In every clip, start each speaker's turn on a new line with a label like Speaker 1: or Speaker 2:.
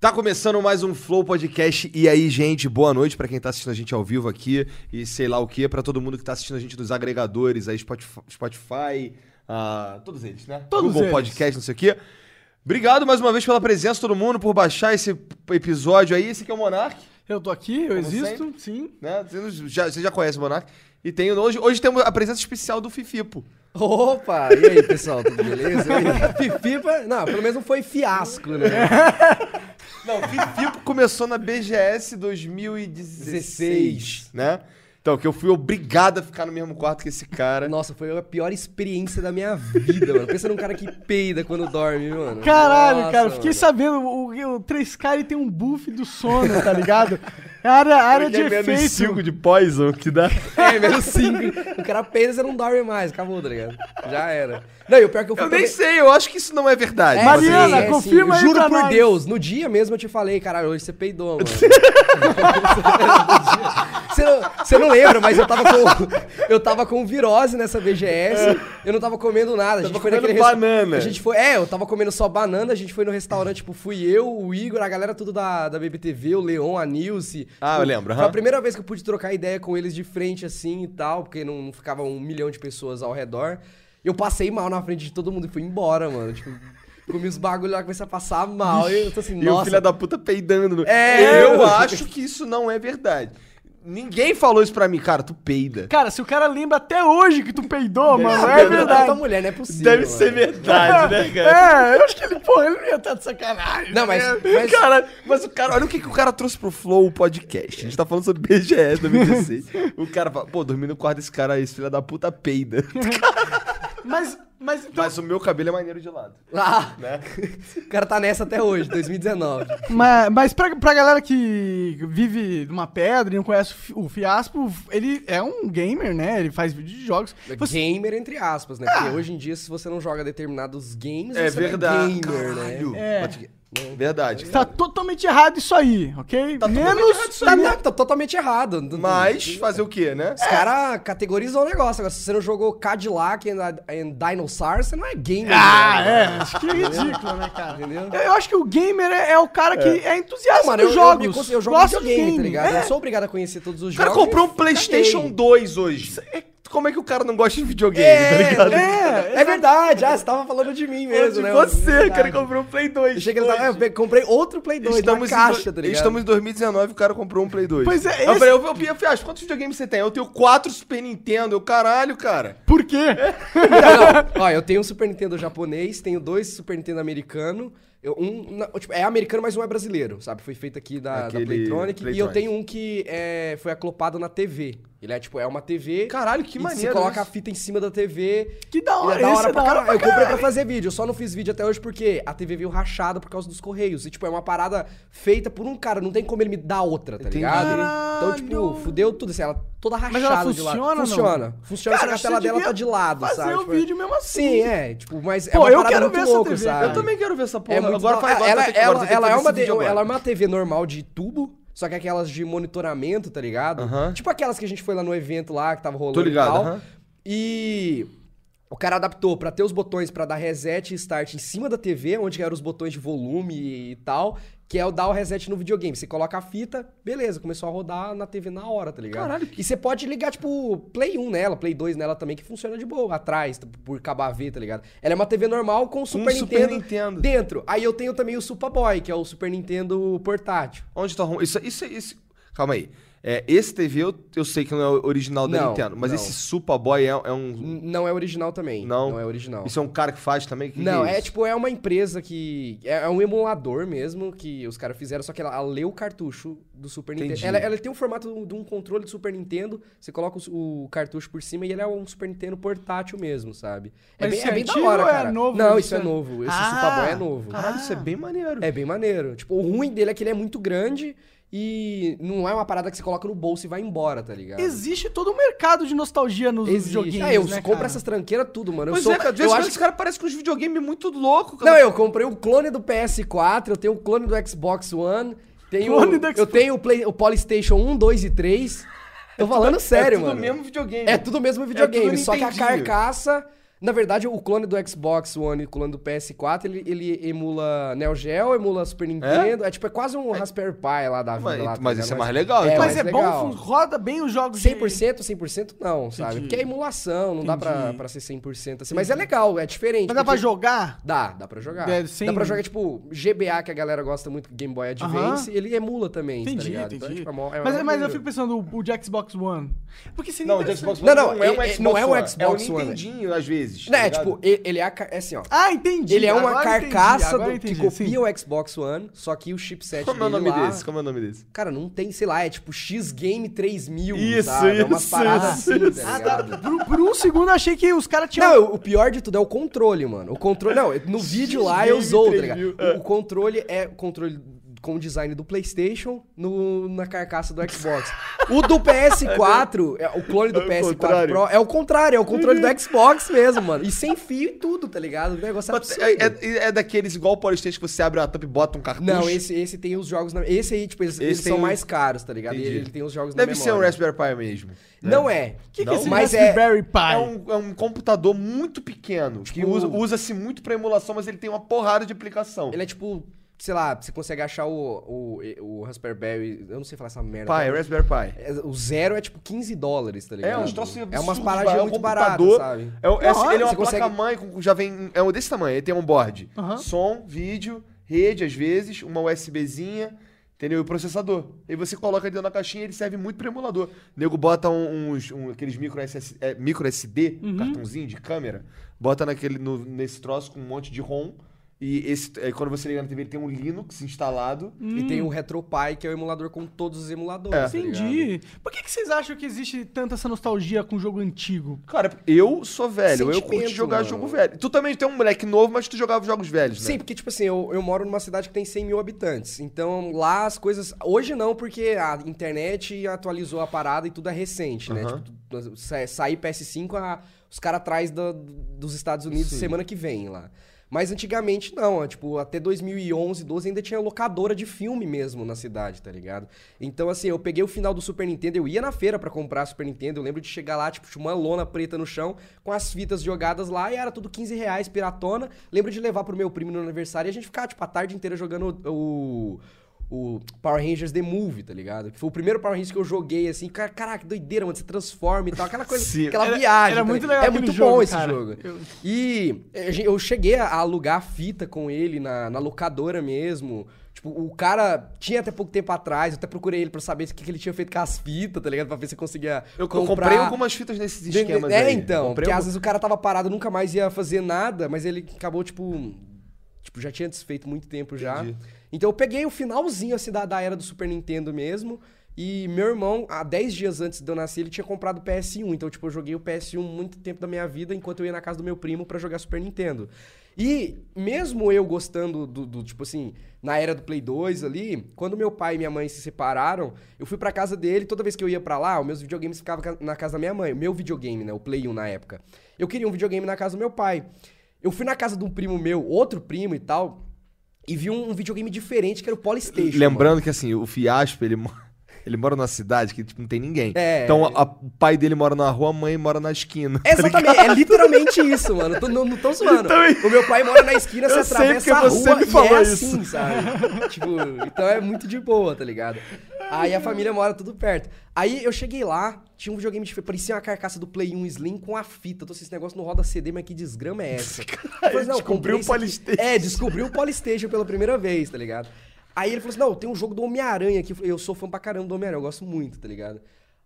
Speaker 1: Tá começando mais um Flow Podcast. E aí, gente, boa noite pra quem tá assistindo a gente ao vivo aqui e sei lá o que, pra todo mundo que tá assistindo a gente nos agregadores, aí Spotify, Spotify ah, todos eles, né?
Speaker 2: Todos
Speaker 1: Google
Speaker 2: eles.
Speaker 1: Podcast, não sei o quê. Obrigado mais uma vez pela presença, todo mundo, por baixar esse p- episódio aí. Esse aqui é o Monark,
Speaker 2: Eu tô aqui, eu
Speaker 1: Como
Speaker 2: existo, sim.
Speaker 1: né? Você já, você já conhece o Monark. E tem, hoje, hoje temos a presença especial do Fifipo.
Speaker 3: Opa! E aí, pessoal, tudo beleza? E aí? Fifa, não, pelo menos não foi fiasco, né?
Speaker 1: Não, Fifipo começou na BGS 2016, né? Então, que eu fui obrigado a ficar no mesmo quarto que esse cara.
Speaker 3: É. Nossa, foi a pior experiência da minha vida, mano. Pensa num cara que peida quando dorme, mano.
Speaker 2: Caralho,
Speaker 3: Nossa,
Speaker 2: cara, fiquei
Speaker 3: mano.
Speaker 2: sabendo, o, o 3K ele tem um buff do sono, tá ligado? A área, a área
Speaker 1: Porque
Speaker 2: de
Speaker 1: é menos
Speaker 2: efeito.
Speaker 1: 5 de poison que dá.
Speaker 3: É, menos cinco. O cara peida, você não dorme mais, acabou, tá ligado? Já era. Não, e o pior é que eu fui...
Speaker 1: Eu nem
Speaker 3: também-
Speaker 1: sei, eu acho que isso não é verdade.
Speaker 3: É,
Speaker 1: mas
Speaker 2: Mariana,
Speaker 1: assim,
Speaker 3: sim,
Speaker 2: confirma aí
Speaker 3: Juro
Speaker 2: pra
Speaker 3: por
Speaker 2: nós.
Speaker 3: Deus, no dia mesmo eu te falei, caralho, hoje você peidou, mano. você, não, você não lembra, mas eu tava com eu tava com virose nessa BGS, eu não tava comendo nada. A gente
Speaker 1: Tava
Speaker 3: foi
Speaker 1: comendo
Speaker 3: naquele resta-
Speaker 1: banana.
Speaker 3: A gente foi, é, eu tava comendo só banana, a gente foi no restaurante, tipo, fui eu, o Igor, a galera tudo da, da BBTV, o Leon, a Nilce.
Speaker 1: Ah, eu
Speaker 3: Tipo,
Speaker 1: lembro,
Speaker 3: Foi a
Speaker 1: aham.
Speaker 3: primeira vez que eu pude trocar ideia com eles de frente assim e tal, porque não, não ficava um milhão de pessoas ao redor. Eu passei mal na frente de todo mundo e fui embora, mano. Tipo, comi os bagulho lá, comecei a passar mal. E eu tô assim,
Speaker 1: E o
Speaker 3: nossa.
Speaker 1: filho da puta peidando. no-
Speaker 3: É,
Speaker 1: eu
Speaker 3: eu-
Speaker 1: acho que isso não é verdade. Ninguém falou isso pra mim, cara, tu peida.
Speaker 2: Cara, se o cara lembra até hoje que tu peidou, mano, é
Speaker 3: Perdeu
Speaker 1: né?"
Speaker 3: tanta
Speaker 2: verdade.
Speaker 3: mulher, não é possível. mano.
Speaker 1: verdade, tá né,
Speaker 2: É, eu acho que ele, porra, ele não ia estar de sacanagem.
Speaker 3: Não, mas. mas
Speaker 1: Cara, mas o cara, olha o que, que o cara trouxe pro Flow o podcast. A gente tá falando sobre BGS 2016. o cara fala, pô, dormi no quarto desse cara aí, esse filho da puta peida.
Speaker 2: Mas, mas então.
Speaker 1: Mas o meu cabelo é maneiro de lado.
Speaker 3: Ah,
Speaker 1: Né?
Speaker 3: o cara tá nessa até hoje, 2019.
Speaker 2: Mas, mas pra, pra galera que vive numa pedra e não conhece o Fi- o Fiaspo, ele é um gamer, né? Ele faz vídeo de jogos.
Speaker 1: É
Speaker 2: Você-
Speaker 3: Gamer, entre aspas, né? Porque hoje em dia, se você não joga determinados games,
Speaker 1: Ah. É
Speaker 3: você não
Speaker 1: verdade.
Speaker 3: gamer,
Speaker 1: Caralho.
Speaker 3: né?
Speaker 2: É.
Speaker 1: Podcast- Verdade.
Speaker 2: Tá totalmente errado isso aí, ok? Menos.
Speaker 3: Tá, tá, tá totalmente errado.
Speaker 1: Mas fazer o quê, né?
Speaker 3: Os caras categorizam o negócio. Agora, se você não jogou Cadillac and, and Dinosaur, você não é gamer.
Speaker 2: Ah,
Speaker 3: né?
Speaker 2: é. Acho que é ridículo, né, cara?
Speaker 3: Entendeu?
Speaker 2: Eu, eu acho que o gamer é, é o cara que é, entusiasta
Speaker 3: Não, mano, eu,
Speaker 2: dos
Speaker 3: eu, me
Speaker 2: jogos.
Speaker 3: cons- eu jogo
Speaker 2: Gosta de
Speaker 3: videogame, tá
Speaker 2: game.
Speaker 3: ligado?
Speaker 2: É.
Speaker 3: Eu sou obrigado a conhecer todos os
Speaker 1: O cara
Speaker 3: jogos.
Speaker 1: comprou um PlayStation 2 hoje. É- Como é que o cara não gosta de videogame,
Speaker 3: É,
Speaker 1: tá ligado?
Speaker 3: é, é verdade. Ah, você tava falando de
Speaker 2: É,
Speaker 3: mim
Speaker 1: Falando
Speaker 3: mesmo,
Speaker 1: de
Speaker 3: né?
Speaker 1: você,
Speaker 3: Verdade.
Speaker 1: o cara comprou um Play 2.
Speaker 3: Eu cheguei lá,
Speaker 1: hoje.
Speaker 3: ah, eu pe- comprei outro Play 2
Speaker 1: Estamos,
Speaker 3: na caixa,
Speaker 1: em,
Speaker 3: tá
Speaker 1: do-
Speaker 3: ligado?
Speaker 1: estamos em 2019 e o cara comprou um Play 2.
Speaker 2: Pois é,
Speaker 1: Eu
Speaker 2: esse-
Speaker 1: falei, eu, eu, Fiasco, quantos videogames você tem? Eu tenho quatro Super Nintendo. Eu, caralho, cara.
Speaker 2: Por quê?
Speaker 3: É, Não, ó, eu tenho um Super Nintendo japonês, tenho dois Super Nintendo americano. eu- um, na- tipo, é americano, mas um é brasileiro, sabe? Foi feito aqui da, da
Speaker 1: Aquele
Speaker 3: Playtronic. E eu
Speaker 1: Playtronic.
Speaker 3: tenho um que é, foi aclopado na TV. Ele é tipo, é uma TV.
Speaker 1: Caralho, que
Speaker 3: e Você
Speaker 1: maneiro
Speaker 3: coloca
Speaker 1: isso.
Speaker 3: a fita em cima da TV.
Speaker 2: Que da hora,
Speaker 3: e é da
Speaker 2: esse
Speaker 3: hora
Speaker 2: é
Speaker 3: pra
Speaker 2: da hora
Speaker 3: caralho.
Speaker 2: pra
Speaker 3: Eu comprei pra fazer vídeo. Eu só não fiz vídeo até hoje porque a TV veio rachada por causa dos correios. E, tipo, é uma parada feita por um cara. Não tem como ele me dar outra, tá
Speaker 1: Entendi.
Speaker 3: ligado? Então,
Speaker 2: Caralho.
Speaker 3: tipo, fudeu tudo. Assim, ela toda rachada
Speaker 2: Mas ela
Speaker 3: de lado.
Speaker 2: funciona ou não?
Speaker 3: Funciona. Funciona,
Speaker 2: Cara,
Speaker 3: só que a
Speaker 2: você
Speaker 3: tela dela
Speaker 2: devia
Speaker 3: tá de lado,
Speaker 2: fazer
Speaker 3: sabe?
Speaker 2: o
Speaker 3: Tipo,
Speaker 2: vídeo mesmo assim.
Speaker 3: Sim, é. Tipo, mas é
Speaker 2: Pô,
Speaker 3: uma
Speaker 2: eu
Speaker 3: parada
Speaker 2: quero
Speaker 3: muito
Speaker 2: ver essa
Speaker 3: louca,
Speaker 2: TV,
Speaker 3: sabe?
Speaker 2: cara.
Speaker 1: Eu também quero ver essa porra.
Speaker 3: É muito
Speaker 1: agora
Speaker 3: da-
Speaker 1: faz agora
Speaker 3: ela,
Speaker 1: tem que- agora
Speaker 3: ela-
Speaker 1: tem que
Speaker 3: ela
Speaker 1: fazer
Speaker 3: é
Speaker 1: esse
Speaker 2: assim
Speaker 3: uma de-
Speaker 1: vídeo agora.
Speaker 3: ela é uma TV normal de tubo, só que aquelas de monitoramento, tá ligado?
Speaker 1: Aham.
Speaker 3: Tipo aquelas que a gente foi lá no evento lá, que tava rolando
Speaker 1: ligado,
Speaker 3: e tal.
Speaker 1: aham.
Speaker 3: E o cara adaptou pra ter os botões pra dar reset e start em cima da TV, onde eram os botões de volume e tal, que é o dar o reset no videogame. Você coloca a fita, beleza, começou a rodar na TV na hora, tá ligado?
Speaker 1: Caralho,
Speaker 3: E você pode ligar, tipo, Play 1 nela, Play 2 nela também, que funciona de boa, atrás, t- por KBAV, tá ligado? Ela é uma TV normal com Super,
Speaker 1: Um Super
Speaker 3: Nintendo,
Speaker 1: Nintendo.
Speaker 3: dentro. Aí eu tenho também o Superboy, que é o Super Nintendo portátil.
Speaker 1: Onde tu arruma? Isso, isso, isso. Calma aí. É, esse TV eu, eu sei que não é original da
Speaker 3: Não,
Speaker 1: Nintendo, mas
Speaker 3: não.
Speaker 1: esse Superboy é, é um.
Speaker 3: N- Não é original também.
Speaker 1: Não.
Speaker 3: Não é original.
Speaker 1: Isso é um cara que faz também? Que
Speaker 3: Não,
Speaker 1: que
Speaker 3: é
Speaker 1: isso?
Speaker 3: tipo, é uma empresa que. É é um emulador mesmo que os caras fizeram, só que ela, ela lê o cartucho do Super
Speaker 1: Entendi.
Speaker 3: Nintendo. Ela, ela tem o formato de um controle do Super Nintendo, você coloca o su- o, cartucho por cima e ele é um Super Nintendo portátil mesmo, sabe? É
Speaker 2: Mas
Speaker 3: bem,
Speaker 2: isso
Speaker 3: é
Speaker 2: é
Speaker 3: bem da
Speaker 2: antigo
Speaker 3: hora,
Speaker 2: ou é
Speaker 3: cara.
Speaker 2: novo
Speaker 3: Não,
Speaker 2: isso?
Speaker 3: isso é novo. Esse
Speaker 2: Ah!
Speaker 3: Superboy é novo.
Speaker 1: Caralho, isso é bem maneiro.
Speaker 3: É bem maneiro. Tipo, o ruim dele é que ele é muito grande e não é uma parada que você coloca no bolso e vai embora, tá ligado?
Speaker 2: Existe todo um mercado de nostalgia nos
Speaker 3: Existe.
Speaker 2: videogames.
Speaker 3: Ah, eu
Speaker 2: né,
Speaker 3: compro
Speaker 2: cara?
Speaker 3: essas tranqueiras tudo, mano. Eu
Speaker 1: Pois
Speaker 3: sou,
Speaker 1: é, cara, de vez
Speaker 3: eu
Speaker 1: em quando
Speaker 3: acho
Speaker 1: esse cara parece com uns videogames muito É loucos.
Speaker 3: Não, é eu comprei o clone do PS4, eu tenho o clone do Xbox One, tenho,
Speaker 2: Clone do
Speaker 3: eu
Speaker 2: Xbox.
Speaker 3: tenho o, Play, o Polystation 1, 2 e 3. Tô falando
Speaker 1: é
Speaker 3: sério,
Speaker 1: tudo
Speaker 3: mano.
Speaker 1: mesmo videogame.
Speaker 3: É tudo mesmo videogame,
Speaker 1: tudo
Speaker 3: só que a
Speaker 1: Nintendinho.
Speaker 3: carcaça Na verdade, o clone do Xbox One e o clone do PS4, ele, ele emula Neo Geo, emula Super Nintendo. É, tipo, é quase um Raspberry Pi lá da vida.
Speaker 1: Mas,
Speaker 3: lá, tá
Speaker 1: mas
Speaker 3: ligado?
Speaker 1: isso é mais legal.
Speaker 3: É,
Speaker 1: então.
Speaker 2: mas
Speaker 3: mas
Speaker 2: é
Speaker 3: legal.
Speaker 2: bom, roda bem os jogos de-
Speaker 3: 100%, 100% não, sabe?
Speaker 2: Entendi.
Speaker 3: Porque é emulação, não dá pra,
Speaker 2: Entendi.
Speaker 3: pra ser 100% assim. Mas é legal, é diferente.
Speaker 2: Mas dá pra
Speaker 3: porque-
Speaker 2: jogar?
Speaker 3: Dá, dá pra jogar.
Speaker 2: É, sem-
Speaker 3: Dá pra jogar, tipo, GBA, que a galera gosta muito, Game Boy Advance, ele emula também, tá
Speaker 2: Entendi,
Speaker 3: ligado?
Speaker 2: entendi.
Speaker 3: Então, é, tipo, é mó-
Speaker 2: mas,
Speaker 3: é mó
Speaker 2: mas eu
Speaker 3: maneiro.
Speaker 2: fico pensando, o, o de Xbox One. Porque seria
Speaker 1: Não, o de
Speaker 2: interessante.
Speaker 1: Xbox
Speaker 3: Não,
Speaker 1: One
Speaker 3: não,
Speaker 1: não, é,
Speaker 3: é-
Speaker 1: um
Speaker 3: é-
Speaker 1: Xbox
Speaker 3: não é um
Speaker 1: One,
Speaker 3: Xbox
Speaker 1: É um
Speaker 3: One.
Speaker 1: Nintendinho, às vezes.
Speaker 3: Não,
Speaker 1: tá
Speaker 3: é
Speaker 1: ligado?
Speaker 3: tipo, ele, ele é, a ca- é assim, ó.
Speaker 2: Ah, entendi.
Speaker 3: Ele é uma
Speaker 2: Agora entendi,
Speaker 3: carcaça
Speaker 2: agora
Speaker 3: do-
Speaker 2: entendi,
Speaker 3: que copia
Speaker 2: sim.
Speaker 3: o Xbox One, só que o chipset
Speaker 1: Como é o
Speaker 3: dele
Speaker 1: nome
Speaker 3: lá-
Speaker 1: desse? Como é o nome desse?
Speaker 3: Cara, não tem, sei lá, é tipo X Game 3000,
Speaker 1: Isso,
Speaker 3: sabe? é umas
Speaker 1: isso,
Speaker 3: paradas
Speaker 1: isso,
Speaker 3: assim,
Speaker 1: isso.
Speaker 3: tá
Speaker 2: Ah, tá.
Speaker 3: ligado?
Speaker 2: Por, por um segundo eu achei que os caras
Speaker 1: um-
Speaker 2: tinham.
Speaker 3: Não, o pior de tudo é o controle, mano. O controle. Não, no vídeo lá eu usou, tá ligado?
Speaker 1: É.
Speaker 3: O controle é o controle com o design do PlayStation no, na carcaça do Xbox. O do PS4, é, o clone do
Speaker 1: É o
Speaker 3: PS4
Speaker 1: contrário.
Speaker 3: Pro, é o contrário, é o controle do Xbox mesmo, mano. E sem fio e tudo, tá ligado? O negócio é
Speaker 1: Mas
Speaker 3: absurdo.
Speaker 1: É, é- é daqueles igual o Polystation que você abre a tampa e bota um cartucho.
Speaker 3: Não, esse, esse tem os jogos na. Esse aí, tipo, eles,
Speaker 1: Esse
Speaker 3: eles
Speaker 1: tem
Speaker 3: são
Speaker 1: os-
Speaker 3: mais caros, tá ligado? E
Speaker 1: Entendi.
Speaker 3: ele tem os jogos
Speaker 1: Deve
Speaker 3: na
Speaker 1: ser um
Speaker 3: memória.
Speaker 1: Raspberry Pi mesmo. né?
Speaker 3: Não é.
Speaker 2: O que, que é
Speaker 1: Não,
Speaker 2: esse
Speaker 3: mas é-
Speaker 2: Raspberry Pi?
Speaker 1: É um, é um computador muito pequeno, que
Speaker 3: Tipo-
Speaker 1: usa- usa-se muito pra emulação, mas ele tem uma porrada de aplicação.
Speaker 3: Ele é tipo, sei lá, você consegue achar o, o, o Raspberry. Eu não sei falar essa é merda.
Speaker 1: Pi, Raspberry Pi.
Speaker 3: É, O zero é tipo 15 dólares, tá ligado?
Speaker 1: É, uns troços
Speaker 3: É umas
Speaker 1: absurdos,
Speaker 3: paradinhas
Speaker 1: é um
Speaker 3: muito baratas,
Speaker 1: computador,
Speaker 3: sabe?
Speaker 1: É, o-
Speaker 2: Da
Speaker 1: esse-
Speaker 2: hora,
Speaker 1: ele é uma
Speaker 3: você consegue-
Speaker 1: placa-mãe, com- já vem. É um desse tamanho, ele tem um board.
Speaker 2: Aham.
Speaker 1: Som, vídeo, rede, às vezes, uma USBzinha, entendeu? E o processador. E você coloca ele dentro da caixinha e ele serve muito para emulador. O nego bota um- uns. um- aqueles micro, SS, é, micro SD, cartãozinho de câmera, bota naquele, no- nesse troço com um monte de ROM. E esse, é, quando você liga na TV, ele tem um Linux instalado.
Speaker 3: E tem o RetroPie, que é o emulador com todos os emuladores. tá ligado?
Speaker 2: Entendi. Por que, que vocês acham que existe tanta essa nostalgia com o jogo antigo?
Speaker 1: Cara, eu sou velho, eu
Speaker 3: Sentimento,
Speaker 1: curto jogar
Speaker 3: mano.
Speaker 1: jogo velho. Tu também tem um moleque novo, mas tu jogava jogos velhos, né?
Speaker 3: Sim, porque, tipo assim, eu, eu moro numa cidade que tem 100 mil habitantes. Então, lá as coisas. Hoje não, porque a internet atualizou a parada e tudo é recente, né?
Speaker 1: Aham.
Speaker 3: Tipo, tu- sa- sair PS5, a- os caras atrás da- dos Estados Unidos semana que vem lá. Mas antigamente não, é, tipo, até 2011, 12 ainda tinha locadora de filme mesmo na cidade, tá ligado? Então, assim, eu peguei o final do Super Nintendo, eu ia na feira pra comprar Super Nintendo, eu lembro de chegar lá, tipo, tinha uma lona preta no chão, com as fitas jogadas lá, e era tudo 15 reais, piratona. Lembro de levar pro meu primo no aniversário e a gente ficava, tipo, a tarde inteira jogando o, o Power Rangers The Movie, tá ligado? Que foi o primeiro Power Rangers que eu joguei, assim, cara, caraca, que doideira, mano, você transforma e tal, aquela coisa,
Speaker 1: Sim.
Speaker 3: aquela
Speaker 2: Era-
Speaker 3: viagem.
Speaker 2: era
Speaker 3: tá
Speaker 2: muito
Speaker 3: ligado?
Speaker 2: legal
Speaker 3: É
Speaker 2: aquele
Speaker 3: muito
Speaker 2: jogo,
Speaker 3: bom esse
Speaker 2: cara.
Speaker 3: jogo.
Speaker 2: Eu-
Speaker 3: E é, a gen- eu cheguei a alugar a fita com ele na, na locadora mesmo. Tipo, o cara tinha até pouco tempo atrás, eu até procurei ele pra saber o que, que ele tinha feito com as fitas, tá ligado? Pra ver se eu conseguia
Speaker 1: Eu, eu
Speaker 3: comprar.
Speaker 1: comprei algumas fitas nesses
Speaker 3: Vende-
Speaker 1: esquemas
Speaker 3: É,
Speaker 1: aí.
Speaker 3: então.
Speaker 1: Comprei
Speaker 3: Porque
Speaker 1: algum-
Speaker 3: às vezes o cara tava parado, nunca mais ia fazer nada, mas ele acabou, tipo. Tipo, já tinha desfeito muito tempo já.
Speaker 1: Entendi.
Speaker 3: Então eu peguei o finalzinho, assim, da, da era do Super Nintendo mesmo. E meu irmão, há 10 dias antes de eu nascer, ele tinha comprado o PS1. Então, tipo, eu joguei o PS1 muito tempo da minha vida, enquanto eu ia na casa do meu primo pra jogar Super Nintendo. E mesmo eu gostando do, do, tipo assim, na era do Play 2 ali, quando meu pai e minha mãe se separaram, eu fui pra casa dele, toda vez que eu ia pra lá, os meus videogames ficavam ca- na casa da minha mãe. O meu videogame, né? O Play 1 na época. Eu queria um videogame na casa do meu pai. Eu fui na casa de um primo meu, outro primo e tal, e vi um, um videogame diferente que era o Polystation.
Speaker 1: Lembrando que assim, o Fiaspo, ele, mo- ele mora numa cidade que tipo, não tem ninguém.
Speaker 3: É.
Speaker 1: Então a- a- o pai dele mora na rua, a mãe mora na esquina.
Speaker 3: É Exatamente, é literalmente isso, mano. Tô, não, não tô zoando. O meu pai mora na esquina,
Speaker 1: Então,
Speaker 3: você
Speaker 1: Eu sei
Speaker 3: atravessa
Speaker 1: porque
Speaker 3: a
Speaker 1: você
Speaker 3: rua
Speaker 1: me
Speaker 3: e é
Speaker 1: falou
Speaker 3: assim, sabe? tipo, então é muito de boa, tá ligado? Aí a família mora tudo perto. Aí eu cheguei lá, tinha um videogame diferente, parecia uma carcaça do Play 1 Slim com a fita. Tô assim, esse negócio não roda CD, mas que desgrama é essa? Eu falei,
Speaker 1: descobriu
Speaker 3: comprei
Speaker 1: o
Speaker 3: isso aqui.
Speaker 1: Polystation.
Speaker 3: É, descobriu o Polystation pela primeira vez, tá ligado? Aí ele falou assim, não, tem um jogo do Homem-Aranha aqui. Eu falei, Eu sou fã pra caramba do Homem-Aranha, eu gosto muito, tá ligado?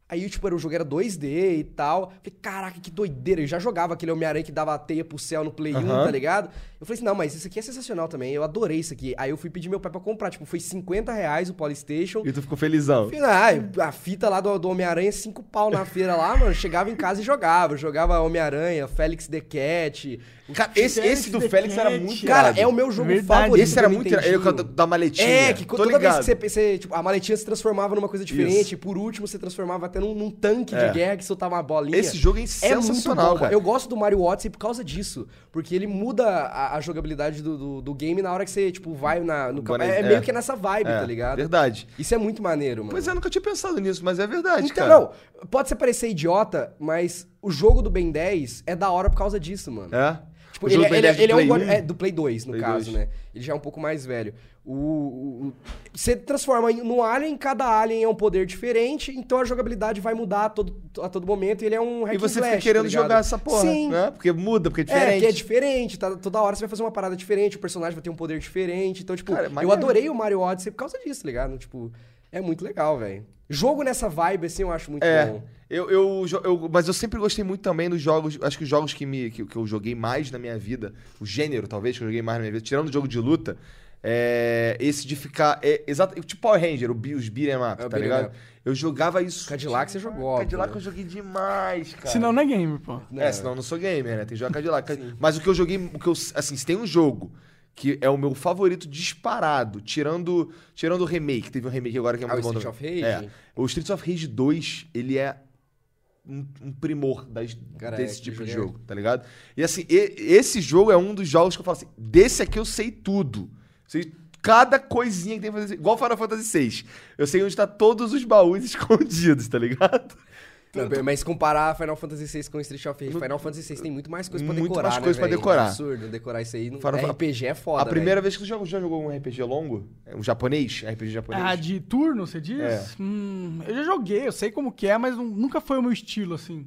Speaker 3: Aí, tipo, era, o jogo era 2D e tal. Falei, caraca, que doideira. Eu já jogava aquele Homem-Aranha que dava a teia pro céu no Play 1,
Speaker 1: Aham.
Speaker 3: tá ligado? Eu falei assim, não, mas isso aqui é sensacional também. Eu adorei isso aqui. Aí eu fui pedir meu pai pra comprar. Tipo, foi 50 reais o Polystation.
Speaker 1: E tu ficou felizão.
Speaker 3: Falei, Ah, a fita lá do, do Homem-Aranha, cinco pau na feira lá, mano. Chegava em casa e jogava. Eu Jogava Homem-Aranha, Félix The Cat.
Speaker 1: Cara, esse,
Speaker 2: Félix
Speaker 1: esse do
Speaker 2: The
Speaker 1: Félix era
Speaker 2: Cat.
Speaker 1: muito
Speaker 3: Cara,
Speaker 1: irado.
Speaker 3: é o meu jogo
Speaker 2: Verdade.
Speaker 3: favorito.
Speaker 1: Esse era
Speaker 3: do
Speaker 1: muito irado. Eu,
Speaker 3: Nintendinho.
Speaker 1: da maletinha.
Speaker 3: É, que
Speaker 1: Tô
Speaker 3: toda
Speaker 1: ligado.
Speaker 3: vez que você, você, tipo, a maletinha se transformava numa coisa diferente,
Speaker 1: Isso.
Speaker 3: por último você transformava até num, num tanque
Speaker 1: É.
Speaker 3: de guerra que soltava uma bolinha.
Speaker 1: Esse jogo é
Speaker 3: É
Speaker 1: sensacional,
Speaker 3: muito bom,
Speaker 1: cara.
Speaker 3: Eu gosto do Mario Odyssey por causa disso. Porque ele muda a, a jogabilidade do, do, do game na hora que você, tipo, vai na, no campo.
Speaker 1: Boné-
Speaker 3: É,
Speaker 1: é.
Speaker 3: meio que nessa vibe,
Speaker 1: É,
Speaker 3: tá ligado?
Speaker 1: Verdade.
Speaker 3: Isso é muito maneiro, mano.
Speaker 1: Pois é, nunca tinha pensado nisso, mas é verdade,
Speaker 3: então,
Speaker 1: cara.
Speaker 3: não, pode ser parecer idiota, mas o jogo do Ben 10 é da hora por causa disso, mano.
Speaker 1: É?
Speaker 3: Tipo,
Speaker 1: O
Speaker 3: ele,
Speaker 1: jogo
Speaker 3: é-
Speaker 1: do Ben
Speaker 3: ele,
Speaker 1: 10
Speaker 3: é- ele é um
Speaker 1: Play
Speaker 3: guarda-
Speaker 1: 1?
Speaker 3: é, do Play 2, no
Speaker 1: Play
Speaker 3: caso,
Speaker 1: 2.
Speaker 3: né? Ele já é um pouco mais velho. O, o- o- você transforma em- no alien, cada alien é um poder diferente, então a jogabilidade vai mudar a todo, a todo momento e ele é um hack
Speaker 1: E
Speaker 3: and
Speaker 1: você
Speaker 3: slash,
Speaker 1: fica
Speaker 3: tá
Speaker 1: querendo
Speaker 3: ligado?
Speaker 1: jogar essa porra,
Speaker 3: Sim.
Speaker 1: né? Porque muda, porque é
Speaker 3: É, que é
Speaker 1: diferente.
Speaker 3: diferente, tá, toda hora você vai fazer uma parada diferente, o personagem vai ter um poder diferente. Então, tipo,
Speaker 1: Cara, é
Speaker 3: eu
Speaker 1: maneiro.
Speaker 3: adorei o Mario Odyssey por causa disso, tá ligado? Tipo, é muito legal, velho. Jogo nessa vibe, assim, eu acho muito
Speaker 1: É,
Speaker 3: bom.
Speaker 1: eu, eu, jo- eu- mas eu sempre gostei muito também dos jogos. Acho que os jogos que, me, que, que eu joguei mais na minha vida, o gênero talvez que eu joguei mais na minha vida, tirando o jogo de luta, é esse de ficar. É, exato, tipo Power Ranger, o, bi- os beat'em up,
Speaker 3: É, o
Speaker 1: tá
Speaker 3: beat'em
Speaker 1: ligado?
Speaker 3: up.
Speaker 1: Eu jogava isso.
Speaker 3: Cadillac você
Speaker 1: demais.
Speaker 3: jogou, óbvio,
Speaker 1: Cadillac
Speaker 3: né?
Speaker 1: eu joguei demais, cara.
Speaker 2: Senão não é game, pô.
Speaker 1: É, senão eu não sou gamer, né? Tem que jogar Cadillac. Mas o que eu joguei, o que eu, assim, se tem um jogo que é o meu favorito disparado, tirando tirando o remake, teve um remake agora que é
Speaker 3: Ah,
Speaker 1: muito
Speaker 3: o
Speaker 1: bom
Speaker 3: Streets
Speaker 1: também.
Speaker 3: of Rage?
Speaker 1: É. O Streets of Rage 2, ele é um, um primor das-
Speaker 3: Cara, é,
Speaker 1: desse
Speaker 3: que
Speaker 1: tipo de
Speaker 3: jogo é?
Speaker 1: jogo, tá ligado? E assim, e- esse jogo é um dos jogos que eu falo assim, desse aqui eu sei tudo. Sei cada coisinha que tem que fazer, igual Final Fantasy VI. Eu sei onde tá todos os baús escondidos, tá ligado?
Speaker 3: Não, mas comparar Final Fantasy VI com Street of Rage, Final Fantasy VI tem muito mais coisa pra
Speaker 1: Muito
Speaker 3: decorar,
Speaker 1: mais
Speaker 3: né,
Speaker 1: coisa pra
Speaker 3: velho?
Speaker 1: decorar.
Speaker 3: É absurdo, decorar isso aí. Não...
Speaker 1: Final-
Speaker 3: RPG é foda,
Speaker 1: a primeira vez que você jogou, já jogou um RPG longo? É, Um japonês? RPG japonês?
Speaker 2: Ah, de turno, você diz?
Speaker 1: É.
Speaker 2: Hum, eu já joguei, eu sei como que é, mas nu- nunca foi o meu estilo, assim,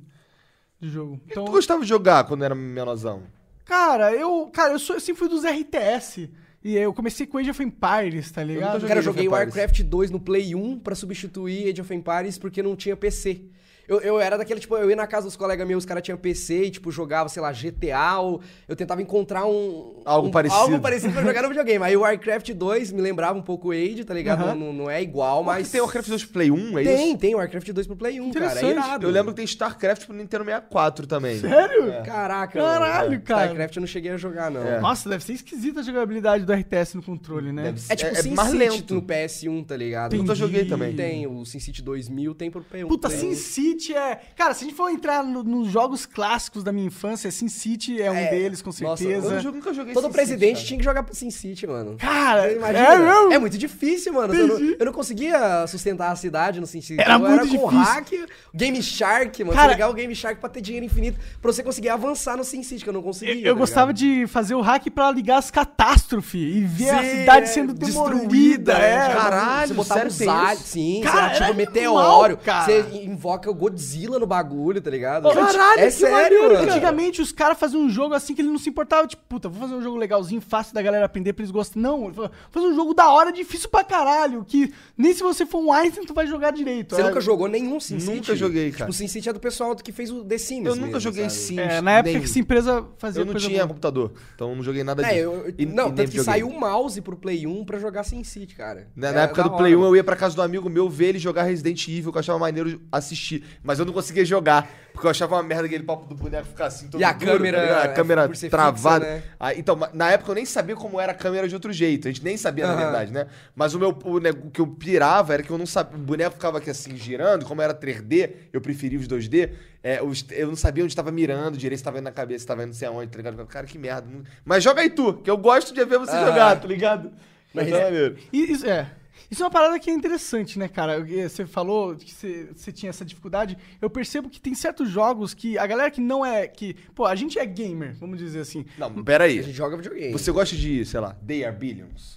Speaker 2: de jogo. Então,
Speaker 1: Tu gostava de jogar quando era menorzão?
Speaker 2: cara, eu, cara, eu, sou, eu sempre fui dos RTS. E eu comecei com Age of Empires, tá ligado?
Speaker 1: nunca
Speaker 3: Cara, eu
Speaker 1: Age of
Speaker 3: joguei
Speaker 1: Empires.
Speaker 3: Warcraft 2 no Play 1 pra substituir Age of Empires porque não tinha PC. Eu, eu era daquele, tipo, eu ia na casa dos colegas meus, os caras tinham PC e, tipo, jogava, sei lá, GTA, ou eu tentava encontrar um...
Speaker 1: Algo
Speaker 3: um-
Speaker 1: parecido.
Speaker 3: Algo parecido pra jogar no videogame. Aí o Warcraft 2 me lembrava um pouco o Age, tá ligado?
Speaker 2: Aham.
Speaker 3: Não, não é igual,
Speaker 1: Mas
Speaker 3: mas...
Speaker 1: tem Warcraft 2 Play 1, é
Speaker 3: Tem,
Speaker 1: isso?
Speaker 3: tem Warcraft 2 pro Play 1, cara. É
Speaker 2: Interessante.
Speaker 3: irado.
Speaker 1: Eu lembro que tem StarCraft pro Nintendo 64 também.
Speaker 2: Sério?
Speaker 3: Caraca.
Speaker 2: Caralho,
Speaker 3: mano.
Speaker 2: cara.
Speaker 3: Starcraft eu não cheguei a jogar, não.
Speaker 1: É.
Speaker 2: Nossa, deve ser esquisita a jogabilidade do RTS no controle, né?
Speaker 1: Deve ser.
Speaker 3: É tipo
Speaker 1: É- é
Speaker 3: Sin
Speaker 1: mais
Speaker 3: City
Speaker 1: lento.
Speaker 3: no PS1, tá ligado?
Speaker 1: Nunca
Speaker 2: Entendi.
Speaker 1: joguei também.
Speaker 3: Tem, o Sin City 2000 tem pro um Play 1.
Speaker 2: Puta,
Speaker 3: Play
Speaker 2: Sin City é. Cara, se a gente for entrar no- nos jogos clássicos da minha infância, Sin City é um
Speaker 3: É.
Speaker 2: deles, com
Speaker 3: Nossa,
Speaker 1: Eu
Speaker 2: certeza.
Speaker 1: não jogo- nunca joguei
Speaker 3: Todo
Speaker 1: Sin
Speaker 3: presidente
Speaker 1: City,
Speaker 3: tinha que jogar pro Sin City, mano.
Speaker 2: Cara,
Speaker 3: Você imagina?
Speaker 2: é mesmo?
Speaker 3: É muito difícil, mano. Eu não, eu não conseguia sustentar a cidade no Sin City.
Speaker 2: Era
Speaker 3: Eu
Speaker 2: muito difícil.
Speaker 3: com hack, Game Shark, mano.
Speaker 2: Cara-
Speaker 3: você ligava o Game Shark pra ter dinheiro infinito, pra você conseguir avançar no Sin City, que eu não conseguia. tá
Speaker 2: Eu, eu gostava de fazer o hack pra ligar as catástrofes e ver a
Speaker 3: Sim,
Speaker 2: cidade
Speaker 3: é,
Speaker 2: sendo
Speaker 3: destruída,
Speaker 2: destruída.
Speaker 3: né?
Speaker 2: É.
Speaker 1: Caralho,
Speaker 3: você botava
Speaker 1: sério,
Speaker 3: os
Speaker 1: tem
Speaker 3: aliens,
Speaker 1: isso?
Speaker 3: sim,
Speaker 2: Cara,
Speaker 3: você ativa
Speaker 2: era
Speaker 3: o meteoro,
Speaker 2: animal, cara.
Speaker 3: você invoca o Godzilla no bagulho, tá ligado?
Speaker 2: Caralho,
Speaker 3: é
Speaker 2: que
Speaker 3: sério,
Speaker 2: maneiro,
Speaker 3: mano.
Speaker 2: Antigamente os caras faziam um jogo assim que ele não se importava, tipo, puta, vou fazer um jogo legalzinho, fácil da galera aprender pra eles gostarem. Não, ele falou, vou fazer um jogo da hora, difícil pra caralho, que nem se você for um Einstein tu vai jogar direito.
Speaker 3: Você
Speaker 2: É,
Speaker 3: nunca jogou nenhum Sin City?
Speaker 1: Nunca joguei, cara.
Speaker 3: Tipo, o Sin City é do pessoal que fez o The Sims
Speaker 1: Eu nunca
Speaker 3: mesmo,
Speaker 1: joguei
Speaker 3: sabe?
Speaker 1: Sims.
Speaker 2: É, na época
Speaker 1: nem-
Speaker 2: que essa empresa fazia
Speaker 1: Eu não
Speaker 2: coisa
Speaker 1: tinha
Speaker 2: boa.
Speaker 1: computador, então eu não joguei nada disso.
Speaker 3: É, eu, eu-
Speaker 1: E- e
Speaker 3: não,
Speaker 1: nem
Speaker 3: tanto que
Speaker 1: videogame.
Speaker 3: saiu um mouse pro Play 1 pra jogar Sin City, cara.
Speaker 1: Na,
Speaker 3: É,
Speaker 1: na época
Speaker 3: da
Speaker 1: do Play
Speaker 3: hora.
Speaker 1: 1, eu ia pra casa do amigo meu ver ele jogar Resident Evil, que eu achava maneiro assistir. Mas eu não conseguia jogar, porque eu achava uma merda aquele papo do boneco ficar assim todo
Speaker 3: E a
Speaker 1: duro, tá
Speaker 3: câmera,
Speaker 1: ligado? a
Speaker 3: é,
Speaker 1: câmera
Speaker 3: por ser fixa,
Speaker 1: travada.
Speaker 3: né?
Speaker 1: Aí, então, ma- na época eu nem sabia como era a câmera de outro jeito. A gente nem sabia, na
Speaker 3: Aham.
Speaker 1: verdade, né? Mas o meu o, ne- o que eu pirava era que eu não sabia. O boneco ficava aqui assim girando, como era 3D, eu preferia os 2D. é, os- eu não sabia onde tava mirando direito, se tava indo na cabeça, se tava indo não sei aonde, tá ligado? Cara, que merda. não- Mas joga aí tu, que eu gosto de ver você
Speaker 3: Ah.
Speaker 1: jogar, tá ligado? Mas
Speaker 3: Mas-
Speaker 1: é maneiro.
Speaker 2: E Isso, é. Isso é uma parada que é interessante, né, cara? Eu- Você falou que você, você tinha essa dificuldade. Eu percebo que tem certos jogos que a galera que não é. que Pô, a gente é gamer, vamos dizer assim.
Speaker 1: Não, peraí.
Speaker 3: A gente joga videogame.
Speaker 1: Você gosta de, sei lá, They Are Billions?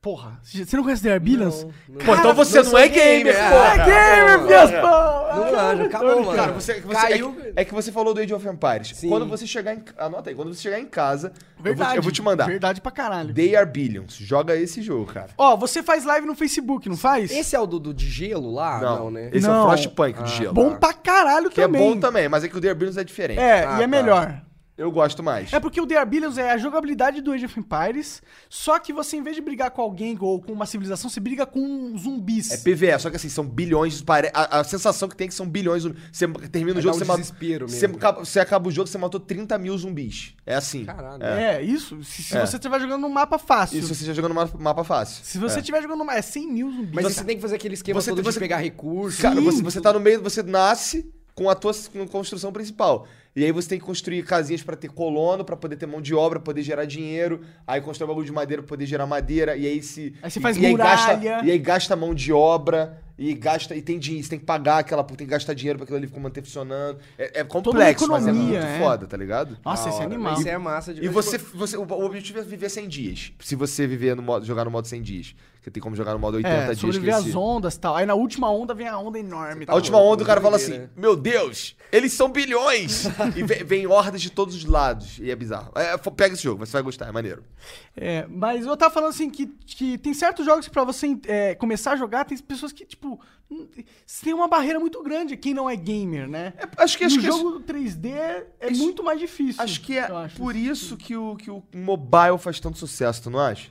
Speaker 2: Porra, você não conhece The Arbillions?
Speaker 3: Não, não.
Speaker 1: Pô, então você não
Speaker 3: sou
Speaker 1: é gamer,
Speaker 3: ah,
Speaker 1: porra.
Speaker 2: É
Speaker 3: cara,
Speaker 2: gamer,
Speaker 3: pô.
Speaker 2: minhas
Speaker 1: é.
Speaker 2: pô! ah,
Speaker 3: Não, mano, acabou, mano.
Speaker 1: Cara, você, você-
Speaker 3: Caiu.
Speaker 1: É, que, é que você falou do Age of Empires.
Speaker 3: Sim.
Speaker 1: Quando você chegar em... Anota aí. Quando você chegar em casa, eu vou te-
Speaker 2: Verdade.
Speaker 1: eu vou, te mandar.
Speaker 2: Verdade pra caralho.
Speaker 1: They Are Billions. Joga esse jogo, cara.
Speaker 2: Ó, você faz live no Facebook, não faz?
Speaker 3: Esse é o do, do de gelo lá? Não, né?
Speaker 1: Esse é
Speaker 2: Não.
Speaker 1: o Frostpunk do gelo.
Speaker 2: Bom pra caralho
Speaker 1: Que é
Speaker 2: também.
Speaker 1: bom também, mas é que o They Are Billions é diferente.
Speaker 2: É,
Speaker 3: Ah,
Speaker 2: e é
Speaker 3: tá.
Speaker 2: melhor.
Speaker 1: Eu gosto mais.
Speaker 2: É porque o The Arbillions é a jogabilidade do Age of Empires, só que você, em vez de brigar com alguém ou com uma civilização, você briga com zumbis.
Speaker 1: É PVE, só que assim, são bilhões. pare- A, a sensação que tem é que são bilhões. de zumbis. Você termina o
Speaker 3: Vai
Speaker 1: jogo,
Speaker 3: dar um
Speaker 1: você mata.
Speaker 3: desespero
Speaker 1: Você
Speaker 3: mesmo.
Speaker 1: acaba, você acaba o jogo, você matou 30 mil zumbis. É assim.
Speaker 3: Caralho.
Speaker 1: É.
Speaker 2: É, isso. Se, se
Speaker 1: É.
Speaker 2: você estiver jogando num mapa fácil.
Speaker 1: Isso você já jogando mapa, mapa fácil.
Speaker 2: Se você
Speaker 1: É.
Speaker 2: estiver jogando num mapa. É 100 mil zumbis.
Speaker 3: Mas
Speaker 2: cara.
Speaker 3: você tem que fazer aquele esquema
Speaker 1: Você
Speaker 3: todo
Speaker 1: tem-
Speaker 3: de
Speaker 1: você-
Speaker 3: pegar recursos.
Speaker 1: Cara,
Speaker 2: Sim.
Speaker 1: você, você tá no meio, você nasce com a tua s- com a construção principal. E aí você tem que construir casinhas pra ter colono, pra poder ter mão de obra, pra poder gerar dinheiro. Aí constrói um bagulho de madeira pra poder gerar madeira. E aí se.
Speaker 2: Aí você faz
Speaker 1: e, e aí gasta,
Speaker 2: muralha.
Speaker 1: e aí gasta mão de obra. E gasta. E tem dinheiro. Você tem que pagar aquela. Tem que gastar dinheiro pra aquilo ali manter funcionando. É, é complexo, mas é muito
Speaker 2: economia, é.
Speaker 1: foda, tá ligado?
Speaker 2: Nossa, esse é
Speaker 3: Hora,
Speaker 2: animal.
Speaker 3: mas Isso é massa de
Speaker 1: E você, você, o o objetivo é viver 100 dias. Se você viver no modo, jogar no modo 100 dias, você tem como jogar no modo 80
Speaker 2: É,
Speaker 1: dias.
Speaker 2: sobreviver
Speaker 1: que esse-
Speaker 2: às ondas e tal. Aí na última onda vem a onda enorme.
Speaker 1: a
Speaker 3: Tá
Speaker 2: tal.
Speaker 1: última onda o cara fala assim:
Speaker 3: né?
Speaker 1: Meu Deus, eles são bilhões! e ve- vem hordas de todos os lados. E é bizarro. É, f- pega esse jogo, você vai gostar, é maneiro.
Speaker 2: É, mas eu tava falando assim que, que tem certos jogos que pra você é, começar a jogar, tem pessoas que, tipo, hum, tem uma barreira muito grande quem não é gamer, né?
Speaker 1: Acho que,
Speaker 2: no
Speaker 1: acho que,
Speaker 2: jogo 3D é
Speaker 1: isso-
Speaker 2: muito mais difícil.
Speaker 1: acho que é
Speaker 2: eu acho.
Speaker 1: por isso que o, que o mobile faz tanto sucesso, tu não acha?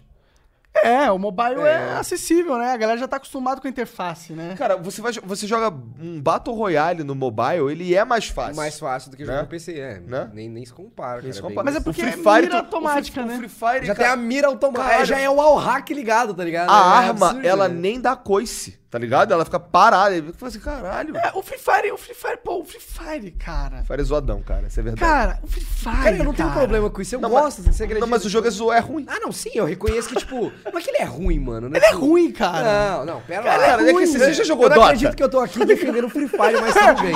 Speaker 2: É, o mobile é.
Speaker 1: É.
Speaker 2: acessível, né? A galera já tá acostumada com a interface, né?
Speaker 1: Cara, você, vai, jo- você joga um Battle Royale no mobile, ele é mais fácil.
Speaker 3: Mais fácil do que
Speaker 1: Né?
Speaker 3: jogar no PC, é.
Speaker 1: Né?
Speaker 3: Nem, nem se compara,
Speaker 1: Eles
Speaker 3: cara.
Speaker 1: comparam.
Speaker 2: Mas é
Speaker 1: O
Speaker 2: porque
Speaker 1: Free
Speaker 2: é
Speaker 1: Fire,
Speaker 2: mira
Speaker 1: tu- o Free-
Speaker 2: automática,
Speaker 1: o
Speaker 2: né?
Speaker 1: Free Fire,
Speaker 3: Já tem
Speaker 1: cara-
Speaker 3: a mira automática.
Speaker 1: Caralho.
Speaker 3: é, já é o all hack ligado, tá ligado?
Speaker 1: A
Speaker 3: É
Speaker 1: arma,
Speaker 3: absurdo,
Speaker 1: ela
Speaker 3: né?
Speaker 1: nem dá coice, tá ligado? Ela fica parada. Eu falei assim, caralho.
Speaker 2: É, o Free Fire, o Free Fire, pô, o Free Fire, cara.
Speaker 1: Fire é zoadão, cara, isso é verdade.
Speaker 2: Cara, o Free Fire.
Speaker 3: Cara, eu não tenho
Speaker 2: cara.
Speaker 3: problema com isso. Eu
Speaker 1: Não,
Speaker 3: gosto, assim,
Speaker 1: mas-
Speaker 3: você acredita?
Speaker 1: Não, mas o jogo é, zo- é ruim.
Speaker 3: Ah, não, sim, eu reconheço que, tipo. não é que ele é ruim, mano. né?
Speaker 2: Ele é
Speaker 3: Tipo,
Speaker 2: ruim, cara.
Speaker 3: Não, não, pera
Speaker 1: Cara,
Speaker 3: lá.
Speaker 1: é que você já jogou
Speaker 3: eu não
Speaker 1: Dota?
Speaker 3: acredito que eu tô aqui defendendo o Free Fire, mas tudo bem.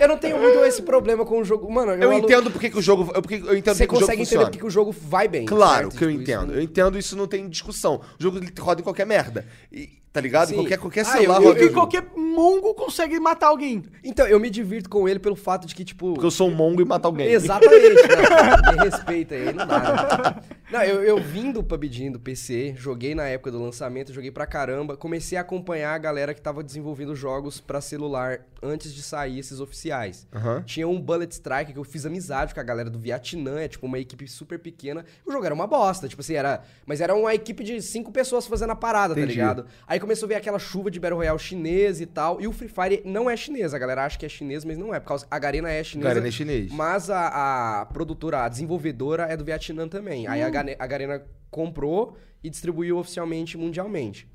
Speaker 3: É, eu não tenho muito esse problema com o jogo. Mano,
Speaker 1: Eu
Speaker 3: alu-
Speaker 1: entendo porque que o jogo. Eu, porque, eu entendo porque que
Speaker 3: Você
Speaker 1: o
Speaker 3: consegue
Speaker 1: jogo
Speaker 3: entender
Speaker 1: funciona.
Speaker 3: porque que o jogo vai bem.
Speaker 1: Claro
Speaker 3: certo?
Speaker 1: que eu
Speaker 3: Tipo, isso
Speaker 1: entendo.
Speaker 3: não-
Speaker 1: Eu entendo, isso não tem discussão. O jogo ele roda em qualquer merda. E, tá ligado?
Speaker 3: Sim.
Speaker 1: Qualquer, qualquer
Speaker 3: Ah,
Speaker 1: celular
Speaker 3: eu-
Speaker 1: roda.
Speaker 3: eu-
Speaker 2: Porque
Speaker 1: o jogo.
Speaker 2: qualquer mongo consegue matar alguém.
Speaker 3: Então, eu me divirto com ele pelo fato de que, tipo.
Speaker 1: Porque eu sou um mongo e mato alguém.
Speaker 3: Exatamente, né? Me respeita aí, não dá. né? Não, eu, eu vim do PUBG do PC, joguei na época do lançamento, joguei pra caramba, comecei a acompanhar a galera que tava desenvolvendo jogos pra celular antes de sair esses oficiais.
Speaker 1: Aham.
Speaker 3: Tinha um Bullet Strike que eu fiz amizade com a galera do Vietnã, é tipo uma equipe super pequena. O jogo era uma bosta, tipo assim, era. Mas era uma equipe de cinco pessoas fazendo a parada,
Speaker 1: Entendi.
Speaker 3: tá ligado? Aí começou a ver aquela chuva de Battle Royale chinês e tal. E o Free Fire não é chinês, a galera acha que é chinês, mas não é, por causa. A Garena é chinesa.
Speaker 1: Garena é chinês.
Speaker 3: Mas a, a produtora, a desenvolvedora é do Vietnã também. Aí a, Gane- a Garena comprou e distribuiu oficialmente mundialmente.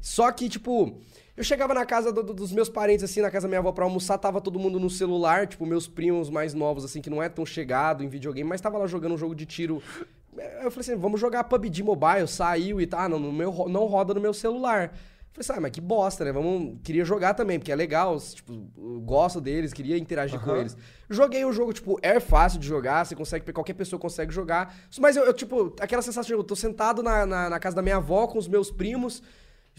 Speaker 3: Só que, tipo, eu chegava na casa do- do- dos meus parentes, assim, na casa da minha avó pra almoçar, tava todo mundo no celular, tipo, meus primos mais novos, assim, que não é tão chegado em videogame, mas tava lá jogando um jogo de tiro. Aí Eu falei assim, vamos jogar PUBG Mobile, saiu e tá, ah, não, no meu, ro- não roda no meu celular. Eu Falei assim, ah, mas que bosta, né? Vamos, queria jogar também, porque é legal, tipo, eu gosto deles, queria interagir com eles. Joguei o jogo, tipo, é fácil de jogar, você consegue, qualquer pessoa consegue jogar. Mas eu, eu, tipo, aquela sensação, eu tô sentado na- na, na casa da minha avó com os meus primos,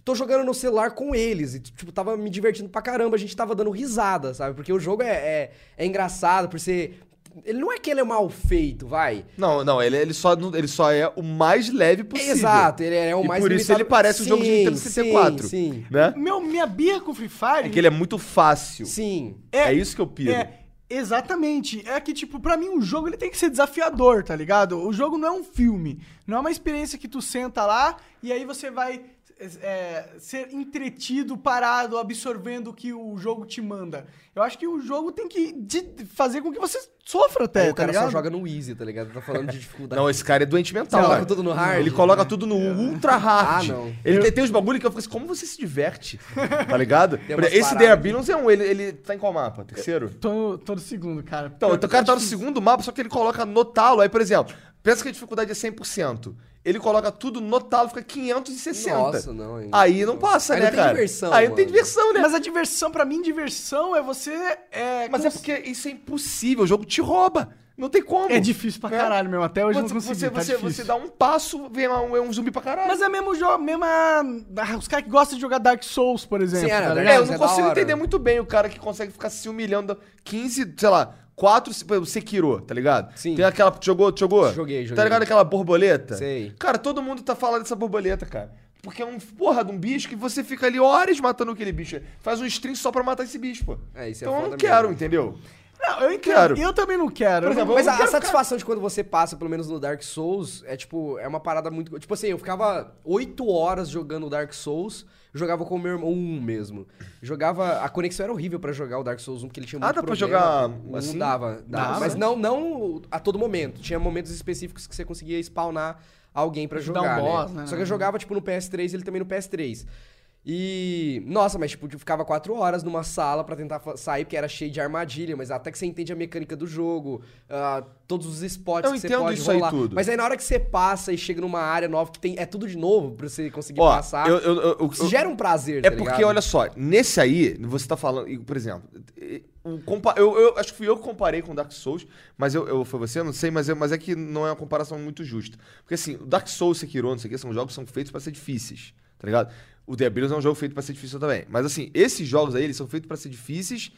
Speaker 3: Tô jogando no celular com eles. E, tipo, tava me divertindo pra caramba. A gente tava dando risada, sabe? Porque o jogo é, é, é engraçado por ser. Ele não é que ele é mal feito, vai.
Speaker 1: Não, não, ele, ele, só, não- ele só é o mais leve
Speaker 3: É
Speaker 1: possível.
Speaker 3: Exato, ele é o
Speaker 1: E
Speaker 3: mais.
Speaker 1: por isso
Speaker 3: limitado-
Speaker 1: ele parece um jogo de
Speaker 3: Sim,
Speaker 1: Nintendo 64.
Speaker 3: Sim,
Speaker 1: Né?
Speaker 2: Meu, minha birra com Free Fire
Speaker 1: É que ele é muito fácil.
Speaker 3: sim. Sim.
Speaker 1: É, isso que eu piro.
Speaker 2: É, exatamente. É que, tipo, pra mim, um jogo ele tem que ser desafiador, tá ligado? O jogo não é um filme. Não é uma experiência que tu senta lá e aí você vai é, ser entretido, parado, absorvendo o que o jogo te manda. Eu acho que o jogo tem que de- fazer com que você sofra até,
Speaker 3: Aí o
Speaker 2: tá
Speaker 3: cara
Speaker 2: ligado?
Speaker 3: só joga no Easy, tá ligado? Tá falando de dificuldade.
Speaker 1: Não, esse cara é doente mental.
Speaker 3: Você coloca
Speaker 1: cara.
Speaker 3: tudo no hard? É.
Speaker 1: Ele coloca tudo no ultra hard.
Speaker 3: Ah, não.
Speaker 1: Ele tem, tem uns bagulho que eu fico assim, como você se diverte? Tá ligado?
Speaker 3: Tem umas
Speaker 1: Esse
Speaker 3: paradas.
Speaker 1: The Abinons é um, ele, ele tá em qual mapa? Terceiro?
Speaker 2: Tô, tô no segundo, cara.
Speaker 1: Então, o cara tá no segundo mapa, só que ele coloca no talo. Aí, por exemplo, pensa que a dificuldade é 100%. Ele coloca tudo no talo, fica 560.
Speaker 3: Nossa, não, hein?
Speaker 1: Aí não passa,
Speaker 3: Aí
Speaker 1: né,
Speaker 3: não tem
Speaker 1: cara?
Speaker 3: diversão,
Speaker 1: Aí não tem
Speaker 3: mano.
Speaker 1: diversão, né?
Speaker 2: Mas a diversão, pra mim, diversão é você... É,
Speaker 1: Mas é porque isso é impossível, o jogo te rouba. Não tem como.
Speaker 2: é difícil pra
Speaker 1: né?
Speaker 2: caralho mesmo. Até hoje
Speaker 1: Você,
Speaker 2: eu não consegui,
Speaker 1: você,
Speaker 2: tá
Speaker 1: você,
Speaker 2: difícil.
Speaker 1: você dá um passo, vem um, um zumbi pra caralho.
Speaker 2: Mas é mesmo jogo, mesma. ah, Os caras que gostam de jogar Dark Souls, por exemplo.
Speaker 3: Sim, era,
Speaker 2: tá
Speaker 3: né?
Speaker 2: ligado?
Speaker 1: É, eu
Speaker 3: Mas
Speaker 1: não
Speaker 3: é da
Speaker 1: consigo
Speaker 3: hora.
Speaker 1: entender muito bem o cara que consegue ficar se humilhando 15, sei lá, 4, o Sekiro, tá ligado?
Speaker 3: Sim.
Speaker 1: Tem aquela. tu Jogou, tu jogou?
Speaker 3: Joguei, joguei.
Speaker 1: Tá ligado aquela borboleta?
Speaker 3: Sei.
Speaker 1: Cara, todo mundo tá falando dessa borboleta, cara. Porque é um porra de um bicho que você fica ali horas matando aquele bicho. Faz um stream só pra matar esse bicho, pô.
Speaker 3: É, isso é
Speaker 1: então eu
Speaker 3: foda
Speaker 1: não quero,
Speaker 3: mesmo.
Speaker 1: entendeu?
Speaker 2: Não, eu entendo.
Speaker 1: Quero.
Speaker 2: Eu também não quero.
Speaker 1: Por
Speaker 2: Eu
Speaker 1: exemplo,
Speaker 2: não-
Speaker 3: Mas
Speaker 1: eu
Speaker 3: a, a
Speaker 1: quero ficar-
Speaker 3: satisfação de quando você passa, pelo menos no Dark Souls, é tipo, é uma parada muito. Tipo assim, eu ficava 8 horas jogando o Dark Souls, eu jogava com o meu irmão um mesmo. Jogava. A conexão era horrível pra jogar o Dark Souls 1, porque ele tinha
Speaker 1: Ah,
Speaker 3: muito
Speaker 1: dá pra
Speaker 3: problema.
Speaker 1: jogar
Speaker 3: Não
Speaker 1: assim?
Speaker 3: dava, dava.
Speaker 2: Dá,
Speaker 3: Mas
Speaker 2: né?
Speaker 3: não, não a todo momento. Tinha momentos específicos que você conseguia spawnar alguém pra
Speaker 2: Dar um
Speaker 3: jogar.
Speaker 2: boss,
Speaker 3: né?
Speaker 2: né?
Speaker 3: Só que eu jogava, tipo, no PS3 ele também no PS3. E. Nossa, mas tipo, eu ficava quatro horas numa sala pra tentar fa- sair, porque era cheio de armadilha, mas até que você entende a mecânica do jogo, ah, todos os spots
Speaker 1: Eu
Speaker 3: que você
Speaker 1: entendo
Speaker 3: pode
Speaker 1: isso aí
Speaker 3: rolar.
Speaker 1: tudo.
Speaker 3: Mas aí na hora que você passa e chega numa área nova que tem. É tudo de novo pra você conseguir
Speaker 1: Ó,
Speaker 3: passar.
Speaker 1: eu- eu- eu- eu-
Speaker 3: Isso gera um prazer,
Speaker 1: É
Speaker 3: tá
Speaker 1: porque,
Speaker 3: ligado?
Speaker 1: olha só, nesse aí, você tá falando, e, por exemplo, e, o compa- eu, eu acho que fui eu que comparei com Dark Souls, mas eu, eu- foi você, eu não sei, mas, eu- mas é que não é uma comparação muito justa. Porque assim, o Dark Souls, Sekiro, não sei o que, são jogos que são feitos pra ser difíceis, tá ligado? O The Abyss é um jogo feito pra ser difícil também. Mas assim, esses jogos aí, eles são feitos pra ser difíceis,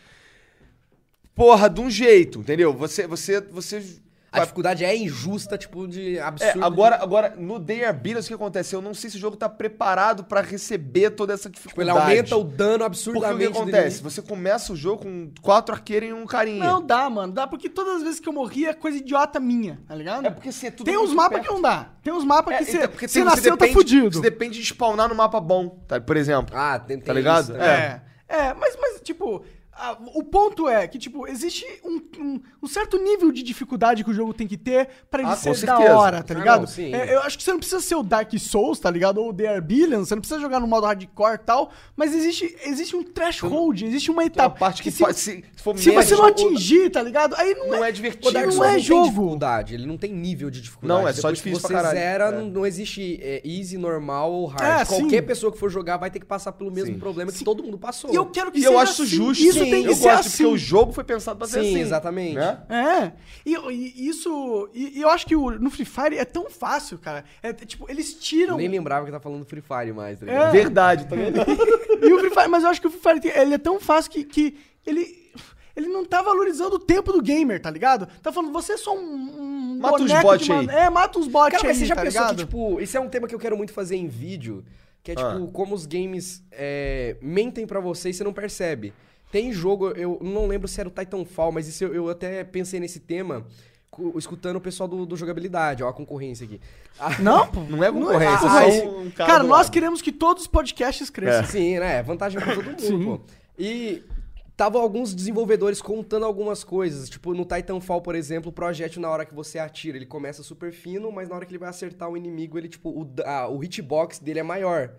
Speaker 1: porra, de um jeito, entendeu? Você, você, você...
Speaker 3: A dificuldade é injusta, tipo, de
Speaker 1: É,
Speaker 3: absurdo.
Speaker 1: agora, agora, no The Abyss, o que acontece? Eu não sei se o jogo tá preparado pra receber toda essa
Speaker 3: Tipo, ele
Speaker 1: dificuldade.
Speaker 3: aumenta o dano
Speaker 1: Porque o que
Speaker 3: absurdamente. do
Speaker 1: acontece?
Speaker 3: inimigo.
Speaker 1: Você começa o jogo com quatro arqueiros e um carinha.
Speaker 2: Não dá, mano. Dá porque todas as vezes que eu morri é coisa idiota minha, tá ligado?
Speaker 1: É porque você é tudo
Speaker 2: tem
Speaker 1: muito
Speaker 2: uns mapas
Speaker 1: perto.
Speaker 2: que não dá. Tem uns mapas
Speaker 1: É,
Speaker 2: que
Speaker 1: então, porque
Speaker 2: você
Speaker 1: tem-
Speaker 2: nasceu, tá
Speaker 1: depende,
Speaker 2: fudido.
Speaker 1: Você depende de spawnar no mapa bom, tá? por exemplo.
Speaker 3: Ah, tem, tem
Speaker 1: ligado?
Speaker 3: isso também.
Speaker 1: É.
Speaker 2: É. É, mas, mas tipo, a- o ponto é que, tipo, existe um, um- um certo nível de dificuldade que o jogo tem que ter pra ele
Speaker 1: Ah, com
Speaker 2: ser da
Speaker 1: certeza.
Speaker 2: hora, tá
Speaker 3: Ah,
Speaker 2: ligado?
Speaker 3: não, sim.
Speaker 2: É, eu acho que você não precisa ser o Dark Souls, tá ligado? Ou o The Arbillion, você não precisa jogar no modo hardcore e tal, mas existe, existe um threshold, existe uma
Speaker 1: Tem uma
Speaker 2: etapa.
Speaker 1: parte que,
Speaker 2: Tá, se,
Speaker 1: pode- se, se for
Speaker 2: se
Speaker 1: menos-
Speaker 2: você não atingir, tá ligado? Aí não,
Speaker 1: não
Speaker 2: é,
Speaker 1: é
Speaker 3: O
Speaker 1: divertido.
Speaker 3: Dark
Speaker 2: Não
Speaker 3: Souls
Speaker 2: é
Speaker 3: não
Speaker 2: jogo.
Speaker 3: tem dificuldade, ele não tem nível de dificuldade.
Speaker 1: Não, é só
Speaker 3: Depois que
Speaker 1: difícil
Speaker 3: você
Speaker 1: pra caralho.
Speaker 3: zera,
Speaker 1: É.
Speaker 3: não, não existe é, easy, normal ou hard.
Speaker 2: É, sim.
Speaker 3: Qualquer pessoa que for jogar vai ter que passar pelo mesmo
Speaker 1: Sim.
Speaker 3: problema que
Speaker 2: Sim.
Speaker 3: todo mundo passou.
Speaker 2: E eu quero que
Speaker 1: E
Speaker 2: seja
Speaker 1: eu acho
Speaker 2: assim.
Speaker 1: justo.
Speaker 2: Isso
Speaker 1: Sim,
Speaker 2: tem que
Speaker 1: eu
Speaker 2: ser
Speaker 1: gosto,
Speaker 2: assim.
Speaker 1: porque o jogo foi pensado pra ser
Speaker 3: Sim,
Speaker 1: assim.
Speaker 3: exatamente.
Speaker 1: né?
Speaker 2: É. E, e isso. E, e eu acho que o- no Free Fire é tão fácil, cara. É, é, tipo, eles tiram.
Speaker 3: Nem lembrava que tá falando Free Fire mais, tá
Speaker 2: É.
Speaker 3: ligado?
Speaker 1: Verdade, tá vendo?
Speaker 2: E o Free Fire, mas eu acho que o Free Fire tem- ele é tão fácil que, que ele. Ele não tá valorizando o tempo do gamer, tá ligado? Tá falando, você é só um. um
Speaker 1: Mata uns
Speaker 2: boneco de
Speaker 1: bot
Speaker 2: uma-
Speaker 1: aí.
Speaker 2: É, mata uns bots
Speaker 3: Cara,
Speaker 2: aí,
Speaker 3: mas você já
Speaker 2: tá
Speaker 3: pensou
Speaker 2: ligado?
Speaker 3: que, tipo, esse é um tema que eu quero muito fazer em vídeo, que é,
Speaker 1: Ah.
Speaker 3: tipo, como os games é, mentem pra você e você não percebe. Tem jogo, eu não lembro se era o Titanfall, mas isso eu, eu até pensei nesse tema, cu- escutando o pessoal do, do jogabilidade, ó, a concorrência aqui. Ah,
Speaker 2: Não, pô.
Speaker 1: Não é concorrência,
Speaker 2: Não
Speaker 1: é
Speaker 2: é
Speaker 1: só um
Speaker 2: concorrência.
Speaker 1: cara
Speaker 2: cara,
Speaker 1: do
Speaker 2: nós
Speaker 1: lado.
Speaker 2: queremos que todos os podcasts cresçam.
Speaker 3: Sim, né? Vantagem pra todo mundo, pô. E estavam alguns desenvolvedores contando algumas coisas. Tipo, no Titanfall, por exemplo, o projétil, na hora que você atira, ele começa super fino, mas na hora que ele vai acertar o inimigo, ele, tipo, o, da- ah, o hitbox dele é maior.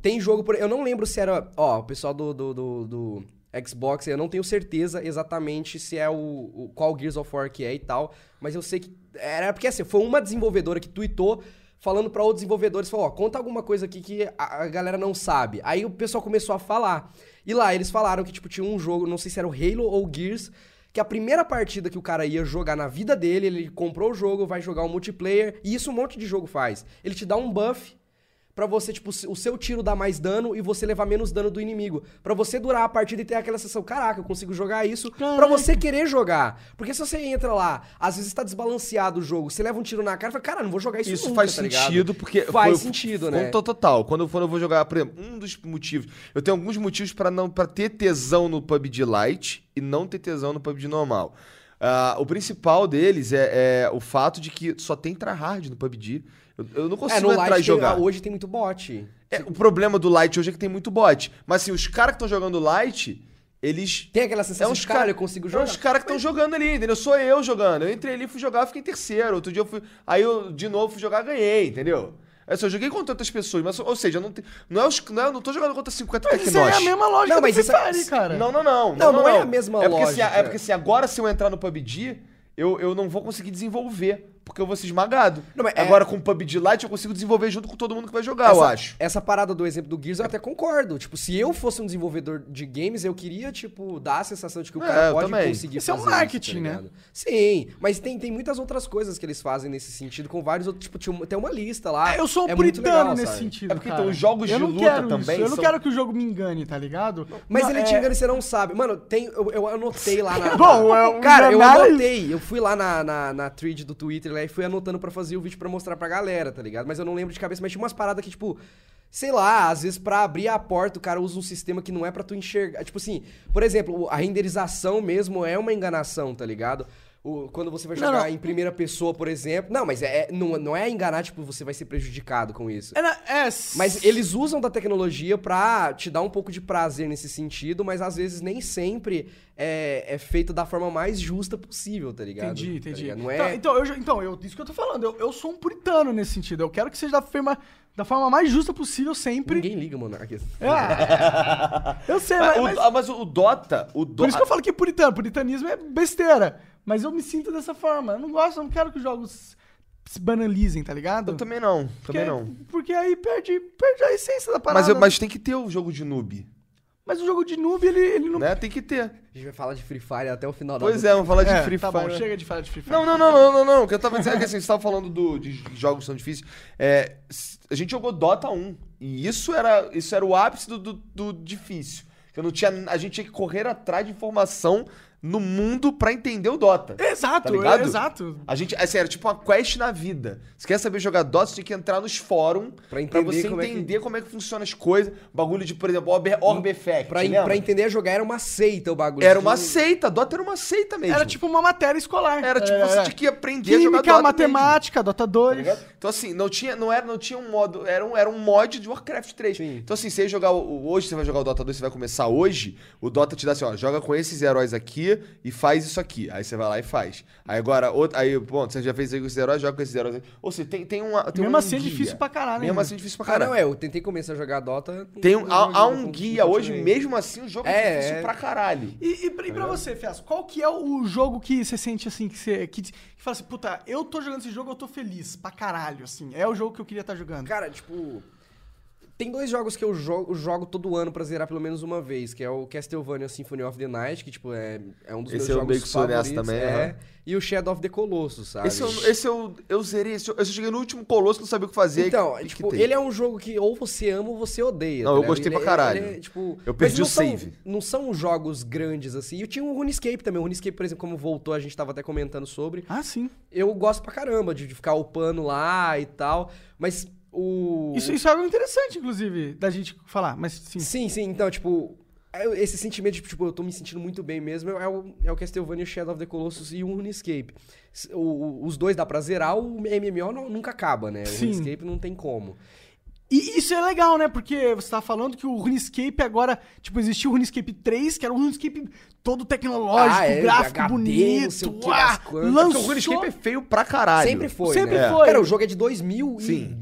Speaker 3: Tem jogo, por, eu não lembro se era. Ó, o pessoal do, do, do, do Xbox, eu não tenho certeza exatamente se é o, o- qual Gears of War que é e tal, mas eu sei que. Era porque assim, foi uma desenvolvedora que tweetou falando pra outros desenvolvedores, falou, ó, conta alguma coisa aqui que a, a galera não sabe. Aí o pessoal começou a falar. E lá eles falaram que, tipo, tinha um jogo, não sei se era o Halo ou Gears, que a primeira partida que o cara ia jogar na vida dele, ele comprou o jogo, vai jogar o multiplayer, e isso um monte de jogo faz. Ele te dá um buff Pra você, tipo, se- o seu tiro dar mais dano e você levar menos dano do inimigo. Pra você durar a partida e ter aquela sensação, caraca, eu consigo jogar isso. Pra
Speaker 2: Caraca.
Speaker 3: você querer jogar. Porque se você entra lá, às vezes tá desbalanceado o jogo, você leva um tiro na cara e fala, cara, não vou jogar isso
Speaker 1: Isso
Speaker 3: nunca,
Speaker 1: faz
Speaker 3: tá ligado?
Speaker 1: sentido, porque.
Speaker 3: Faz sentido, né?
Speaker 1: Conta total. Quando eu, for, eu vou jogar, por exemplo, um dos motivos. Eu tenho alguns motivos pra não para ter tesão no PUBG Lite e não ter tesão no PUBG normal. Ah, o principal deles é, é o fato de que só tem tryhard no PUBG. Eu, eu não
Speaker 3: É,
Speaker 1: consigo
Speaker 3: no
Speaker 1: entrar
Speaker 3: Light
Speaker 1: e jogar.
Speaker 3: Tem, ah, hoje tem muito bot.
Speaker 1: É, o problema do Lite hoje é que tem muito bot. Mas assim, os caras que estão jogando Lite, eles.
Speaker 3: Tem aquela sensação de, cara,
Speaker 1: cara-
Speaker 3: eu consigo
Speaker 1: É
Speaker 3: jogar.
Speaker 1: uns caras que estão jogando ali, entendeu? Sou eu jogando. Eu entrei ali, fui jogar, fiquei em terceiro. Outro dia eu fui. Aí eu de novo fui jogar, ganhei, entendeu? É só, eu joguei contra outras pessoas, mas, ou seja, eu não, te- não, é os, não, é, eu não tô jogando contra 50
Speaker 2: Mas isso aí é a
Speaker 1: tecnós.
Speaker 2: mesma lógica
Speaker 3: Não, mas
Speaker 2: do
Speaker 3: isso
Speaker 2: Free
Speaker 3: é-
Speaker 2: Fire, cara.
Speaker 1: Não, não, não.
Speaker 3: Não, não é a mesma
Speaker 1: é porque, assim,
Speaker 3: lógica.
Speaker 1: é porque assim, agora se eu entrar no PUBG, eu, eu não vou conseguir desenvolver, porque eu vou ser esmagado.
Speaker 3: Não, mas é-
Speaker 1: Agora com o PUBG Lite eu consigo desenvolver junto com todo mundo que vai jogar, eu
Speaker 3: essa,
Speaker 1: acho.
Speaker 3: Essa parada do exemplo do Gears eu até concordo. Tipo, se eu fosse um desenvolvedor de games, eu queria, tipo, dar a sensação de que o
Speaker 1: É,
Speaker 3: cara
Speaker 1: eu
Speaker 3: pode
Speaker 1: também.
Speaker 3: conseguir
Speaker 2: Isso é um
Speaker 3: fazer tá
Speaker 2: marketing, né?
Speaker 3: ligado? Sim, mas tem, tem muitas outras coisas que eles fazem nesse sentido, com vários outros. Tipo, tinha uma- tem uma lista lá.
Speaker 2: É, eu sou um
Speaker 3: é muito
Speaker 2: puritano
Speaker 3: legal,
Speaker 2: nesse
Speaker 3: sabe?
Speaker 2: sentido.
Speaker 1: É porque,
Speaker 2: cara.
Speaker 1: então, os jogos
Speaker 2: eu
Speaker 1: de
Speaker 2: não
Speaker 1: luta
Speaker 2: quero
Speaker 1: também
Speaker 2: Isso. Eu não
Speaker 1: são-
Speaker 2: quero que o jogo me engane, tá ligado?
Speaker 3: Mas
Speaker 2: Não,
Speaker 3: ele
Speaker 2: é-
Speaker 3: te engana e você não sabe. Mano, tem, eu, eu anotei lá na.
Speaker 2: Bom, é um
Speaker 3: cara, eu
Speaker 2: jornal-
Speaker 3: anotei. Eu fui lá na, na, na thread do Twitter lá e fui anotando pra fazer o vídeo pra mostrar pra galera, tá ligado? Mas eu não lembro de cabeça, mas tinha umas paradas que, tipo, sei lá, às vezes pra abrir a porta o cara usa um sistema que não é pra tu enxergar. Tipo assim, por exemplo, o- a renderização mesmo é uma enganação, tá ligado? O- quando você vai
Speaker 2: Não,
Speaker 3: jogar
Speaker 2: não.
Speaker 3: em primeira pessoa, por exemplo. Não, mas é, é- não, não é enganar, tipo, você vai ser prejudicado com isso.
Speaker 2: É, na- é, s-
Speaker 3: Mas eles usam da tecnologia pra te dar um pouco de prazer nesse sentido, mas às vezes nem sempre é, é feito da forma mais justa possível, tá ligado?
Speaker 2: Entendi,
Speaker 3: Tá
Speaker 2: entendi.
Speaker 3: ligado? Não
Speaker 2: Tá,
Speaker 3: é...
Speaker 2: então, eu, já- então, eu, isso que eu tô falando. Eu, eu sou um puritano nesse sentido. Eu quero que seja da forma, da forma mais justa possível sempre.
Speaker 3: Ninguém liga, mano. Aqui.
Speaker 2: É, eu sei,
Speaker 1: Ah,
Speaker 2: É, mas,
Speaker 1: o-
Speaker 2: mas-
Speaker 1: ah, mas o Dota, o
Speaker 2: Por isso
Speaker 1: Dota.
Speaker 2: que eu falo que puritano. Puritanismo é besteira. Mas eu me sinto dessa forma. Eu não gosto, eu não quero que os jogos se banalizem, tá ligado?
Speaker 1: Eu também não,
Speaker 2: porque,
Speaker 1: também não.
Speaker 2: Porque aí perde, perde a essência da parada.
Speaker 1: Mas, eu- mas tem que ter o jogo de noob,
Speaker 2: Mas o jogo de noob, ele, ele não...
Speaker 1: né? Tem que ter.
Speaker 3: A gente vai falar de Free Fire até o final
Speaker 1: Pois
Speaker 3: da
Speaker 1: é, vamos falar de
Speaker 2: É,
Speaker 1: Free
Speaker 2: tá
Speaker 1: Fire.
Speaker 2: bom, chega de falar de Free Fire.
Speaker 1: Não, não, não, não, não, não. O que eu tava dizendo é que assim, você tava falando do, de jogos que são difíceis. É, s- a gente jogou Dota 1. E isso era, isso era o ápice do, do, do difícil. Eu não tinha, a gente tinha que correr atrás de informação no mundo pra entender o Dota.
Speaker 2: É.
Speaker 1: Tá
Speaker 2: Exato,
Speaker 1: ligado?
Speaker 2: exato.
Speaker 1: A gente, assim, era tipo uma quest na vida. Se quer saber jogar Dota, você tem que entrar nos fóruns pra,
Speaker 3: entender
Speaker 1: você
Speaker 3: como é que-
Speaker 1: entender como é que funciona as coisas. Bagulho de, por exemplo, Orb, Orb Effect.
Speaker 3: Pra,
Speaker 1: lembra?
Speaker 3: pra entender jogar era uma seita o bagulho.
Speaker 1: é. Era uma
Speaker 3: Tinha um-
Speaker 1: seita, Dota era uma seita mesmo.
Speaker 2: Era tipo uma matéria escolar.
Speaker 1: Era tipo,
Speaker 2: É,
Speaker 1: você
Speaker 2: é.
Speaker 1: tinha que aprender a jogar
Speaker 2: Química,
Speaker 1: Dota mesmo.
Speaker 2: matemática, Dota 2.
Speaker 1: ligado? Então, assim, não tinha, não era, não tinha um modo. Era um, era um mod de Warcraft 3.
Speaker 3: Sim.
Speaker 1: Então, assim, você ia jogar. o- o- hoje você vai jogar o Dota 2, você vai começar hoje. O Dota te dá assim, ó, joga com esses heróis aqui e faz isso aqui. Aí você vai lá e faz. Aí agora, outro, aí, bom, você já fez isso com esses heróis, joga com esses heróis aqui. Ou seja, tem, tem uma. Tem
Speaker 2: Mesmo
Speaker 1: um
Speaker 2: assim é
Speaker 1: guia.
Speaker 2: difícil pra caralho, né,
Speaker 1: Mesmo
Speaker 2: mano?
Speaker 1: assim é difícil pra
Speaker 3: Ah,
Speaker 1: caralho.
Speaker 3: não, é, eu tentei começar a jogar Dota.
Speaker 1: Tem um,
Speaker 3: não
Speaker 1: há, há
Speaker 3: joguei,
Speaker 1: um
Speaker 3: não
Speaker 1: guia hoje,
Speaker 3: continuei.
Speaker 1: mesmo assim, o jogo é
Speaker 3: É,
Speaker 1: difícil
Speaker 3: é.
Speaker 1: pra caralho.
Speaker 2: E, e, pra- e pra você, Fias, qual que é o jogo que você sente assim, que você. Que, te- que fala assim, puta, eu tô jogando esse jogo, eu tô feliz pra caralho, assim. É o jogo que eu queria estar jogando.
Speaker 3: Cara, tipo. Tem dois jogos que eu jogo, jogo todo ano pra zerar pelo menos uma vez, que é o Castlevania Symphony of the Night, que, tipo, é, é um dos
Speaker 1: Esse
Speaker 3: meus
Speaker 1: eu
Speaker 3: jogos
Speaker 1: meio que sou
Speaker 3: favoritos.
Speaker 1: nessa também,
Speaker 3: é,
Speaker 1: aham.
Speaker 3: E o Shadow of the Colossus, sabe?
Speaker 1: Esse, eu, esse eu, eu zerei, esse eu, eu cheguei no último colosso, não sabia o que fazer.
Speaker 3: Então,
Speaker 1: que- que
Speaker 3: tipo,
Speaker 1: tem.
Speaker 3: ele é um jogo que ou você ama ou você odeia.
Speaker 1: Não, eu
Speaker 3: ligado?
Speaker 1: gostei
Speaker 3: Ele
Speaker 1: pra
Speaker 3: é-
Speaker 1: caralho.
Speaker 3: ele é, tipo,
Speaker 1: Eu
Speaker 3: mas
Speaker 1: perdi o
Speaker 3: não são-
Speaker 1: save.
Speaker 3: não são jogos grandes, assim. E tinha o RuneScape também. O RuneScape, por exemplo, como voltou, a gente tava até comentando sobre.
Speaker 2: Ah, sim.
Speaker 3: Eu gosto pra caramba de, de ficar upando lá e tal. Mas o...
Speaker 2: Isso, isso é algo interessante, inclusive, da gente falar, mas sim.
Speaker 3: Sim, sim. Então, tipo, eu- esse sentimento de, tipo, eu tô me sentindo muito bem mesmo é o, é o Castlevania Shadow of the Colossus e o RuneScape. S- o- o- os dois dá pra zerar, o MMO não- nunca acaba, né? O
Speaker 2: Sim.
Speaker 3: RuneScape não tem como.
Speaker 2: E isso é legal, né? Porque você tá falando que o RuneScape agora, tipo, existiu o RuneScape 3, que era um RuneScape todo tecnológico,
Speaker 3: Ah, é,
Speaker 2: gráfico
Speaker 3: HD,
Speaker 2: bonito.
Speaker 3: não sei o que,
Speaker 2: ah,
Speaker 3: das quantas.
Speaker 1: Porque
Speaker 2: lançou...
Speaker 1: o RuneScape é feio pra caralho.
Speaker 3: Sempre foi,
Speaker 2: Sempre
Speaker 3: né?
Speaker 2: foi.
Speaker 3: Cara, o jogo é de 2001,
Speaker 1: Sim.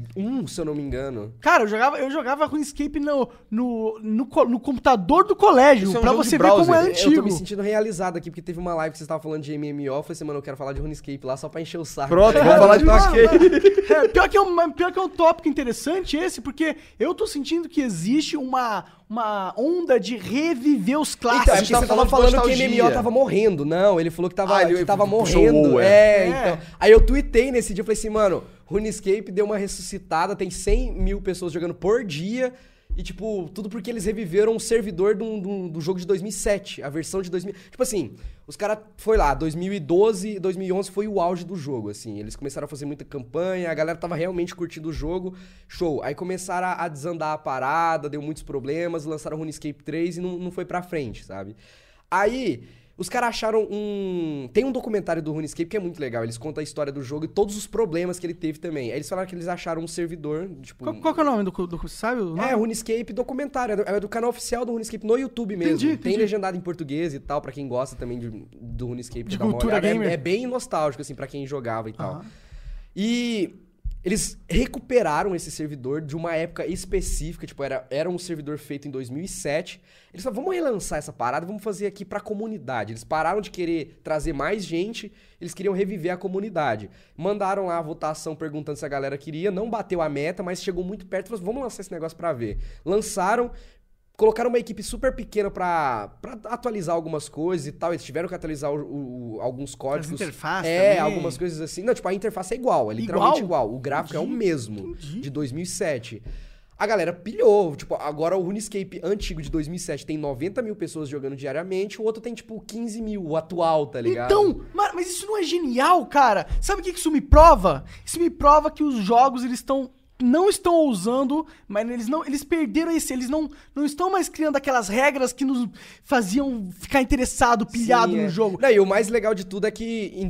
Speaker 3: se eu não me engano.
Speaker 2: Cara, eu jogava, eu jogava RuneScape no, no, no, co- no computador do colégio,
Speaker 1: Isso é um
Speaker 2: pra
Speaker 1: jogo de
Speaker 2: você ver como é
Speaker 1: browser.
Speaker 3: Eu tô
Speaker 2: antigo.
Speaker 3: me sentindo realizado aqui, porque teve uma live que vocês estavam falando de MMO. Eu falei assim, mano, eu quero falar de RuneScape lá só pra encher o saco.
Speaker 1: Pronto,
Speaker 3: tá
Speaker 1: vamos
Speaker 3: ligado?
Speaker 1: falar de
Speaker 3: Então,
Speaker 1: RuneScape.
Speaker 2: É, pior, que é um, pior que é um tópico interessante esse, porque eu tô sentindo que existe uma, uma onda de reviver os
Speaker 3: Então,
Speaker 2: clássicos.
Speaker 3: é
Speaker 1: gente
Speaker 3: porque
Speaker 1: tava tá
Speaker 3: você tava
Speaker 1: falando de
Speaker 3: falando, que
Speaker 1: nostalgia.
Speaker 3: MMO tava morrendo. Não, ele falou que tava,
Speaker 1: Ah, ele
Speaker 3: que tava
Speaker 1: puxou o
Speaker 3: morrendo.
Speaker 1: Ué.
Speaker 3: É,
Speaker 2: É.
Speaker 3: então. Aí eu tuitei nesse dia, eu falei assim, mano, RuneScape deu uma ressuscitada, tem 100 mil pessoas jogando por dia. E, tipo, tudo porque eles reviveram um servidor do, do, do jogo de 2007, a versão de 2000. Tipo assim, os caras foi lá, 2012, 2011 foi o auge do jogo, assim. Eles começaram a fazer muita campanha, a galera tava realmente curtindo o jogo, show. Aí começaram a, a desandar a parada, deu muitos problemas, lançaram RuneScape 3 e não, não foi pra frente, sabe? Aí, os caras acharam um. Tem um documentário do RuneScape que é muito legal. Eles contam a história do jogo e todos os problemas que ele teve também. Aí eles falaram que eles acharam um servidor, tipo.
Speaker 2: Qual, qual que é o nome do, cu- do cu- sabe? o nome?
Speaker 3: É, RuneScape documentário. É do, é do canal oficial do RuneScape no YouTube mesmo.
Speaker 2: Entendi,
Speaker 3: Tem
Speaker 2: entendi.
Speaker 3: legendado em português e tal, pra quem gosta também de- do RuneScape.
Speaker 2: De
Speaker 3: dá uma
Speaker 2: cultura
Speaker 3: olhada. É-
Speaker 2: gamer.
Speaker 3: É, bem nostálgico, assim, pra quem jogava e tal.
Speaker 2: Aham.
Speaker 3: E eles recuperaram esse servidor de uma época específica, tipo, era, era um servidor feito em 2007. Eles falaram, vamos relançar essa parada, vamos fazer aqui pra comunidade. Eles pararam de querer trazer mais gente, eles queriam reviver a comunidade. Mandaram lá a votação perguntando se a galera queria, não bateu a meta, mas chegou muito perto, falou, vamos lançar esse negócio pra ver. Lançaram, Colocaram uma equipe super pequena pra, pra atualizar algumas coisas e tal. Eles tiveram que atualizar o- o- o- alguns códigos.
Speaker 2: interfaces
Speaker 3: É,
Speaker 2: também.
Speaker 3: algumas coisas assim. Não, tipo, a interface é igual, é literalmente igual.
Speaker 2: Igual?
Speaker 3: O gráfico é o
Speaker 2: Entendi,
Speaker 3: mesmo,
Speaker 2: entendi.
Speaker 3: de 2007. A galera pilhou. Tipo, agora o RuneScape antigo de 2007 tem 90 mil pessoas jogando diariamente, o outro tem, tipo, 15 mil, o atual, tá ligado?
Speaker 2: Então, ma- mas isso não é genial, cara? Sabe o que que isso me prova? Isso me prova que os jogos eles estão não estão ousando, mas eles não eles perderam esse, eles não não estão mais criando aquelas regras que nos faziam ficar interessado, pilhado
Speaker 3: Sim,
Speaker 2: no
Speaker 3: é.
Speaker 2: jogo.
Speaker 3: Não, e o mais legal de tudo é que em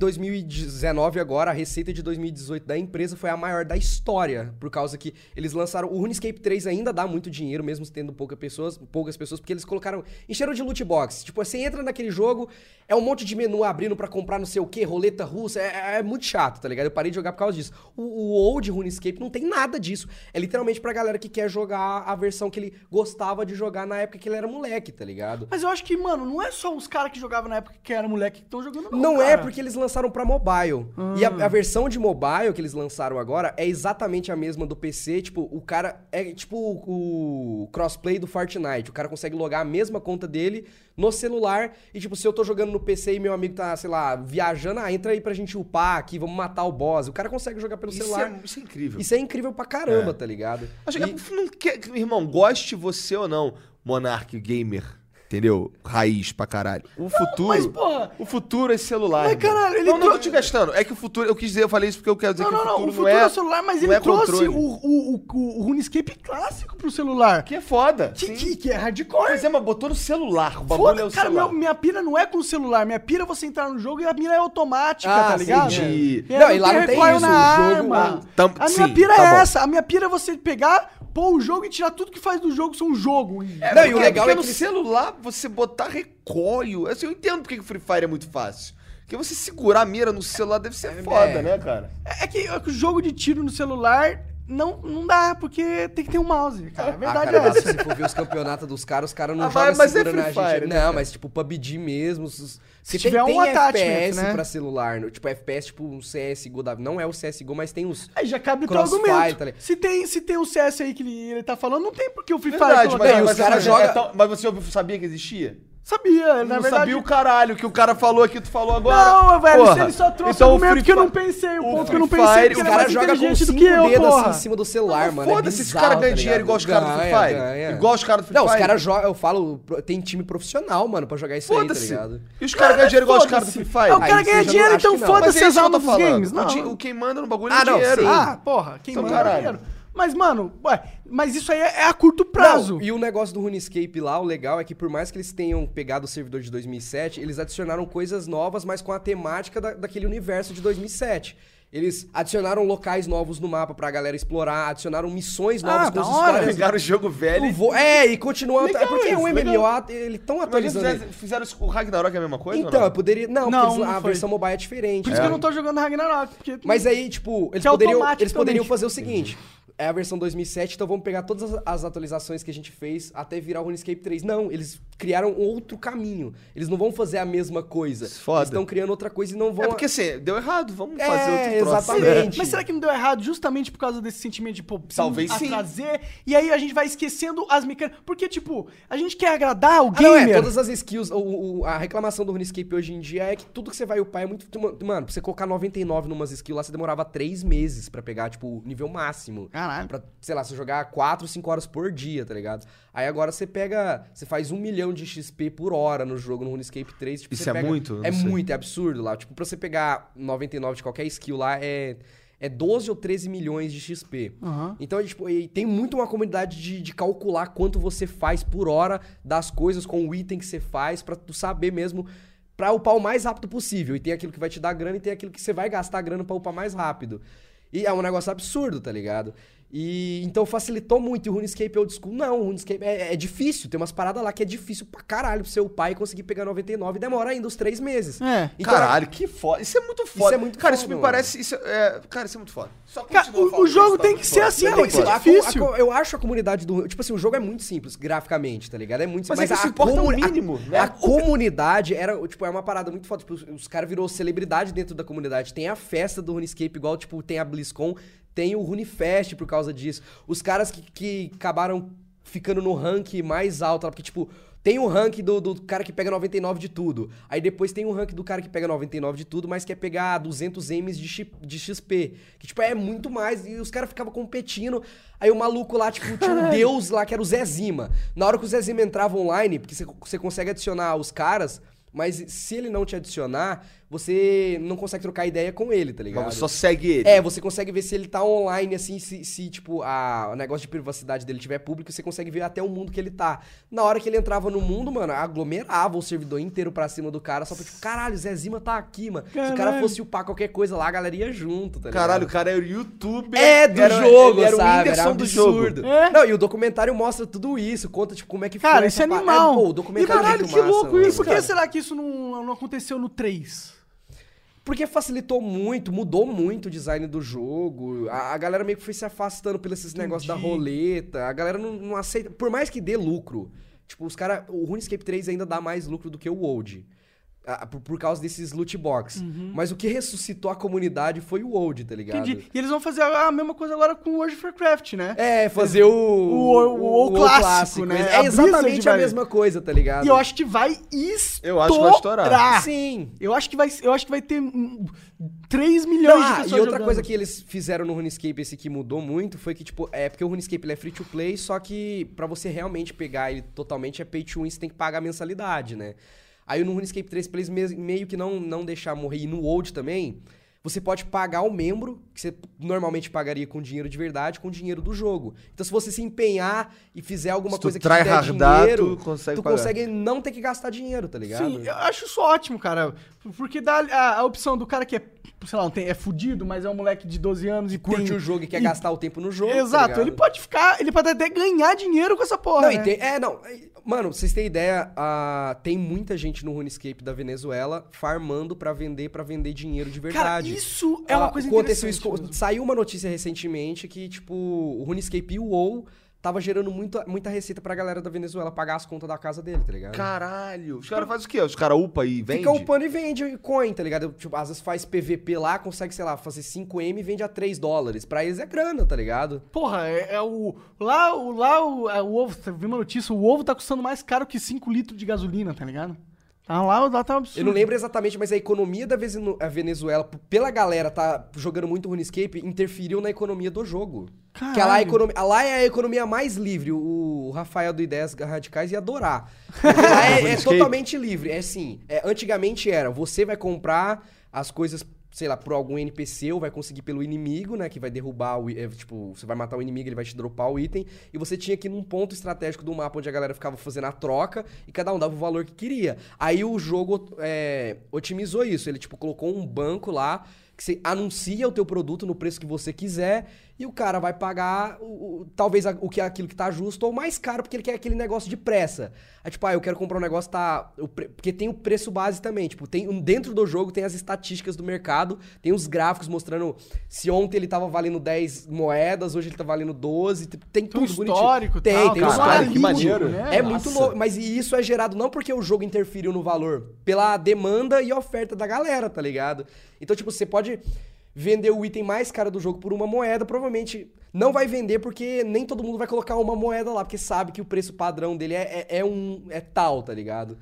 Speaker 3: 2019 agora, a receita de 2018 da empresa foi a maior da história, por causa que eles lançaram o RuneScape 3 ainda dá muito dinheiro, mesmo tendo pouca pessoas, poucas pessoas, porque eles colocaram, encheram de loot box. Tipo, você entra naquele jogo, é um monte de menu abrindo pra comprar não sei o que, roleta russa, é, é muito chato, tá ligado? Eu parei de jogar por causa disso. O, o old RuneScape não tem nada disso. É literalmente pra galera que quer jogar a versão que ele gostava de jogar na época que ele era moleque, tá ligado?
Speaker 2: Mas eu acho que, mano, não é só os caras que jogavam na época que era moleque que estão jogando não,
Speaker 3: Não
Speaker 2: cara.
Speaker 3: é porque eles lançaram pra mobile. E a,
Speaker 1: Ah.
Speaker 3: a versão de mobile que eles lançaram agora é exatamente a mesma do PC. Tipo, o cara é tipo o, o crossplay do Fortnite. O cara consegue logar a mesma conta dele no celular. E, tipo, se eu tô jogando no PC e meu amigo tá, sei lá, viajando, ah, entra aí pra gente upar aqui, vamos matar o boss. O cara consegue jogar pelo
Speaker 1: Isso
Speaker 3: celular.
Speaker 1: é, isso é incrível.
Speaker 3: Isso é incrível pra caramba, tá ligado?
Speaker 1: Acho
Speaker 3: E-
Speaker 1: que é- não quer, irmão, goste você ou não, Monark Gamer, entendeu? Raiz pra caralho. O futuro.
Speaker 2: mas, porra-
Speaker 1: O futuro é celular.
Speaker 2: Mas,
Speaker 1: irmão.
Speaker 2: caralho, ele
Speaker 1: Não, não
Speaker 2: trou-
Speaker 1: tô te gastando. É que o futuro. Eu quis dizer, eu falei isso porque eu quero dizer
Speaker 2: Não,
Speaker 1: que
Speaker 2: não,
Speaker 1: o
Speaker 2: não.
Speaker 1: futuro
Speaker 2: O
Speaker 1: não,
Speaker 2: futuro
Speaker 1: é.
Speaker 2: é o celular, mas
Speaker 1: não
Speaker 2: ele
Speaker 1: é
Speaker 2: trouxe
Speaker 1: controle.
Speaker 2: o, o, o, o RuneScape clássico pro celular.
Speaker 1: Que é foda.
Speaker 2: Que,
Speaker 1: sim.
Speaker 2: que, que é hardcore.
Speaker 1: Pois é, mas botou no celular. O bagulho é
Speaker 2: Foda,
Speaker 1: o
Speaker 2: cara,
Speaker 1: celular.
Speaker 2: meu- minha pira não é com o celular. Minha pira é você entrar no jogo e a mira é automática,
Speaker 3: Ah,
Speaker 2: tá ligado?
Speaker 1: entendi.
Speaker 2: É,
Speaker 3: Não, e lá não tem
Speaker 2: recoil
Speaker 3: isso,
Speaker 2: na
Speaker 3: o jogo-
Speaker 2: arma.
Speaker 1: ah, tam-
Speaker 2: a minha
Speaker 1: sim,
Speaker 2: pira
Speaker 1: tá
Speaker 2: é
Speaker 1: bom.
Speaker 2: essa. A minha pira é você pegar, pôr o jogo e tirar tudo que faz do jogo ser um jogo.
Speaker 3: Não, e
Speaker 1: Porque-
Speaker 3: o legal
Speaker 1: porque
Speaker 3: é que
Speaker 1: no
Speaker 3: eles-
Speaker 1: celular você botar recolho. Assim, eu entendo porque que o Free Fire é muito fácil. Porque você segurar a mira no celular deve ser foda,
Speaker 3: é.
Speaker 1: né, cara?
Speaker 2: É, é que, é que o jogo de tiro no celular não, não dá, porque tem que ter um mouse, cara. A
Speaker 3: Ah,
Speaker 2: verdade
Speaker 3: cara,
Speaker 2: é
Speaker 3: mas
Speaker 2: essa.
Speaker 3: se você for ver os campeonatos dos caras, os caras não
Speaker 1: Ah,
Speaker 3: jogam
Speaker 1: mas- mas é
Speaker 3: segurando
Speaker 1: Free
Speaker 3: a
Speaker 1: Fire,
Speaker 3: gente.
Speaker 1: né,
Speaker 3: não, mas tipo, PUBG mesmo. Se
Speaker 2: tiver um attachment,
Speaker 3: FPS
Speaker 2: né?
Speaker 3: pra celular, no- tipo, FPS tipo um CSGO, da, não é o CSGO, mas tem os...
Speaker 2: Aí já cabe o teu
Speaker 3: Crossfire,
Speaker 2: argumento.
Speaker 3: tá ligado?
Speaker 2: se, tem, se tem o CS aí que ele, ele tá falando, não tem porque o Free Fire
Speaker 1: É Verdade,
Speaker 2: colocar
Speaker 1: mas,
Speaker 3: e os
Speaker 1: mas,
Speaker 2: isso,
Speaker 3: caras
Speaker 2: né?
Speaker 1: você-
Speaker 3: jogam-
Speaker 1: é tão- mas você ouviu- sabia que existia?
Speaker 2: Sabia, na
Speaker 1: Eu não
Speaker 2: verdade.
Speaker 1: sabia o caralho que o cara falou aqui, tu falou agora.
Speaker 2: Não, velho,
Speaker 1: Porra.
Speaker 2: ele só trouxe
Speaker 1: Então,
Speaker 2: o
Speaker 1: o
Speaker 2: argumento
Speaker 1: Free
Speaker 2: que eu não
Speaker 1: Fire-
Speaker 2: pensei, o
Speaker 1: o
Speaker 2: ponto que eu
Speaker 1: Free
Speaker 2: não pensei,
Speaker 1: Fire,
Speaker 2: porque
Speaker 1: o
Speaker 2: ele é
Speaker 1: cara
Speaker 2: mais
Speaker 3: joga com
Speaker 2: inteligente
Speaker 3: cinco
Speaker 2: do que eu,
Speaker 3: dedos assim
Speaker 2: porra.
Speaker 3: em cima do
Speaker 1: Ah,
Speaker 3: celular, mano. é
Speaker 1: Foda-se, se os
Speaker 3: bizarro,
Speaker 1: caras ganham
Speaker 3: tá
Speaker 1: dinheiro
Speaker 3: ligado?
Speaker 1: igual os caras do Free
Speaker 3: Ganha,
Speaker 1: Fire.
Speaker 3: ganha.
Speaker 1: Igual os caras do Free
Speaker 3: Não, os
Speaker 1: Fire.
Speaker 3: caras jogam, eu falo, pro- tem time profissional, mano, pra jogar isso aí, tá
Speaker 1: Foda-se.
Speaker 3: ligado?
Speaker 1: e os caras ganham dinheiro igual os caras do Free Fire.
Speaker 2: Ah, o cara
Speaker 3: Aí
Speaker 2: ganha
Speaker 3: você já
Speaker 2: dinheiro,
Speaker 3: não- acho
Speaker 2: então
Speaker 3: que não.
Speaker 1: Mas
Speaker 2: foda-se
Speaker 1: é
Speaker 2: as
Speaker 1: isso que eu tô
Speaker 2: almas dos
Speaker 1: falando.
Speaker 2: games. Não,
Speaker 1: O, di- o quem manda no bagulho é
Speaker 3: Ah,
Speaker 1: o
Speaker 3: não,
Speaker 1: dinheiro.
Speaker 3: sim.
Speaker 2: Ah, porra, quem
Speaker 1: Então,
Speaker 2: manda
Speaker 1: caralho.
Speaker 2: dinheiro. Mas, mano, ué, mas isso aí é, é a curto prazo.
Speaker 3: Não, e o negócio do RuneScape lá, o legal é que por mais que eles tenham pegado o servidor de 2007, eles adicionaram coisas novas, mas com a temática da- daquele universo de 2007. Eles adicionaram locais novos no mapa pra galera explorar, adicionaram missões novas
Speaker 2: Ah,
Speaker 3: com
Speaker 2: da
Speaker 3: as
Speaker 2: hora.
Speaker 3: histórias.
Speaker 1: Pegaram o jogo velho.
Speaker 3: O vo- É, e continua.
Speaker 1: Legal
Speaker 3: é porque
Speaker 1: isso,
Speaker 3: o MMO,
Speaker 1: legal.
Speaker 3: ele tão
Speaker 1: Mas
Speaker 3: atualizando.
Speaker 1: eles
Speaker 3: ele.
Speaker 1: fizeram, fizeram isso- o Ragnarok é a mesma coisa?
Speaker 3: Então,
Speaker 1: ou
Speaker 3: eu poderia. Não,
Speaker 2: Não,
Speaker 3: porque eles-
Speaker 2: não
Speaker 3: a
Speaker 2: foi.
Speaker 3: versão mobile é diferente.
Speaker 2: Por isso que eu não tô jogando Ragnarok. Porque...
Speaker 3: Mas aí, tipo, eles,
Speaker 2: Que é
Speaker 3: poderiam,
Speaker 2: automático
Speaker 3: eles poderiam
Speaker 2: também.
Speaker 3: fazer o seguinte. É a versão 2007, então vamos pegar todas as- as atualizações que a gente fez até virar o RuneScape 3. Não, eles criaram outro caminho. Eles não vão fazer a mesma coisa.
Speaker 1: é Foda.
Speaker 3: Eles estão criando outra coisa e não
Speaker 1: não?
Speaker 3: vão...
Speaker 1: É porque assim, deu errado, vamos
Speaker 3: É,
Speaker 1: fazer outro troço. né?
Speaker 3: exatamente.
Speaker 2: Mas será que não deu errado justamente por causa desse sentimento de, pô, preciso
Speaker 1: Talvez sim.
Speaker 2: atraser? E aí a gente vai esquecendo as mecânicas. Porque, tipo, a gente quer agradar o
Speaker 3: Ah, não, é,
Speaker 2: gamer.
Speaker 3: todas as skills, o- o- o- a reclamação do RuneScape hoje em dia é que tudo que você vai upar é muito... Mano, pra você colocar 99 numas skills lá, você demorava 3 meses pra pegar, tipo, o nível máximo.
Speaker 2: Caralho.
Speaker 3: Pra, sei lá, você jogar 4, 5 horas por dia, tá ligado? Aí agora você pega. Você faz um milhão de XP por hora no jogo no RuneScape 3. Tipo,
Speaker 1: Isso
Speaker 3: você
Speaker 1: é
Speaker 3: pega-
Speaker 1: muito? Eu não
Speaker 3: É
Speaker 1: sei.
Speaker 3: muito, é absurdo lá. Tipo, pra você pegar 99 de qualquer skill lá, é. É 12 ou 13 milhões de XP.
Speaker 2: Aham.
Speaker 3: Então, é, tipo, e tem muito uma comunidade de, de calcular quanto você faz por hora das coisas com o item que você faz, pra tu saber mesmo, pra upar o mais rápido possível. E tem aquilo que vai te dar grana e tem aquilo que você vai gastar grana pra upar mais rápido. E é um negócio absurdo, tá ligado? E então facilitou muito. E o RuneScape Old School, não. O RuneScape é, é difícil. Tem umas paradas lá que é difícil pra caralho pra você upar e conseguir pegar 99. Demora ainda uns três meses.
Speaker 2: É.
Speaker 3: Então,
Speaker 1: Caralho, que foda. Isso é muito foda.
Speaker 3: é muito
Speaker 1: cara,
Speaker 3: foda,
Speaker 1: isso me
Speaker 3: mano.
Speaker 1: parece. Isso é, cara, isso é muito foda. Só
Speaker 2: Cara,
Speaker 1: continua
Speaker 2: o- o
Speaker 1: falando,
Speaker 2: jogo
Speaker 1: isso tá
Speaker 2: tem
Speaker 1: muito
Speaker 2: que ser
Speaker 1: foda.
Speaker 2: assim,
Speaker 1: Não
Speaker 2: tem
Speaker 1: tem
Speaker 2: que ser
Speaker 1: como.
Speaker 3: a co- a
Speaker 2: difícil.
Speaker 3: co- eu acho a comunidade do. Tipo assim, o jogo é muito simples, graficamente, tá ligado? É muito
Speaker 1: Mas é que
Speaker 3: a
Speaker 1: isso importa o
Speaker 3: comuni- a-
Speaker 1: mínimo,
Speaker 2: é
Speaker 1: né?
Speaker 3: A comunidade era, tipo, é uma parada muito foda. Tipo, os, os caras virou celebridade dentro da comunidade. Tem a festa do RuneScape, igual, tipo, tem a BlizzCon, tem o RuneFest por causa disso. Os caras que, que acabaram ficando no rank mais alto, lá, porque, tipo. Tem o rank do, do cara que pega 99 de tudo. Aí depois tem o rank do cara que pega 99 de tudo, mas quer pegar 200 M's de, chi- de XP. Que, tipo, é muito mais. E os caras ficavam competindo. Aí o maluco lá, tipo, tinha um deus lá que era o Zé Zima. Na hora que o Zé Zima entrava online, porque você- você consegue adicionar os caras, mas se ele não te adicionar, você não consegue trocar ideia com ele, tá ligado?
Speaker 1: Mas você só segue ele.
Speaker 3: É, você consegue ver se ele tá online, assim, se, se, tipo, a, o negócio de privacidade dele tiver público, você consegue ver até o mundo que ele tá. Na hora que ele entrava no mundo, mano, aglomerava o servidor inteiro pra cima do cara, só pra, tipo, caralho, Zé Zima tá aqui, mano. Se o cara
Speaker 2: Caralho.
Speaker 3: fosse upar qualquer coisa lá, a galera ia junto, tá ligado?
Speaker 1: Caralho, o cara era o youtuber.
Speaker 3: É do
Speaker 1: era- um
Speaker 3: jogo,
Speaker 1: ele era
Speaker 3: sabe?
Speaker 1: o Whindersson
Speaker 3: era um
Speaker 1: do jogo.
Speaker 3: absurdo.
Speaker 2: É.
Speaker 3: Não, e o documentário mostra tudo isso, conta, tipo, como é que
Speaker 2: Cara,
Speaker 3: foi.
Speaker 2: isso é
Speaker 3: essa pa-
Speaker 2: animal.
Speaker 3: pô, o
Speaker 2: e
Speaker 3: documentário é
Speaker 2: caralho,
Speaker 3: muito
Speaker 2: que
Speaker 3: massa,
Speaker 2: louco
Speaker 3: mano.
Speaker 2: isso. Por que
Speaker 1: cara.
Speaker 2: será que isso não, não aconteceu no 3?
Speaker 3: Porque facilitou muito, mudou muito o design do jogo. A, a galera meio que foi se afastando pelos esses negócios da
Speaker 2: Entendi.
Speaker 3: roleta. A galera não, não aceita. Por mais que dê lucro. Tipo, os caras. O RuneScape 3 ainda dá mais lucro do que o Old. ah, Por, por causa desses loot box. Mas o que ressuscitou a comunidade foi o Old, tá ligado?
Speaker 2: Uhum. Entendi. E eles vão fazer a mesma coisa agora com o World of Warcraft, né?
Speaker 3: É, fazer o.
Speaker 2: o- o clássico, né? A
Speaker 3: É
Speaker 2: Blizzard
Speaker 3: exatamente a
Speaker 2: vai-
Speaker 3: mesma coisa, tá ligado?
Speaker 2: E ah, eu acho que vai estourar.
Speaker 1: Eu acho que vai estourar.
Speaker 3: Sim.
Speaker 2: Eu acho que vai, eu acho que vai ter hum, 3 milhões
Speaker 3: ah,
Speaker 2: de pessoas
Speaker 3: e outra
Speaker 2: jogando.
Speaker 3: coisa que eles fizeram no RuneScape, esse que mudou muito, foi que, tipo, é porque o RuneScape ele é free to play, só que pra você realmente pegar ele totalmente é pay to win, você tem que pagar a mensalidade, né? Aí no RuneScape 3, pra eles mes- meio que não, não deixar morrer, e no Old também, você pode pagar o membro, que você normalmente pagaria com dinheiro de verdade, com dinheiro do jogo. Então se você se empenhar e fizer alguma
Speaker 1: Se tu
Speaker 3: coisa que te der
Speaker 1: tryhardar,
Speaker 3: dinheiro,
Speaker 1: tu consegue
Speaker 3: tu
Speaker 1: pagar.
Speaker 3: consegue não ter que gastar dinheiro, tá ligado?
Speaker 2: Sim, eu acho isso ótimo, cara. Porque dá a, a opção do cara que é, sei lá, não tem, é fudido, mas é um moleque de 12 anos e
Speaker 3: Curte
Speaker 2: tem-
Speaker 3: o jogo e quer
Speaker 2: e-
Speaker 3: gastar o tempo no jogo. tá
Speaker 2: Exato,
Speaker 3: ligado?
Speaker 2: ele pode ficar, ele pode até ganhar dinheiro com essa porra.
Speaker 3: Não,
Speaker 2: né?
Speaker 3: e tem- é, não. e- Mano, pra vocês terem ideia, ah, tem muita gente no RuneScape da Venezuela farmando pra vender, pra vender dinheiro de
Speaker 2: Cara,
Speaker 3: verdade.
Speaker 2: isso é uma
Speaker 3: Ah,
Speaker 2: coisa
Speaker 3: aconteceu
Speaker 2: interessante.
Speaker 3: isso-
Speaker 2: mesmo.
Speaker 3: Saiu uma notícia recentemente que, tipo, o RuneScape e o WoW tava gerando muita, muita receita pra galera da Venezuela pagar as contas da casa dele, tá ligado?
Speaker 1: Caralho. Os caras fazem o quê? Os caras upa e vende?
Speaker 3: Fica upando e vende coin, tá ligado? Tipo, às vezes faz PVP lá, consegue, sei lá, fazer 5M e vende a 3 dólares. Pra eles é grana, tá ligado?
Speaker 2: Porra, é, é o. Lá, o, lá o, é, o ovo, você viu uma notícia? O ovo tá custando mais caro que 5 litros de gasolina, tá ligado? Tá lá, lá tá um absurdo.
Speaker 3: Eu não lembro exatamente, mas a economia da Vezenu- a Venezuela, p- pela galera tá jogando muito RuneScape, interferiu na economia do jogo. Que lá, é a
Speaker 2: Caralho.
Speaker 3: economia, lá é a economia mais livre. O o Rafael do Ideias Radicais ia adorar. Porque lá é, é
Speaker 1: RuneScape.
Speaker 3: totalmente livre. É assim, é, antigamente era, você vai comprar as coisas, sei lá, por algum NPC ou vai conseguir pelo inimigo, né? Que vai derrubar o... i- é, tipo, você vai matar o inimigo, ele vai te dropar o item. E você tinha que ir num ponto estratégico do mapa onde a galera ficava fazendo a troca e cada um dava o valor que queria. Aí o jogo é, otimizou isso. Ele, tipo, colocou um banco lá que você anuncia o teu produto no preço que você quiser e o cara vai pagar o, o- talvez a- o que aquilo que tá justo ou mais caro porque ele quer aquele negócio de pressa. Aí, tipo, ah, eu quero comprar um negócio tá o pre- porque tem o preço base também, tipo, tem um- dentro do jogo tem as estatísticas do mercado, tem os gráficos mostrando se ontem ele tava valendo 10 moedas, hoje ele tá valendo 12, tem, tem
Speaker 2: Tem um
Speaker 3: tudo bonitinho.
Speaker 2: histórico e
Speaker 3: tem,
Speaker 2: tal,
Speaker 3: tem um
Speaker 2: cara.
Speaker 1: Caralho, que
Speaker 3: histórico.
Speaker 1: maneiro.
Speaker 2: né?
Speaker 3: É
Speaker 2: Nossa.
Speaker 3: muito louco, mas e isso é gerado não porque o jogo interferiu no valor, pela demanda e oferta da galera, tá ligado? Então, tipo, você pode vender o item mais caro do jogo por uma moeda, provavelmente não vai vender porque nem todo mundo vai colocar uma moeda lá, porque sabe que o preço padrão dele é, é- é um é tal, tá ligado?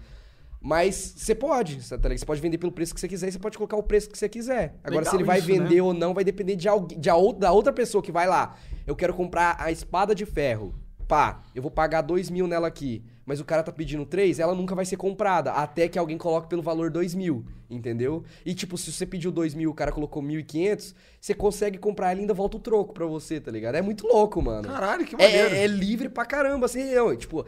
Speaker 3: Mas você pode, tá ligado? Você pode vender pelo preço que você quiser e você pode colocar o preço que você quiser. Agora,
Speaker 2: Legal
Speaker 3: se ele vai
Speaker 2: isso, né?
Speaker 3: vender ou não vai depender de, alguém, de a ou- da outra pessoa que vai lá. Eu quero comprar a espada de ferro. Pá, eu vou pagar dois mil nela aqui. Mas o cara tá pedindo três, ela nunca vai ser comprada. Até que alguém coloque pelo valor dois mil, entendeu? E tipo, se você pediu dois mil e o cara colocou mil e quinhentos, você consegue comprar ela e ainda volta o troco pra você, tá ligado? É muito louco, mano.
Speaker 1: Caralho, que
Speaker 3: É-
Speaker 1: maneiro.
Speaker 3: É, é livre pra caramba, assim, eu, tipo.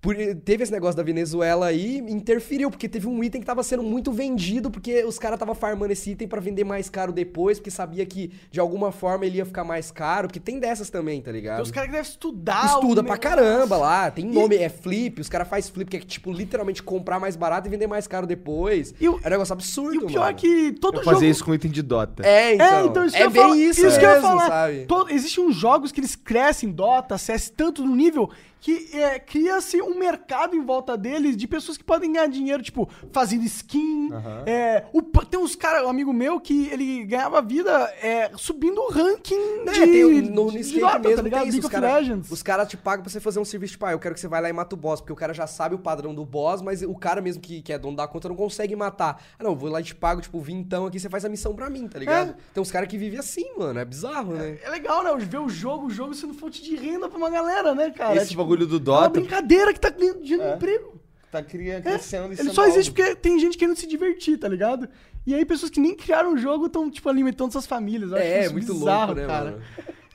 Speaker 3: por- teve esse negócio da Venezuela aí, interferiu, porque teve um item que tava sendo muito vendido, porque os caras tava farmando esse item pra vender mais caro depois, porque sabia que de alguma forma ele ia ficar mais caro, porque tem dessas também, tá ligado?
Speaker 2: Tem os caras que devem estudar.
Speaker 3: Estuda
Speaker 2: o
Speaker 3: pra
Speaker 2: negócio.
Speaker 3: caramba lá, tem nome, é flip, os caras fazem flip, que é tipo literalmente comprar mais barato e vender mais caro depois.
Speaker 2: E o-
Speaker 3: é um negócio absurdo,
Speaker 2: E o pior
Speaker 3: mano.
Speaker 2: é que todo
Speaker 1: Eu
Speaker 2: jogo.
Speaker 1: fazia isso com item de Dota.
Speaker 3: É, então.
Speaker 2: é, então isso que eu
Speaker 3: é
Speaker 2: ia falar.
Speaker 3: bem isso,
Speaker 2: isso que eu ia
Speaker 3: mesmo,
Speaker 2: falar.
Speaker 3: sabe?
Speaker 2: To- Existem uns jogos que eles crescem, Dota, CS, tanto no nível que é, cria-se um mercado em volta deles de pessoas que podem ganhar dinheiro, tipo, fazendo skin. é, o pa- tem uns caras, um amigo meu, que ele ganhava vida é, subindo o ranking
Speaker 3: É,
Speaker 2: de,
Speaker 3: tem o- no, no
Speaker 2: de
Speaker 3: skate
Speaker 2: nota,
Speaker 3: mesmo
Speaker 2: tá ligado?
Speaker 3: tem
Speaker 2: League
Speaker 3: isso. Os
Speaker 2: of
Speaker 3: caras
Speaker 2: Legends.
Speaker 3: cara te pagam pra você fazer um serviço, tipo, ah, eu quero que você vá lá e mata o boss, porque o cara já sabe o padrão do boss, mas o cara mesmo que, que é dono da conta não consegue matar. Ah, não, eu vou lá e te pago, tipo, vintão aqui, você faz a missão pra mim, tá ligado? Tem uns caras que vivem assim, mano, é bizarro, né?
Speaker 2: É legal, né? Ver o jogo, o jogo sendo fonte de renda pra uma galera, né, cara? É,
Speaker 1: Esse
Speaker 2: tipo,
Speaker 1: bagulho do
Speaker 2: é uma
Speaker 1: Dota
Speaker 2: brincadeira que tá ganhando dinheiro no
Speaker 1: É.
Speaker 2: emprego.
Speaker 1: tá cria-
Speaker 2: É,
Speaker 1: crescendo e
Speaker 2: ele
Speaker 1: sendo
Speaker 2: só existe
Speaker 1: algo.
Speaker 2: porque tem gente querendo se divertir, tá ligado? E aí pessoas que nem criaram o jogo estão, tipo, alimentando suas famílias. Eu acho
Speaker 3: É, é
Speaker 2: isso
Speaker 3: muito
Speaker 2: bizarro,
Speaker 3: louco, né,
Speaker 2: cara.
Speaker 3: mano?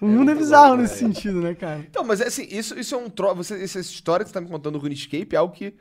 Speaker 2: O mundo é, bizarro nesse sentido, né, cara?
Speaker 1: Então, mas assim, isso, isso é um tro... Você, essa história que você tá me contando do RuneScape é algo que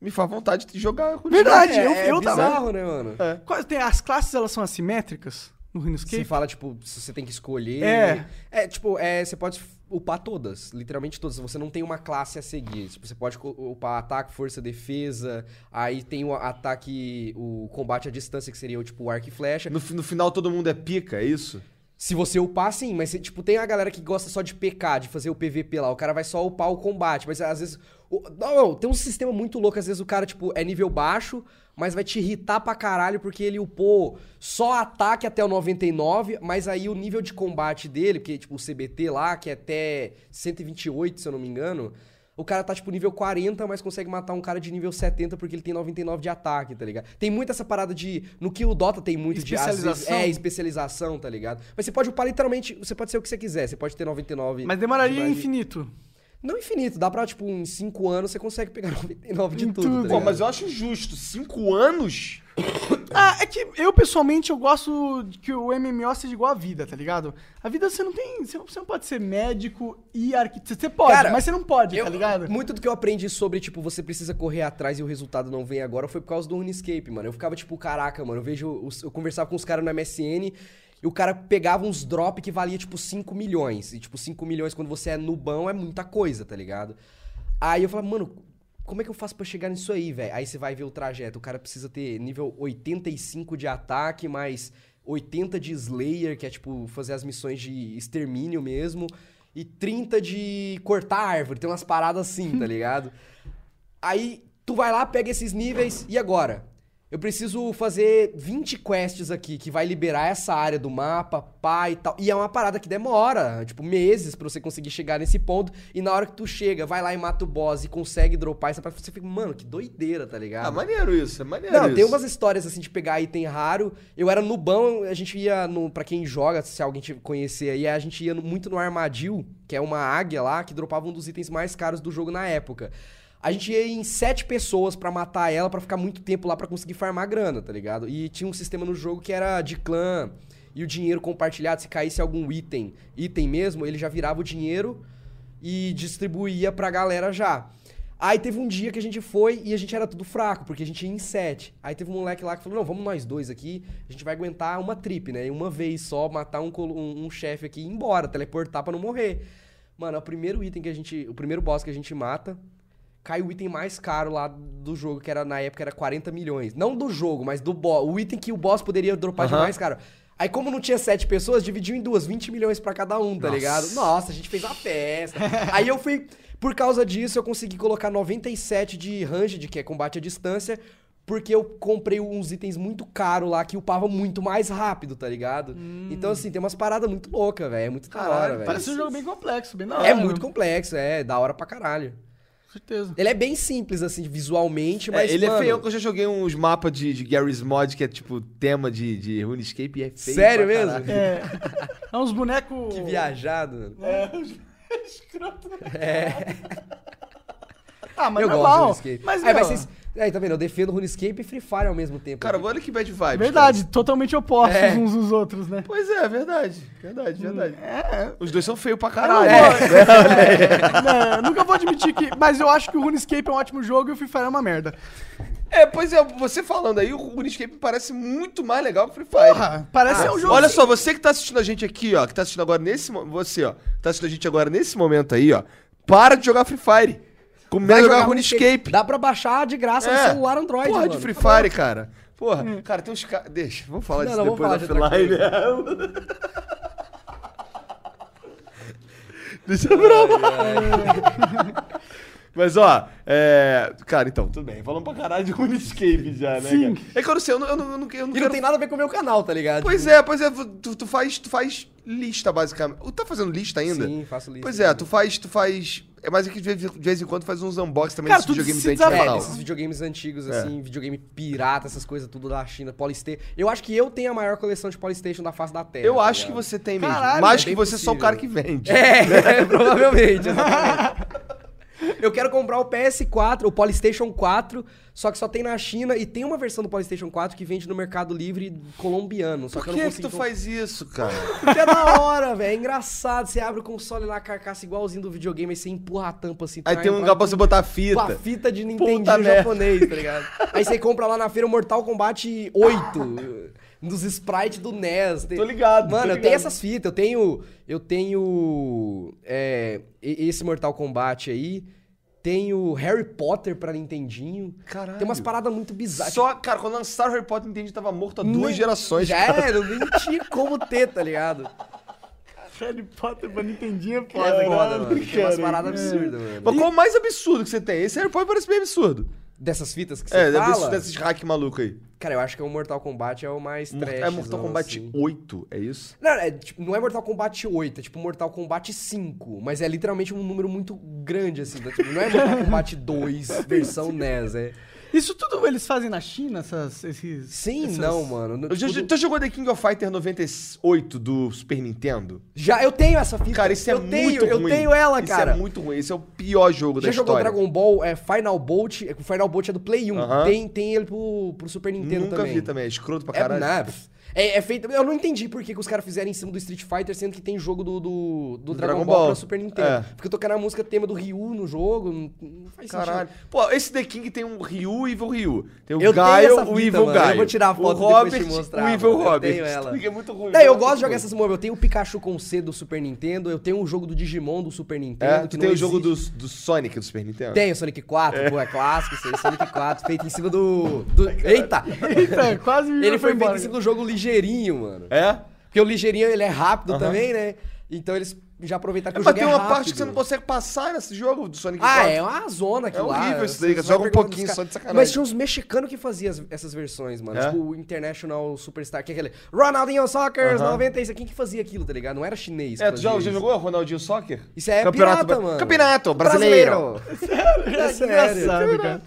Speaker 1: me faz vontade de jogar RuneScape.
Speaker 2: Verdade, eu,
Speaker 3: é,
Speaker 2: eu
Speaker 3: é
Speaker 2: tava...
Speaker 3: bizarro, né, mano?
Speaker 2: Quais- tem- as classes, elas são assimétricas no
Speaker 3: Você
Speaker 2: RuneScape?
Speaker 3: fala, tipo, se você tem que escolher.
Speaker 2: É.
Speaker 3: É, tipo, é, você pode upar todas, literalmente todas. Você não tem uma classe a seguir. Tipo, você pode co- upar ataque, força, defesa. Aí tem o ataque, o combate à distância, que seria o tipo o arco e flecha.
Speaker 1: No, fi- no final todo mundo é pica, é isso?
Speaker 3: Se você upar, sim, mas tipo, tem a galera que gosta só de PK, de fazer o PVP lá. O cara vai só upar o combate, mas às vezes. o- Não, não, tem um sistema muito louco, às vezes o cara, tipo, é nível baixo, mas vai te irritar pra caralho porque ele upou só ataque até o 99, mas aí o nível de combate dele, porque, tipo, o CBT lá, que é até 128, se eu não me engano. O cara tá, tipo, nível 40, mas consegue matar um cara de nível 70 porque ele tem 99 de ataque, tá ligado? Tem muito essa parada de. No que o Dota tem muito de. às vezes,
Speaker 2: Especialização.
Speaker 3: é, especialização, tá ligado? Mas você pode upar literalmente, você pode ser o que você quiser, você pode ter 99.
Speaker 2: Mas demoraria
Speaker 3: de-
Speaker 2: infinito.
Speaker 3: Não infinito, dá pra, tipo, em 5 anos você consegue pegar 99 de
Speaker 2: Em
Speaker 3: tudo,
Speaker 2: tudo. é.
Speaker 3: tá
Speaker 1: Pô,
Speaker 3: ligado?
Speaker 1: mas eu acho justo. Cinco anos?
Speaker 2: Ah, é que eu, pessoalmente, eu gosto de que o MMO seja igual à vida, tá ligado? A vida você não tem... Você você não pode ser médico e arquiteto. Você pode,
Speaker 3: Cara,
Speaker 2: mas você não pode,
Speaker 3: Eu-
Speaker 2: tá ligado?
Speaker 3: Muito do que eu aprendi sobre, tipo, você precisa correr atrás e o resultado não vem agora foi por causa do RuneScape, mano. Eu ficava tipo, caraca, mano, eu vejo. os- Eu conversava com os caras no MSN e o cara pegava uns drop que valia, tipo, 5 milhões. E, tipo, 5 milhões quando você é nubão é muita coisa, tá ligado? Aí eu falava, mano. Como é que eu faço pra chegar nisso aí, velho? Aí você vai ver o trajeto. O cara precisa ter nível 85 de ataque, mais 80 de Slayer, que é tipo fazer as missões de extermínio mesmo e 30 de cortar árvore. Tem umas paradas assim, tá ligado? Aí tu vai lá, pega esses níveis e agora? Eu preciso fazer 20 quests aqui que vai liberar essa área do mapa, pá e tal. E é uma parada que demora, tipo, meses pra você conseguir chegar nesse ponto. E na hora que tu chega, vai lá e mata o boss e consegue dropar essa parada, você fica, mano, que doideira, tá ligado?
Speaker 1: Ah, maneiro isso, é maneiro
Speaker 3: Não,
Speaker 1: isso.
Speaker 3: tem umas histórias assim de pegar item raro. Eu era nubão, a gente ia no. Pra quem joga, se alguém te conhecer aí, a gente ia no- muito no Armadil, que é uma águia lá, que dropava um dos itens mais caros do jogo na época. A gente ia em sete pessoas pra matar ela, pra ficar muito tempo lá pra conseguir farmar grana, tá ligado? E tinha um sistema no jogo que era de clã e o dinheiro compartilhado. Se caísse algum item, item mesmo, ele já virava o dinheiro e distribuía pra galera já. Aí teve um dia que a gente foi e a gente era tudo fraco, porque a gente ia em sete. Aí teve um moleque lá que falou: não, vamos nós dois aqui, a gente vai aguentar uma trip, né? E Uma vez só, matar um, colo- um, um chefe aqui e ir embora, teleportar pra não morrer. Mano, é o primeiro item que a gente. O primeiro boss que a gente mata, cai o item mais caro lá do jogo, que era na época era 40 milhões. Não do jogo, mas do boss. O item que o boss poderia dropar de
Speaker 1: Aham.
Speaker 3: mais caro. Aí, como não tinha sete pessoas, dividiu em duas, 20 milhões pra cada um, tá
Speaker 1: Nossa.
Speaker 3: ligado? Nossa, a gente fez uma festa. Aí eu fui. Por causa disso, eu consegui colocar 97 de ranged, que é combate à distância, porque eu comprei uns itens muito caros lá que upava muito mais rápido, tá ligado? Então, assim, tem umas paradas muito loucas, velho. É muito da hora,
Speaker 1: Caralho,
Speaker 3: velho.
Speaker 2: Parece um jogo bem complexo, bem da hora.
Speaker 3: É muito
Speaker 2: né?
Speaker 3: complexo, é da hora pra caralho.
Speaker 2: Com certeza.
Speaker 3: Ele é bem simples, assim, visualmente,
Speaker 1: É,
Speaker 3: mas.
Speaker 1: ele
Speaker 3: mano,
Speaker 1: é feião, que eu já joguei uns mapas de, de Gary's Mod, que é tipo tema de, de RuneScape e é feio
Speaker 3: Sério
Speaker 1: pra
Speaker 3: mesmo?
Speaker 1: caralho.
Speaker 2: É, é uns bonecos...
Speaker 3: Que viajado, mano.
Speaker 1: né?
Speaker 2: É, escroto.
Speaker 3: É,
Speaker 2: Ah, mas
Speaker 3: eu
Speaker 2: normal.
Speaker 3: gosto do RuneScape.
Speaker 2: Mas, meu,
Speaker 3: Aí, mas vocês- Aí, tá vendo? Eu defendo RuneScape e Free Fire ao mesmo tempo.
Speaker 1: Cara, olha que bad vibes.
Speaker 2: verdade,
Speaker 1: cara.
Speaker 2: totalmente opostos
Speaker 3: É.
Speaker 2: uns dos outros, né?
Speaker 1: Pois é, verdade. Verdade, verdade.
Speaker 2: É,
Speaker 1: Os dois são feios pra
Speaker 2: eu não
Speaker 1: caralho.
Speaker 2: vou-
Speaker 3: né?
Speaker 2: É, não, eu nunca vou admitir que. Mas eu acho que o RuneScape é um ótimo jogo e o Free Fire é uma merda.
Speaker 1: É, pois é, você falando aí, o RuneScape parece muito mais legal que o Free Fire.
Speaker 2: Porra, parece
Speaker 3: é Ah,
Speaker 2: ser um jogo.
Speaker 1: Ah, Olha
Speaker 2: assim-
Speaker 1: só, você que tá assistindo a gente aqui, ó, que tá assistindo agora nesse mo- você, ó, que tá assistindo a gente agora nesse momento aí, ó, para de jogar Free Fire. Começa a jogar RuneScape.
Speaker 3: Dá pra baixar de graça
Speaker 1: É.
Speaker 3: no celular Android,
Speaker 1: Porra,
Speaker 3: mano.
Speaker 1: de Free Fire, cara. Porra, cara, tem uns caras. Deixa, vamos falar
Speaker 3: Hum. Não,
Speaker 1: disso
Speaker 3: não, vamos
Speaker 1: depois
Speaker 3: falar
Speaker 1: da
Speaker 3: de
Speaker 1: offline. Deixa eu ver. Mas, ó, é... Cara, então, tudo bem. Falamos pra caralho de RuneScape já, né,
Speaker 2: Sim.
Speaker 1: cara? É que eu não sei, eu não, eu não, eu não, eu não
Speaker 3: E
Speaker 1: quero...
Speaker 3: não tem nada a ver com o meu canal, tá ligado?
Speaker 1: Pois é, pois é. Tu, tu faz, tu faz lista, basicamente. Tu tá fazendo lista ainda?
Speaker 3: Sim, faço lista.
Speaker 1: Pois é, tu faz, tu faz... É mais que de vez, de vez em quando faz uns unboxing também
Speaker 2: Cara,
Speaker 1: desses
Speaker 2: tu
Speaker 1: videogames
Speaker 2: se
Speaker 1: aí no
Speaker 2: desaba-
Speaker 3: É,
Speaker 1: canal.
Speaker 3: desses videogames antigos,
Speaker 1: É.
Speaker 3: assim, videogame pirata, essas coisas tudo da China, Polystation. Eu acho que eu tenho a maior coleção de Polystation da face da Terra.
Speaker 1: Eu
Speaker 3: tá
Speaker 1: acho que
Speaker 3: ligado?
Speaker 1: você tem mesmo.
Speaker 2: Caralho,
Speaker 1: mas
Speaker 3: é
Speaker 1: que
Speaker 3: bem
Speaker 1: você é só o
Speaker 3: possível.
Speaker 1: cara que vende.
Speaker 3: É, provavelmente, exatamente. Eu quero comprar o PS4, o Polystation 4, só que só tem na China e tem uma versão do Polystation 4 que vende no Mercado Livre colombiano. Só
Speaker 1: Por
Speaker 3: eu
Speaker 1: que,
Speaker 3: não
Speaker 1: é que
Speaker 3: consegui
Speaker 1: tu
Speaker 3: comprar.
Speaker 1: faz isso, cara?
Speaker 3: Porque é da hora, velho. É engraçado. Você abre o console lá, a carcaça igualzinho do videogame, aí você empurra a tampa assim.
Speaker 1: Aí
Speaker 3: tá?
Speaker 1: tem um lugar pra você botar fita.
Speaker 3: Uma fita de
Speaker 1: Puta
Speaker 3: Nintendo
Speaker 1: merda.
Speaker 3: japonês, tá ligado? Aí você compra lá na feira o Mortal Kombat 8, nos sprites do NES. Tem-
Speaker 1: Tô ligado,
Speaker 3: Mano,
Speaker 1: tô
Speaker 3: eu tenho
Speaker 1: ligado.
Speaker 3: essas fitas, eu tenho. Eu tenho. é, e- esse Mortal Kombat aí. Tenho Harry Potter pra Nintendinho.
Speaker 1: Caralho.
Speaker 3: Tem umas paradas muito bizarras.
Speaker 1: Só, cara, quando lançaram Harry Potter, entendi tava morto há duas
Speaker 3: Não-
Speaker 1: gerações.
Speaker 3: Já era, não tinha como ter, tá ligado?
Speaker 2: Harry Potter pra Nintendinho é
Speaker 3: É
Speaker 2: né?
Speaker 3: foda, mano. Tem umas paradas absurdas, mano.
Speaker 1: Mas qual o mais absurdo que você tem? Esse Harry Potter parece bem absurdo.
Speaker 3: Dessas fitas que você
Speaker 1: é, deve
Speaker 3: fala...
Speaker 1: ser desses hack maluco aí.
Speaker 3: Cara, eu acho que o Mortal Kombat é o mais
Speaker 1: Mor-
Speaker 3: trash. assim.
Speaker 1: é Mortal Kombat 8, é isso?
Speaker 3: Não, é, tipo, não é Mortal Kombat 8, é tipo Mortal Kombat 5, mas é literalmente um número muito grande, assim. tá? Tipo, não é Mortal Kombat 2, versão NES, é.
Speaker 2: Isso tudo eles fazem na China, essas, esses...
Speaker 3: Sim,
Speaker 2: essas-
Speaker 3: não, mano. No-
Speaker 1: Eu já-
Speaker 3: tipo,
Speaker 1: já-
Speaker 3: do-
Speaker 1: Tu jogou The King of Fighter 98 do Super Nintendo?
Speaker 3: já, eu tenho essa fita.
Speaker 1: Cara, isso é
Speaker 3: Então, eu
Speaker 1: muito
Speaker 3: tenho,
Speaker 1: ruim.
Speaker 3: Eu tenho ela,
Speaker 1: Isso
Speaker 3: cara.
Speaker 1: é muito ruim. Esse é o pior jogo
Speaker 3: já
Speaker 1: da
Speaker 3: jogou
Speaker 1: história.
Speaker 3: Dragon Ball, é, Final Bolt, é, o Final Bolt é do Play 1.
Speaker 1: Aham.
Speaker 3: Tem, tem ele pro, pro Super Nintendo
Speaker 1: Nunca
Speaker 3: também.
Speaker 1: vi também, é escroto pra
Speaker 3: É,
Speaker 1: caralho.
Speaker 3: nada. é, é feito. Eu não entendi por que, que os caras fizeram em cima do Street Fighter, sendo que tem jogo do, do, do Dragon,
Speaker 1: Dragon
Speaker 3: Ball,
Speaker 1: Ball.
Speaker 3: pra Super Nintendo.
Speaker 1: É.
Speaker 3: Porque tocando a música tema do Ryu no jogo, não, não faz
Speaker 1: Caralho.
Speaker 3: sentido.
Speaker 1: Pô, esse The King tem um Ryu e Evil Ryu. Tem o
Speaker 3: Eu tenho
Speaker 1: Gaio,
Speaker 3: essa
Speaker 1: o
Speaker 3: fita,
Speaker 1: Evil
Speaker 3: mano. Eu
Speaker 1: Gaio.
Speaker 3: vou tirar a
Speaker 1: o
Speaker 3: foto
Speaker 1: Robert,
Speaker 3: depois te mostrar,
Speaker 1: O Evil
Speaker 3: mano. Eu
Speaker 1: Robert.
Speaker 3: tenho ela.
Speaker 1: Fica muito ruim.
Speaker 3: Não, eu
Speaker 1: muito
Speaker 3: gosto de
Speaker 1: ruim.
Speaker 3: jogar essas móveis. Eu tenho o Pikachu com C do Super Nintendo, eu tenho o jogo do Digimon do Super Nintendo.
Speaker 1: É,
Speaker 3: que
Speaker 1: tu
Speaker 3: não
Speaker 1: tem o jogo
Speaker 3: existe.
Speaker 1: do, do Sonic do Super Nintendo?
Speaker 3: Tem o Sonic 4, pô, é clássico, isso aí, Sonic 4, feito em cima do. do... Eita!
Speaker 2: Eita, Então, quase me
Speaker 3: Ele foi feito
Speaker 2: embora.
Speaker 3: em cima do jogo ligeirinho, mano.
Speaker 1: É?
Speaker 3: Porque o ligeirinho ele é rápido
Speaker 1: Aham.
Speaker 3: também, né? Então eles já aproveitaram que o
Speaker 1: Mas
Speaker 3: jogo
Speaker 1: tem
Speaker 3: é
Speaker 1: uma
Speaker 3: rápido.
Speaker 1: parte que você não consegue passar nesse jogo do Sonic
Speaker 3: Ah,
Speaker 1: 4.
Speaker 3: é uma zona que
Speaker 1: É
Speaker 3: lá.
Speaker 1: horrível isso daí,
Speaker 3: você
Speaker 1: cara.
Speaker 3: vai
Speaker 1: Joga um
Speaker 3: perguntando
Speaker 1: pouquinho
Speaker 3: pros
Speaker 1: só de
Speaker 3: caras.
Speaker 1: sacanagem.
Speaker 3: Mas tinha uns mexicanos que faziam as- essas versões, mano.
Speaker 1: É?
Speaker 3: Tipo, o International Superstar, que é aquele Ronaldinho Soccer,
Speaker 1: Aham.
Speaker 3: 96. Quem que fazia aquilo, tá ligado? Não era chinês. que
Speaker 1: É, tu já,
Speaker 3: fazia
Speaker 1: já
Speaker 3: isso.
Speaker 1: jogou Ronaldinho Soccer?
Speaker 3: Isso é
Speaker 1: Campeonato
Speaker 3: pirata,
Speaker 1: bra-
Speaker 3: mano.
Speaker 1: Campeonato brasileiro.
Speaker 3: Sério? É sério.
Speaker 2: Engraçado, cara.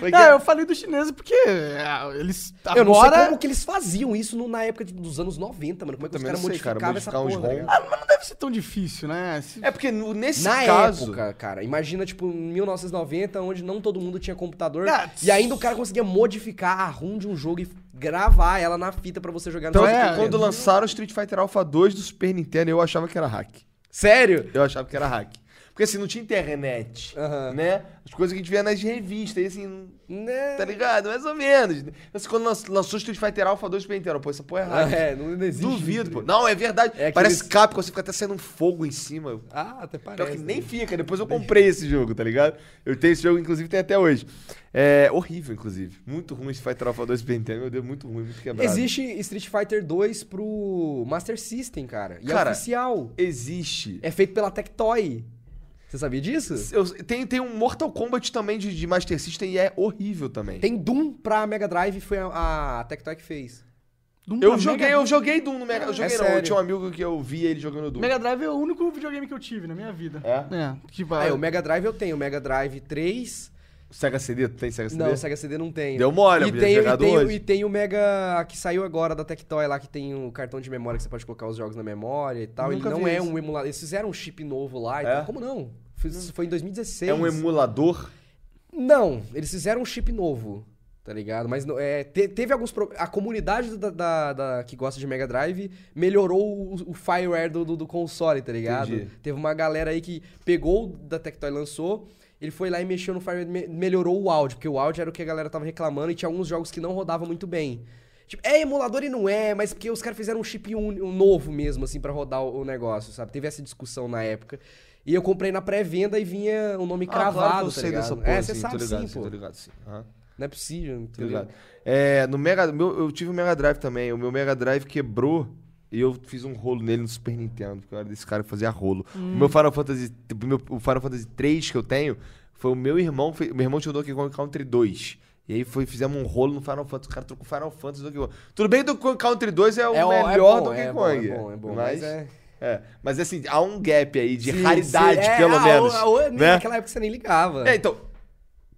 Speaker 1: Foi
Speaker 2: Não,
Speaker 1: que-
Speaker 2: eu falei do chinês porque é, eles agora...
Speaker 3: Eu não sei como que eles faziam isso no- na época tipo, dos anos 90, mano. Como é que os
Speaker 1: Também
Speaker 3: caras
Speaker 1: não sei, cara,
Speaker 3: modificavam essa
Speaker 1: modificar uns
Speaker 3: porra? tá ligado?
Speaker 1: ROM.
Speaker 2: Ah, mas não deve ser tão difícil, né? Se-
Speaker 1: É porque no- nesse
Speaker 3: Na
Speaker 1: caso...
Speaker 3: época, cara, imagina, tipo, em 1990, onde não todo mundo tinha computador.
Speaker 2: Ah,
Speaker 3: e ainda o cara conseguia modificar a ROM de um jogo e gravar ela na fita pra você jogar no
Speaker 1: Então,
Speaker 3: seu
Speaker 2: é,
Speaker 3: computador.
Speaker 1: quando lançaram Street Fighter Alpha 2 do Super Nintendo, eu achava que era hack.
Speaker 3: Sério?
Speaker 1: Eu achava que era hack. Porque assim, não tinha internet,
Speaker 3: Aham.
Speaker 1: né? As coisas que a gente via nas revistas, e, assim,
Speaker 3: Né?
Speaker 1: tá ligado? Mais ou menos. Assim, quando lan- lançou Street Fighter Alpha 2 do Super Nintendo, pô, essa porra é hack.
Speaker 3: É, não não existe.
Speaker 1: Duvido, pô. Não, é verdade.
Speaker 3: É aqueles-
Speaker 1: Parece Capcom, você fica até saindo um fogo em cima. Eu-
Speaker 3: Ah, até parece.
Speaker 1: Pior que nem fica, depois eu comprei esse jogo, tá ligado? Eu tenho esse jogo, inclusive, tem até hoje. É horrível, inclusive. Muito ruim Street Fighter Alpha 2 Super Nintendo, meu Deus, é muito ruim, muito quebrado.
Speaker 3: Existe Street Fighter 2 pro Master System, cara. E
Speaker 1: Cara,
Speaker 3: é oficial.
Speaker 1: Existe.
Speaker 3: É feito pela Tectoy. Você sabia disso?
Speaker 1: Eu- tem, tem um Mortal Kombat também de, de Master System e é horrível também.
Speaker 3: Tem Doom pra Mega Drive, foi a, a Tectoy que fez.
Speaker 2: Doom
Speaker 1: Eu
Speaker 2: pra
Speaker 1: joguei,
Speaker 2: Mega...
Speaker 1: eu joguei Doom no Mega. Eu joguei não, eu
Speaker 3: É sério.
Speaker 1: tinha um amigo que eu via ele jogando Doom.
Speaker 2: Mega Drive é o único videogame que eu tive na minha vida.
Speaker 1: É?
Speaker 2: É, que
Speaker 3: Ah,
Speaker 2: vai...
Speaker 3: é, o Mega Drive eu tenho. O Mega Drive 3.
Speaker 1: Sega CD, tu tem Sega CD?
Speaker 3: Não, Sega CD não tenho.
Speaker 1: Deu mole, eu
Speaker 3: e
Speaker 1: podia
Speaker 3: tem,
Speaker 1: ter
Speaker 3: e,
Speaker 1: jogado
Speaker 3: tem,
Speaker 1: hoje.
Speaker 3: e tem o Mega que saiu agora da Tectoy lá, que tem o cartão de memória que você pode colocar os jogos na memória e tal.
Speaker 1: Nunca
Speaker 3: Ele não
Speaker 1: vi
Speaker 3: é
Speaker 1: isso.
Speaker 3: um emulador. Eles fizeram um chip novo lá e
Speaker 1: É?
Speaker 3: tal. Como não? Foi, isso foi em 2016.
Speaker 1: É um emulador.
Speaker 3: Não, eles fizeram um chip novo, tá ligado? Mas não- é, te- teve alguns pro- A comunidade da, da- da- que gosta de Mega Drive melhorou o, o fireware do, do- do console, tá ligado?
Speaker 1: Entendi.
Speaker 3: Teve uma galera aí que pegou o da Tectoy e lançou. Ele foi lá e mexeu no fireware, me- melhorou o áudio, porque o áudio era o que a galera tava reclamando e tinha alguns jogos que não rodavam muito bem. Tipo, é emulador e não é, mas porque os caras fizeram um chip un- um novo mesmo, assim, pra rodar o, o negócio, sabe? Teve essa discussão na época. E eu comprei na pré-venda e vinha o nome
Speaker 1: Ah, claro
Speaker 3: cravado,
Speaker 1: que eu
Speaker 3: tá
Speaker 1: sei
Speaker 3: ligado?
Speaker 1: dessa porra, sim,
Speaker 3: é, você
Speaker 1: assim, tô
Speaker 3: sabe
Speaker 1: ligado,
Speaker 3: sim,
Speaker 1: Tô
Speaker 3: pô.
Speaker 1: ligado, sim. Aham,
Speaker 3: Não é possível,
Speaker 1: tô
Speaker 3: tá
Speaker 1: ligado.
Speaker 3: ligado?
Speaker 1: É, no Mega... meu- eu tive o Mega Drive também. O meu Mega Drive quebrou e eu fiz um rolo nele no Super
Speaker 3: Hum.
Speaker 1: Nintendo, porque eu era desse cara que fazia rolo. O meu Final Fantasy... O, meu, o Final Fantasy 3 que eu tenho... Foi o meu irmão, fe- meu irmão tinha o Donkey Kong Country 2. E aí foi, fizemos um rolo no Final Fantasy. O cara trocou Final Fantasy e Donkey Kong. Tudo bem, Donkey Kong Country 2 é o
Speaker 3: É o- é
Speaker 1: melhor
Speaker 3: bom,
Speaker 1: Donkey
Speaker 3: é bom,
Speaker 1: Kong.
Speaker 3: é bom, é bom,
Speaker 1: mas,
Speaker 3: mas é-
Speaker 1: é, mas assim, há um gap aí de
Speaker 3: Sim,
Speaker 1: raridade,
Speaker 3: sim. É,
Speaker 1: pelo
Speaker 3: a-
Speaker 1: menos.
Speaker 3: a- a-
Speaker 1: né?
Speaker 3: Naquela época você nem ligava.
Speaker 1: É, então.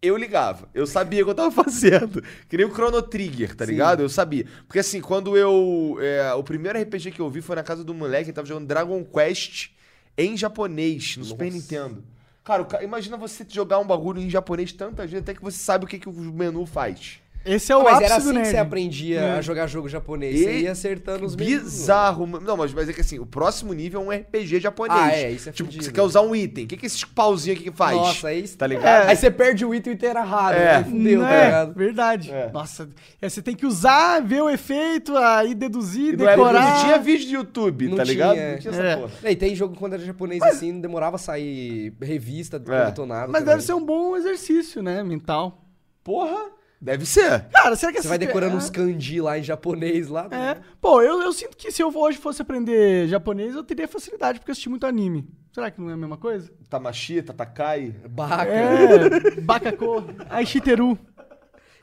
Speaker 1: Eu ligava, eu sabia o que eu tava fazendo. Que nem o Chrono Trigger, tá
Speaker 3: Sim.
Speaker 1: ligado? Eu sabia. Porque assim, quando eu. é, o primeiro RPG que eu vi foi na casa do moleque, ele tava jogando Dragon Quest em japonês, no Super Nintendo. Cara, o ca- imagina você jogar um bagulho em japonês tantas vezes até que você sabe o que, que o menu faz.
Speaker 2: Esse é
Speaker 1: então,
Speaker 2: o
Speaker 3: mas
Speaker 2: ápice
Speaker 3: era assim
Speaker 2: do
Speaker 3: que
Speaker 2: nerd.
Speaker 3: você aprendia
Speaker 2: É.
Speaker 3: a jogar jogo japonês.
Speaker 1: né? E-
Speaker 3: Você ia acertando os menus.
Speaker 1: Bizarro. mano. Não, mas, mas é que assim, o próximo nível é um RPG japonês.
Speaker 3: Ah, é, isso é
Speaker 1: Tipo,
Speaker 3: fudido.
Speaker 1: você quer usar um item. O que, que esses pauzinhos aqui que faz?
Speaker 3: Nossa, aí é.
Speaker 1: Tá ligado?
Speaker 3: Aí você perde o item e o item era raro.
Speaker 1: É.
Speaker 3: aí Fudeu,
Speaker 2: Não
Speaker 3: tá
Speaker 2: é,
Speaker 3: ligado?
Speaker 2: verdade.
Speaker 1: É.
Speaker 2: Nossa, é, você tem que usar, ver o efeito, aí deduzir,
Speaker 1: E
Speaker 3: é
Speaker 1: não, era- não
Speaker 2: decorar.
Speaker 1: tinha vídeo de YouTube,
Speaker 3: Não
Speaker 1: tá ligado?
Speaker 3: tinha.
Speaker 1: Não tinha essa
Speaker 2: É.
Speaker 1: porra.
Speaker 3: E tem jogo quando era japonês assim, não demorava a sair revista tá
Speaker 1: É.
Speaker 3: detonada.
Speaker 2: Mas
Speaker 3: também.
Speaker 2: deve ser um bom exercício, né, mental.
Speaker 1: Porra! Deve ser.
Speaker 2: Cara, será que
Speaker 3: Você vai
Speaker 1: assim,
Speaker 2: essa-
Speaker 3: decorando um
Speaker 2: é,
Speaker 3: uns kanji lá em japonês lá. né?
Speaker 2: É. Pô, eu, eu sinto que se eu hoje fosse aprender japonês, eu teria facilidade, porque eu assisti muito anime. Será que não é a mesma coisa?
Speaker 1: Tamashi, Tatakai.
Speaker 3: Baca.
Speaker 2: É, Bakako, Aishiteru.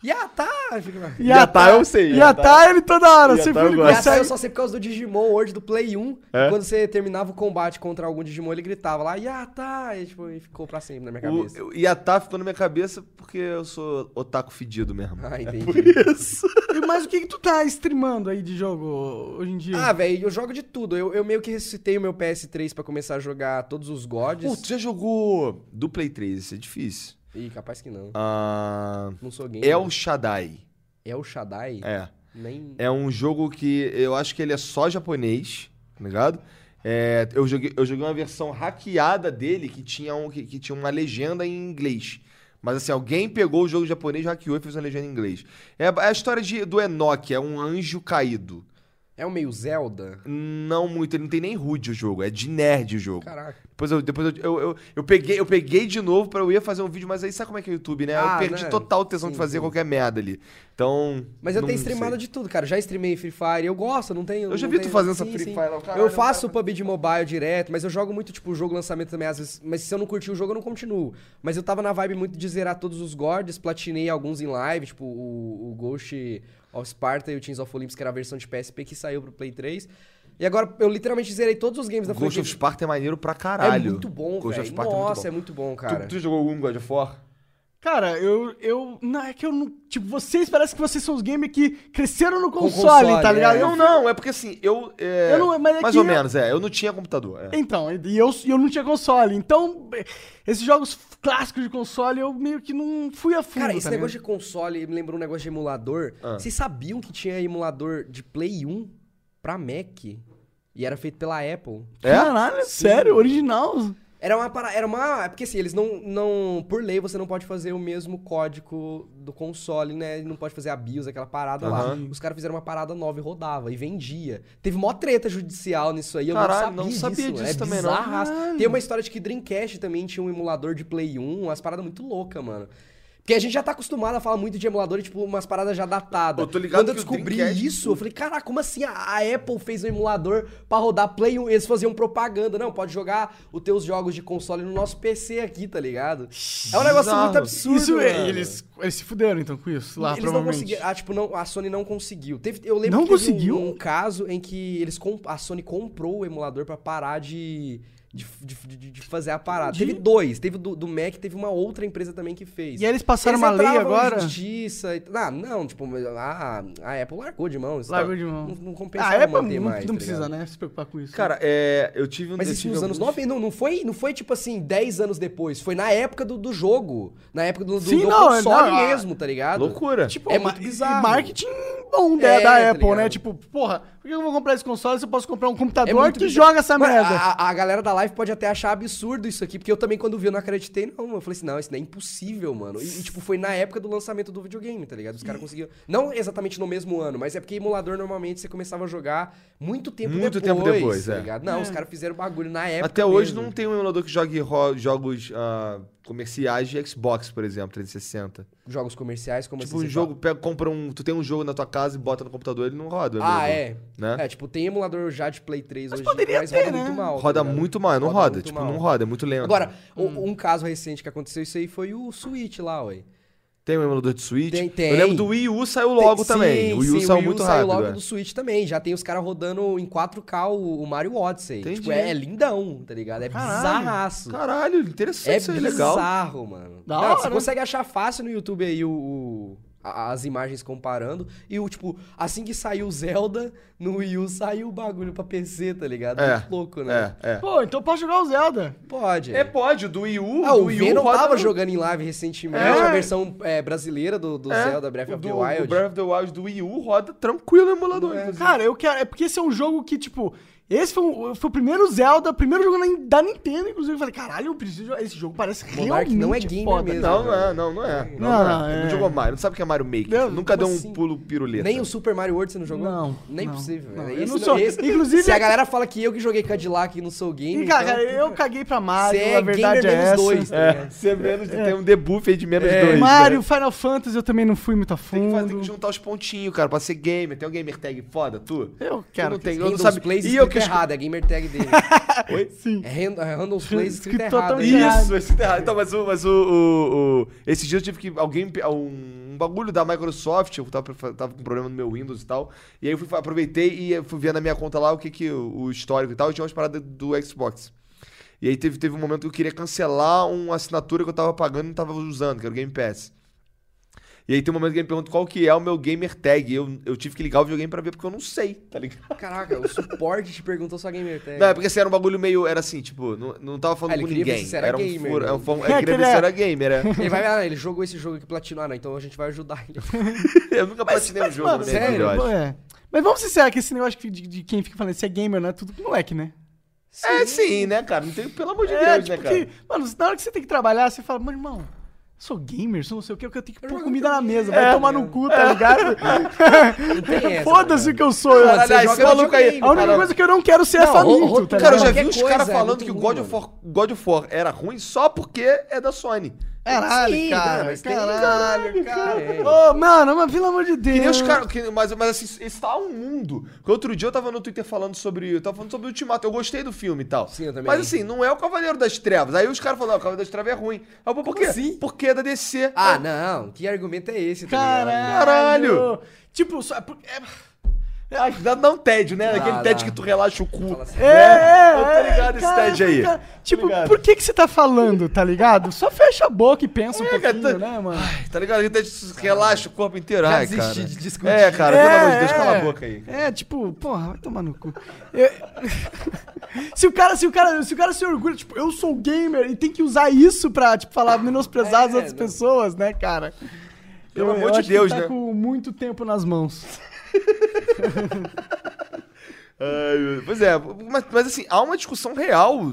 Speaker 3: Yata!
Speaker 1: Yatá eu sei,
Speaker 2: Yatá,
Speaker 1: Yatá.
Speaker 2: ele toda hora,
Speaker 1: Yatá
Speaker 2: sempre
Speaker 1: eu
Speaker 2: ele
Speaker 1: gosto.
Speaker 3: Yata eu
Speaker 2: consegue.
Speaker 3: só sei por causa do Digimon World do Play 1.
Speaker 1: É?
Speaker 3: E quando você terminava o combate contra algum Digimon, ele gritava lá, Yata! E tipo, e ficou pra sempre na minha
Speaker 1: O,
Speaker 3: cabeça.
Speaker 1: o Yatá ficou na minha cabeça porque eu sou otaku fedido mesmo.
Speaker 3: Ah, entendi.
Speaker 2: E- Mas o que que tu tá streamando aí de jogo hoje em dia?
Speaker 3: Ah, velho, eu jogo de tudo. Eu, eu meio que ressuscitei o meu PS3 pra começar a jogar todos os
Speaker 1: Pô,
Speaker 3: gods.
Speaker 1: tu já jogou do Play 3, isso é difícil.
Speaker 3: Ih, capaz que não.
Speaker 1: Ah,
Speaker 3: Não sou gamer.
Speaker 1: El Shaddai.
Speaker 3: El Shaddai?
Speaker 1: É.
Speaker 3: Nem...
Speaker 1: É um jogo que eu acho que ele é só japonês, tá ligado? É, eu, joguei, eu joguei uma versão hackeada dele que tinha, um, que, que tinha uma legenda em inglês. Mas assim, alguém pegou o jogo japonês, hackeou e fez uma legenda em inglês. É, a- é a história de, do Enoch, é um anjo caído.
Speaker 3: É um meio Zelda?
Speaker 1: Não muito, ele não tem nem HUD o jogo, é de nerd o jogo.
Speaker 3: Caraca.
Speaker 1: Depois, eu, depois eu, eu, eu, eu peguei, eu peguei de novo pra eu ir fazer um vídeo, mas aí sabe como é que é o YouTube, né?
Speaker 3: Ah,
Speaker 1: eu perdi
Speaker 3: né?
Speaker 1: total o tesão
Speaker 3: Sim,
Speaker 1: de fazer
Speaker 3: sim.
Speaker 1: qualquer merda ali. Então.
Speaker 3: Mas eu
Speaker 1: não
Speaker 3: tenho
Speaker 1: sei.
Speaker 3: streamado de tudo, cara. Já streamei Free Fire, eu gosto, não tenho.
Speaker 1: Eu já
Speaker 3: não
Speaker 1: vi tu
Speaker 3: tenho-
Speaker 1: fazendo essa
Speaker 3: Sim,
Speaker 1: Free
Speaker 3: sim.
Speaker 1: Fire lá, caralho,
Speaker 3: Eu faço pub de mobile direto, mas eu jogo muito, tipo, jogo lançamento também, às vezes. Mas se eu não curti o jogo, eu não continuo. Mas eu tava na vibe muito de zerar todos os gods, platinei alguns em live, tipo, o, o Ghost of Sparta e o Teams of Olympus, que era a versão de PSP que saiu pro Play 3. E agora eu literalmente zerei todos os games da
Speaker 1: Ghost
Speaker 3: franquia.
Speaker 1: of Sparta é maneiro pra caralho.
Speaker 3: É muito bom,
Speaker 1: Ghost of
Speaker 3: velho.
Speaker 1: Sparta
Speaker 3: Nossa,
Speaker 1: é
Speaker 3: é
Speaker 1: muito
Speaker 3: muito bom,
Speaker 1: bom.
Speaker 3: cara.
Speaker 1: Tu, tu jogou algum God of War?
Speaker 2: Cara, eu, eu. Não, é que eu não. Tipo, vocês parece que vocês são os gamers que cresceram no console,
Speaker 3: console,
Speaker 2: tá ligado?
Speaker 3: é.
Speaker 2: Eu
Speaker 1: Não, não, é porque assim, eu. é,
Speaker 2: Eu não- mas é
Speaker 1: mais
Speaker 2: que
Speaker 1: ou
Speaker 2: eu-
Speaker 1: menos, é. Eu não tinha computador. é.
Speaker 2: Então, e eu, e eu não tinha console. Então, esses jogos clássicos de console, eu meio que não fui a fundo.
Speaker 3: Cara,
Speaker 2: tá
Speaker 3: esse
Speaker 2: ligado?
Speaker 3: negócio de console me lembrou um negócio de emulador.
Speaker 1: Ah.
Speaker 3: Vocês sabiam que tinha emulador de Play 1 pra Mac? E era feito pela Apple.
Speaker 1: É?
Speaker 2: Caralho, sério, original.
Speaker 3: Era uma para... era uma, é porque assim, eles não não por lei você não pode fazer o mesmo código do console, né? Não pode fazer a BIOS, aquela parada lá.
Speaker 1: Aham.
Speaker 3: Os caras fizeram uma parada nova e rodava e vendia. Teve mó treta judicial nisso aí, eu
Speaker 1: Caralho,
Speaker 3: não sabia,
Speaker 1: não sabia
Speaker 3: disso.
Speaker 1: disso
Speaker 3: é
Speaker 1: também, não.
Speaker 3: bizarraço. Tem uma história de que Dreamcast também tinha um emulador de Play 1, umas paradas muito loucas, mano. Porque a gente já tá acostumado a falar muito de emulador e, tipo, umas paradas já datadas.
Speaker 1: Eu tô ligado
Speaker 3: Quando eu
Speaker 1: que o
Speaker 3: descobri
Speaker 1: Dreamcast-
Speaker 3: isso, eu falei, caraca, como assim a, a Apple fez um emulador pra rodar Play 1? Eles faziam propaganda. Não, pode jogar os teus jogos de console no nosso PC aqui, tá ligado? É um negócio
Speaker 1: Bizarro.
Speaker 3: muito absurdo,
Speaker 2: isso,
Speaker 3: mano.
Speaker 2: é, eles, eles se fuderam então com isso lá,
Speaker 3: Eles não
Speaker 2: provavelmente.
Speaker 3: conseguiram. Ah, tipo, não, a Sony não conseguiu. Teve, eu lembro
Speaker 2: Não
Speaker 3: que teve um-
Speaker 2: conseguiu?
Speaker 3: um, caso em que eles comp- a Sony comprou o emulador pra parar de, de, de- de- de fazer a parada.
Speaker 2: Entendi.
Speaker 3: Teve dois. Teve do, do Mac, teve uma outra empresa também que fez.
Speaker 2: E aí eles passaram
Speaker 3: Eles
Speaker 2: uma lei
Speaker 3: entravam em
Speaker 2: agora.
Speaker 3: Justiça e... Ah, não, tipo, a, a Apple largou de mão. isso
Speaker 2: Largou
Speaker 3: tá-
Speaker 2: de mão.
Speaker 3: Não, não compensa
Speaker 2: Ah, é pra
Speaker 3: manter
Speaker 2: não,
Speaker 3: mais.
Speaker 2: não
Speaker 3: tá
Speaker 2: precisa,
Speaker 3: ligado?
Speaker 2: né? Se preocupar com isso.
Speaker 1: Cara, é, eu tive um
Speaker 3: Mas
Speaker 1: eu
Speaker 3: isso
Speaker 1: tive
Speaker 3: nos anos
Speaker 1: alguns-
Speaker 3: 90, não, não, foi, não foi tipo assim, 10 anos depois. Foi na época do, do jogo. Na época do, do,
Speaker 2: Sim,
Speaker 3: do
Speaker 2: não,
Speaker 3: console
Speaker 2: não, ah,
Speaker 3: mesmo, tá ligado?
Speaker 1: Loucura.
Speaker 3: Tipo, é
Speaker 2: ma-
Speaker 3: muito
Speaker 2: e
Speaker 3: bizarro.
Speaker 2: marketing bom da,
Speaker 3: É,
Speaker 2: da
Speaker 3: tá
Speaker 2: Apple, né?
Speaker 3: ligado? É
Speaker 2: Tipo, porra, por que eu vou comprar esse console se eu posso comprar um computador
Speaker 3: muito
Speaker 2: que
Speaker 3: bizarro.
Speaker 2: joga essa
Speaker 3: Mano,
Speaker 2: merda?
Speaker 3: A, a galera da live pode até achar absurdo isso aqui, porque eu também, quando vi, eu não acreditei, não. Eu falei assim, não, isso não é impossível, mano. E, e, tipo, foi na época do lançamento do videogame, tá ligado? Os caras conseguiram. Não exatamente no mesmo ano, mas é porque emulador normalmente você começava a jogar muito tempo
Speaker 1: Muito
Speaker 3: depois.
Speaker 1: tempo depois,
Speaker 3: tá
Speaker 1: é.
Speaker 3: ligado? Não, os caras fizeram bagulho na É época.
Speaker 1: Até hoje
Speaker 3: mesmo.
Speaker 1: não tem um emulador que jogue ro- jogos ah, comerciais de Xbox, por exemplo, 360.
Speaker 3: Jogos comerciais, como
Speaker 1: tipo,
Speaker 3: assim,
Speaker 1: um
Speaker 3: você
Speaker 1: jogo, pega, compra um. Tu tem um jogo na tua casa e bota no computador, ele não roda. o
Speaker 3: fala? Ah,
Speaker 1: emulador.
Speaker 3: é.
Speaker 1: né?
Speaker 3: É, tipo, tem emulador já de Play 3 hoje,
Speaker 2: poderia
Speaker 3: mas
Speaker 2: ter,
Speaker 3: roda
Speaker 2: né?
Speaker 3: muito mal. tá
Speaker 1: roda
Speaker 3: ligado?
Speaker 1: muito mal, não roda,
Speaker 3: muito
Speaker 1: tipo,
Speaker 3: mal.
Speaker 1: não roda, é muito lento.
Speaker 3: Agora, o-
Speaker 2: Hum.
Speaker 3: um caso recente que aconteceu isso aí foi o Switch lá, ué.
Speaker 1: tem um emulador de Switch.
Speaker 3: Tem- tem.
Speaker 1: Eu lembro do Wii U saiu logo
Speaker 3: Tem-
Speaker 1: também.
Speaker 3: sim,
Speaker 1: o Wii U
Speaker 3: sim,
Speaker 1: saiu muito rápido.
Speaker 3: logo
Speaker 1: é.
Speaker 3: do Switch também. Já tem os caras rodando em 4K o, o Mario Odyssey.
Speaker 1: Entendi.
Speaker 3: Tipo, é, é lindão, tá ligado? É
Speaker 2: Caralho.
Speaker 3: bizarraço.
Speaker 1: Caralho, interessante
Speaker 3: É
Speaker 1: isso aí, legal.
Speaker 3: bizarro, mano.
Speaker 2: Da
Speaker 3: Não,
Speaker 2: hora.
Speaker 3: Você consegue achar fácil no YouTube aí o, o- a- as imagens comparando. E o tipo, assim que saiu o Zelda, no Wii U saiu o bagulho pra PC, tá ligado?
Speaker 1: É,
Speaker 3: Muito louco, né?
Speaker 1: É, é.
Speaker 2: Pô, então pode jogar o Zelda.
Speaker 3: Pode.
Speaker 1: É, pode, o do Wii U.
Speaker 3: Ah,
Speaker 1: do
Speaker 3: o
Speaker 1: Wii U
Speaker 3: Venom
Speaker 1: roda
Speaker 3: tava
Speaker 1: no-
Speaker 3: jogando em live recentemente
Speaker 1: É.
Speaker 3: a versão é, brasileira do, do
Speaker 1: É,
Speaker 3: Zelda Breath
Speaker 1: o
Speaker 3: of the
Speaker 1: do-
Speaker 3: Wild.
Speaker 1: O Breath of the Wild do Wii U roda tranquilo o emulador. inclusive.
Speaker 2: Cara, eu quero. É porque esse é um jogo que, tipo. Esse foi, um- foi o primeiro Zelda, o primeiro jogo na- da Nintendo, inclusive. Eu falei, caralho, eu preciso. jogar. Esse jogo parece
Speaker 3: Monark
Speaker 2: realmente
Speaker 3: não é gamer
Speaker 2: foda.
Speaker 3: mesmo.
Speaker 1: Não, não é, não, não é. Não, não,
Speaker 2: Não,
Speaker 1: é.
Speaker 2: é.
Speaker 1: Não jogou Mario, não sabe o que é Mario Maker.
Speaker 2: Não,
Speaker 1: Nunca deu
Speaker 3: como
Speaker 1: um
Speaker 3: assim?
Speaker 1: pulo piruleta. É
Speaker 3: Nem o Super Mario World você não jogou?
Speaker 2: Não,
Speaker 3: Nem
Speaker 2: não,
Speaker 3: possível.
Speaker 2: não.
Speaker 3: velho.
Speaker 2: Eu não sou- inclusive-
Speaker 3: Se a galera fala que eu que joguei Cadillac e não sou game.
Speaker 2: E, cara,
Speaker 3: então-
Speaker 2: cara, eu caguei pra Mario,
Speaker 3: Você é
Speaker 2: a verdade
Speaker 3: gamer
Speaker 2: é
Speaker 3: menos
Speaker 2: essa.
Speaker 3: dois.
Speaker 1: É, você menos, tem um debuff aí de menos
Speaker 3: É.
Speaker 1: dois.
Speaker 2: Mario,
Speaker 1: né?
Speaker 2: Final Fantasy, eu também não fui muito a
Speaker 1: Tem que,
Speaker 2: fundo.
Speaker 1: fazer, tem que juntar os pontinhos, cara, pra ser gamer. Tem um gamer tag foda, tu?
Speaker 2: Eu
Speaker 1: Tu
Speaker 2: quero
Speaker 1: não
Speaker 2: que
Speaker 1: tem, eu não
Speaker 3: Randall's
Speaker 1: sabe.
Speaker 3: Plays
Speaker 1: E eu que
Speaker 3: escrito
Speaker 1: esco-
Speaker 3: errado, é gamer tag dele.
Speaker 1: Oi?
Speaker 2: Sim.
Speaker 3: É Rand- é Randall's Plays escrito
Speaker 2: Escrito
Speaker 3: errado.
Speaker 2: totalmente errado.
Speaker 1: Isso, esse tá errado. Então, mas o. Mas o, o- o- esse dia eu tive que. Alguém. pe- Um, um bagulho da Microsoft, eu tava, tava com problema no meu Windows e tal. E aí eu fui, aproveitei e eu fui ver na minha conta lá o que que. O, o histórico e tal. E tinha umas paradas do Xbox. E aí teve, teve um momento que eu queria cancelar uma assinatura que eu tava pagando e não tava usando, que era o Game Pass. E aí tem um momento que ele me pergunta qual que é o meu gamer tag. E eu, eu tive que ligar o videogame pra ver, porque eu não sei, tá ligado?
Speaker 3: Caraca, o suporte te perguntou sua gamer tag.
Speaker 1: Não, é porque assim, era um bagulho meio. Era assim, tipo, não, não tava falando
Speaker 3: Ah, ele
Speaker 1: com
Speaker 3: queria ver
Speaker 1: ninguém.
Speaker 3: se você era
Speaker 1: era um
Speaker 3: gamer,
Speaker 1: furo.
Speaker 3: né?
Speaker 1: É um fã-
Speaker 2: É,
Speaker 1: é, queria ver
Speaker 2: queria-
Speaker 1: se era gamer, é.
Speaker 3: Ele vai, ah, ele jogou esse jogo aqui platino. Ah, não, então a gente vai ajudar ele.
Speaker 1: Eu nunca platinei um jogo,
Speaker 2: mano,
Speaker 1: né?
Speaker 3: sério?
Speaker 1: eu acho.
Speaker 2: É. Mas vamos ser sérios que esse negócio de, de quem fica falando, se é gamer, né? Tudo com moleque, né?
Speaker 1: É sim, né, cara? Não tem, pelo amor de
Speaker 2: É,
Speaker 1: Deus,
Speaker 2: tipo
Speaker 1: né, cara?
Speaker 2: que, mano, na hora que você tem que trabalhar, você fala, mano, irmão, eu sou gamer, sou não sei o que, eu tenho que
Speaker 3: Eu
Speaker 2: pôr
Speaker 3: jogo
Speaker 2: comida na
Speaker 3: videogame.
Speaker 2: mesa, vai
Speaker 3: É.
Speaker 2: tomar no cu, tá ligado?
Speaker 3: Não tem essa.
Speaker 2: Foda-se o
Speaker 3: cara.
Speaker 2: que eu sou, eu.
Speaker 1: é Caralho,
Speaker 3: você
Speaker 1: esse
Speaker 3: joga
Speaker 1: maluco
Speaker 3: videogame,
Speaker 1: aí-
Speaker 2: A única
Speaker 1: Caralho.
Speaker 2: coisa que eu não quero ser é
Speaker 3: Não,
Speaker 2: faminto,
Speaker 3: ro-
Speaker 2: tá
Speaker 1: Cara, eu já
Speaker 2: ligado?
Speaker 3: Qualquer
Speaker 1: vi os caras
Speaker 3: coisa, é
Speaker 1: falando
Speaker 3: muito
Speaker 1: que o
Speaker 3: ruim,
Speaker 1: God of, War, God of War era ruim só porque é da Sony.
Speaker 2: Caralho,
Speaker 3: Sim,
Speaker 2: cara,
Speaker 3: não, mas tem-
Speaker 2: caralho,
Speaker 3: tem.
Speaker 2: cara. Ô, mano, mas pelo amor de Deus.
Speaker 1: Que nem os caras. que- Mas, mas assim, isso tá um mundo. Porque outro dia eu tava no Twitter falando sobre. Eu tava falando sobre o Ultimato. Eu gostei do filme e tal.
Speaker 3: Sim, eu também.
Speaker 1: Mas assim, não é o Cavaleiro das Trevas. Aí os caras falaram, ah, o Cavaleiro das Trevas é ruim. Aí eu, pô, por quê?
Speaker 3: assim?
Speaker 1: Porque é da DC.
Speaker 3: Ah, não, que argumento é esse? tá ligado?
Speaker 2: Caralho. Tipo, só... é por- é-
Speaker 1: Ah, dá, dá um tédio, né? Aquele
Speaker 3: dá.
Speaker 1: tédio que tu relaxa o cu.
Speaker 3: Fala assim,
Speaker 1: né?
Speaker 2: É, é,
Speaker 1: Eu tô ligado esse
Speaker 2: cara,
Speaker 1: tédio aí.
Speaker 2: cara, tipo,
Speaker 1: ligado.
Speaker 2: por que que você tá falando, tá ligado? Só fecha a boca e pensa um
Speaker 1: É, cara,
Speaker 2: pouquinho,
Speaker 1: tá-
Speaker 2: né, mano?
Speaker 1: Ai, tá ligado? Aquele tédio que tu relaxa o corpo inteiro.
Speaker 3: Já
Speaker 1: Ai,
Speaker 3: desisti
Speaker 1: cara.
Speaker 3: de discutir.
Speaker 1: É, cara, pelo
Speaker 2: É,
Speaker 1: amor de Deus,
Speaker 2: é.
Speaker 1: cala a boca aí.
Speaker 2: É, tipo, porra, vai tomar no cu. Eu- se o cara, se o cara, se o cara se orgulha, tipo, eu sou gamer e tem que usar isso pra, tipo, falar menosprezar as
Speaker 3: É,
Speaker 2: outras
Speaker 3: não.
Speaker 2: pessoas, né, cara?
Speaker 1: Pelo
Speaker 2: Eu-
Speaker 1: amor
Speaker 2: eu
Speaker 1: de
Speaker 2: acho que ele
Speaker 1: Deus,
Speaker 2: tá
Speaker 1: né?
Speaker 2: com muito tempo nas mãos.
Speaker 1: Ai, meu- pois é, mas, mas assim, há uma discussão real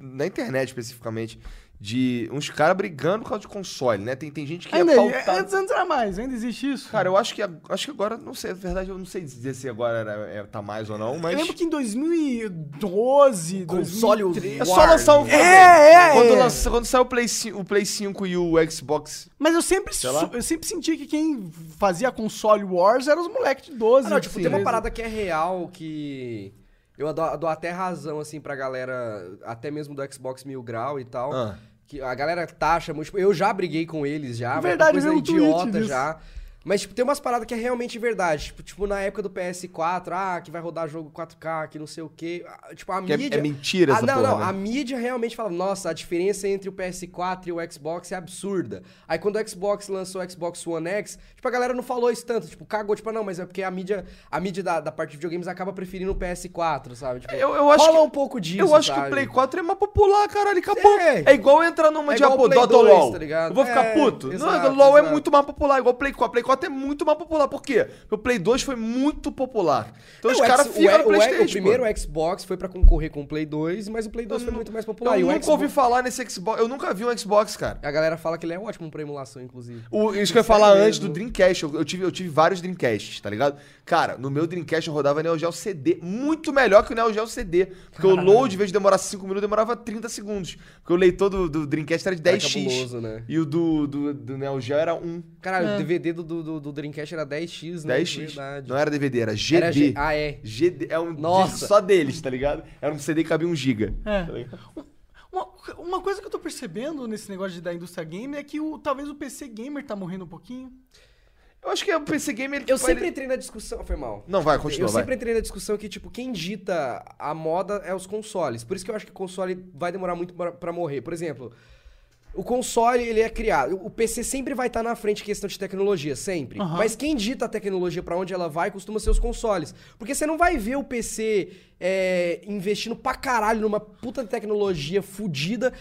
Speaker 1: na internet especificamente de uns caras brigando por causa de console, né? Tem, tem gente que
Speaker 2: Ainda,
Speaker 1: é pautada.
Speaker 2: antes antes era mais, ainda existe isso.
Speaker 1: Cara, eu acho que, a- acho que agora, não sei, na verdade, eu não sei dizer se agora era- é, tá mais ou não, mas.
Speaker 2: Eu lembro que em 2012,
Speaker 3: Console
Speaker 2: 2013...
Speaker 1: É só lançar o.
Speaker 3: É,
Speaker 2: é,
Speaker 1: quando,
Speaker 2: é.
Speaker 1: lança- quando saiu o Play, cin- o Play 5 e o Xbox.
Speaker 2: Mas eu sempre,
Speaker 1: Sei lá.
Speaker 2: su- eu sempre senti que quem fazia console wars eram os moleques de 12.
Speaker 3: Ah, não, tipo, tem uma
Speaker 1: né?
Speaker 2: 13.
Speaker 3: parada que é real, que eu dou, dou até razão, assim, pra galera, até mesmo do Xbox Mil Grau e tal.
Speaker 1: Ah.
Speaker 3: Que a galera taxa muito. Tipo, eu já briguei com eles já. mas é
Speaker 2: Verdade,
Speaker 3: coisa
Speaker 2: eu vi um tweet
Speaker 3: idiota
Speaker 2: disso.
Speaker 3: já. Mas, tipo, tem umas paradas que é realmente verdade. Tipo, tipo, na época do PS4, ah, que vai rodar jogo 4K, que não sei o quê. Ah, Tipo, a
Speaker 1: Que é-
Speaker 3: mídia.
Speaker 1: é mentira essa
Speaker 3: ah, não,
Speaker 1: porra,
Speaker 3: não.
Speaker 1: né?
Speaker 3: A mídia realmente fala, nossa, a diferença entre o PS4 e o Xbox é absurda. Aí quando o Xbox lançou o Xbox One X, tipo, a galera não falou isso tanto. Tipo, cagou, tipo, ah, não, mas é porque a mídia, a mídia da, da parte de videogames acaba preferindo o PS4, sabe? Tipo,
Speaker 1: Eu- eu acho
Speaker 3: rola
Speaker 1: que-
Speaker 3: um pouco disso.
Speaker 1: eu acho que
Speaker 3: sabe?
Speaker 1: o Play 4 é mais popular, caralho, acabou.
Speaker 3: É.
Speaker 1: É, igual entrar numa
Speaker 3: É
Speaker 1: de
Speaker 3: igual
Speaker 1: Apple,
Speaker 3: o Play
Speaker 1: Dota ou
Speaker 3: 2,
Speaker 1: LOL.
Speaker 3: tá ligado?
Speaker 1: eu vou ficar
Speaker 3: É,
Speaker 1: puto.
Speaker 3: exato,
Speaker 1: não, LOL
Speaker 3: exato.
Speaker 1: é muito mais popular, igual o Play 4. O Play 4 é muito mais popular, por quê? Porque o Play 2 foi muito popular. Então
Speaker 3: É,
Speaker 1: os
Speaker 3: o
Speaker 1: caras
Speaker 3: X-
Speaker 1: ficam
Speaker 3: o-
Speaker 1: no
Speaker 3: o-
Speaker 1: Playstation.
Speaker 3: O primeiro é Xbox foi pra concorrer com o Play 2, mas o Play 2 foi muito mais popular. e
Speaker 1: eu
Speaker 3: o
Speaker 1: nunca
Speaker 3: Xbox-
Speaker 1: ouvi falar nesse Xbox, eu nunca vi um Xbox, cara.
Speaker 3: A galera fala que ele é ótimo pra emulação, inclusive.
Speaker 1: O- isso que eu ia
Speaker 3: Sério
Speaker 1: falar
Speaker 3: é mesmo?
Speaker 1: antes do Dreamcast. Eu, eu tive, eu tive vários Dreamcasts, tá ligado? Cara, no meu Dreamcast eu rodava Neo Geo CD muito melhor que o Neo Geo CD. Porque o load, em vez de demorar 5 minutos, demorava 30 segundos. Porque o leitor do, do Dreamcast era de
Speaker 3: Era
Speaker 1: 10x.
Speaker 3: é cabuloso, né?
Speaker 1: E o do, do, do Neo Geo era 1.
Speaker 3: Caralho, o DVD do, do do, do, do Dreamcast era 10x, né?
Speaker 1: 10x.
Speaker 3: Verdade.
Speaker 1: Não era DVD, era GD.
Speaker 3: Era G- Ah, é.
Speaker 1: GD é um disco
Speaker 3: Nossa.
Speaker 1: só deles, tá ligado? Era um CD que cabia um giga.
Speaker 2: É.
Speaker 1: tá ligado?
Speaker 2: Uma, uma coisa que eu tô percebendo nesse negócio de- da indústria gamer é que o, talvez o PC gamer tá morrendo um pouquinho.
Speaker 1: Eu acho que é o PC Game... Ele,
Speaker 3: Eu
Speaker 1: tipo,
Speaker 3: sempre
Speaker 1: ele-
Speaker 3: entrei na discussão. Foi mal.
Speaker 1: Não, vai, continua,
Speaker 3: Eu
Speaker 1: vai.
Speaker 3: sempre entrei na discussão que, tipo, quem dita a moda é os consoles. Por isso que eu acho que o console vai demorar muito pra- pra morrer. Por exemplo, o console, ele é criado. O PC sempre vai estar na frente em questão de tecnologia, sempre.
Speaker 2: Aham.
Speaker 3: Mas quem dita a tecnologia pra onde ela vai costuma ser os consoles. Porque você não vai ver o PC é, investindo pra caralho numa puta tecnologia fodida.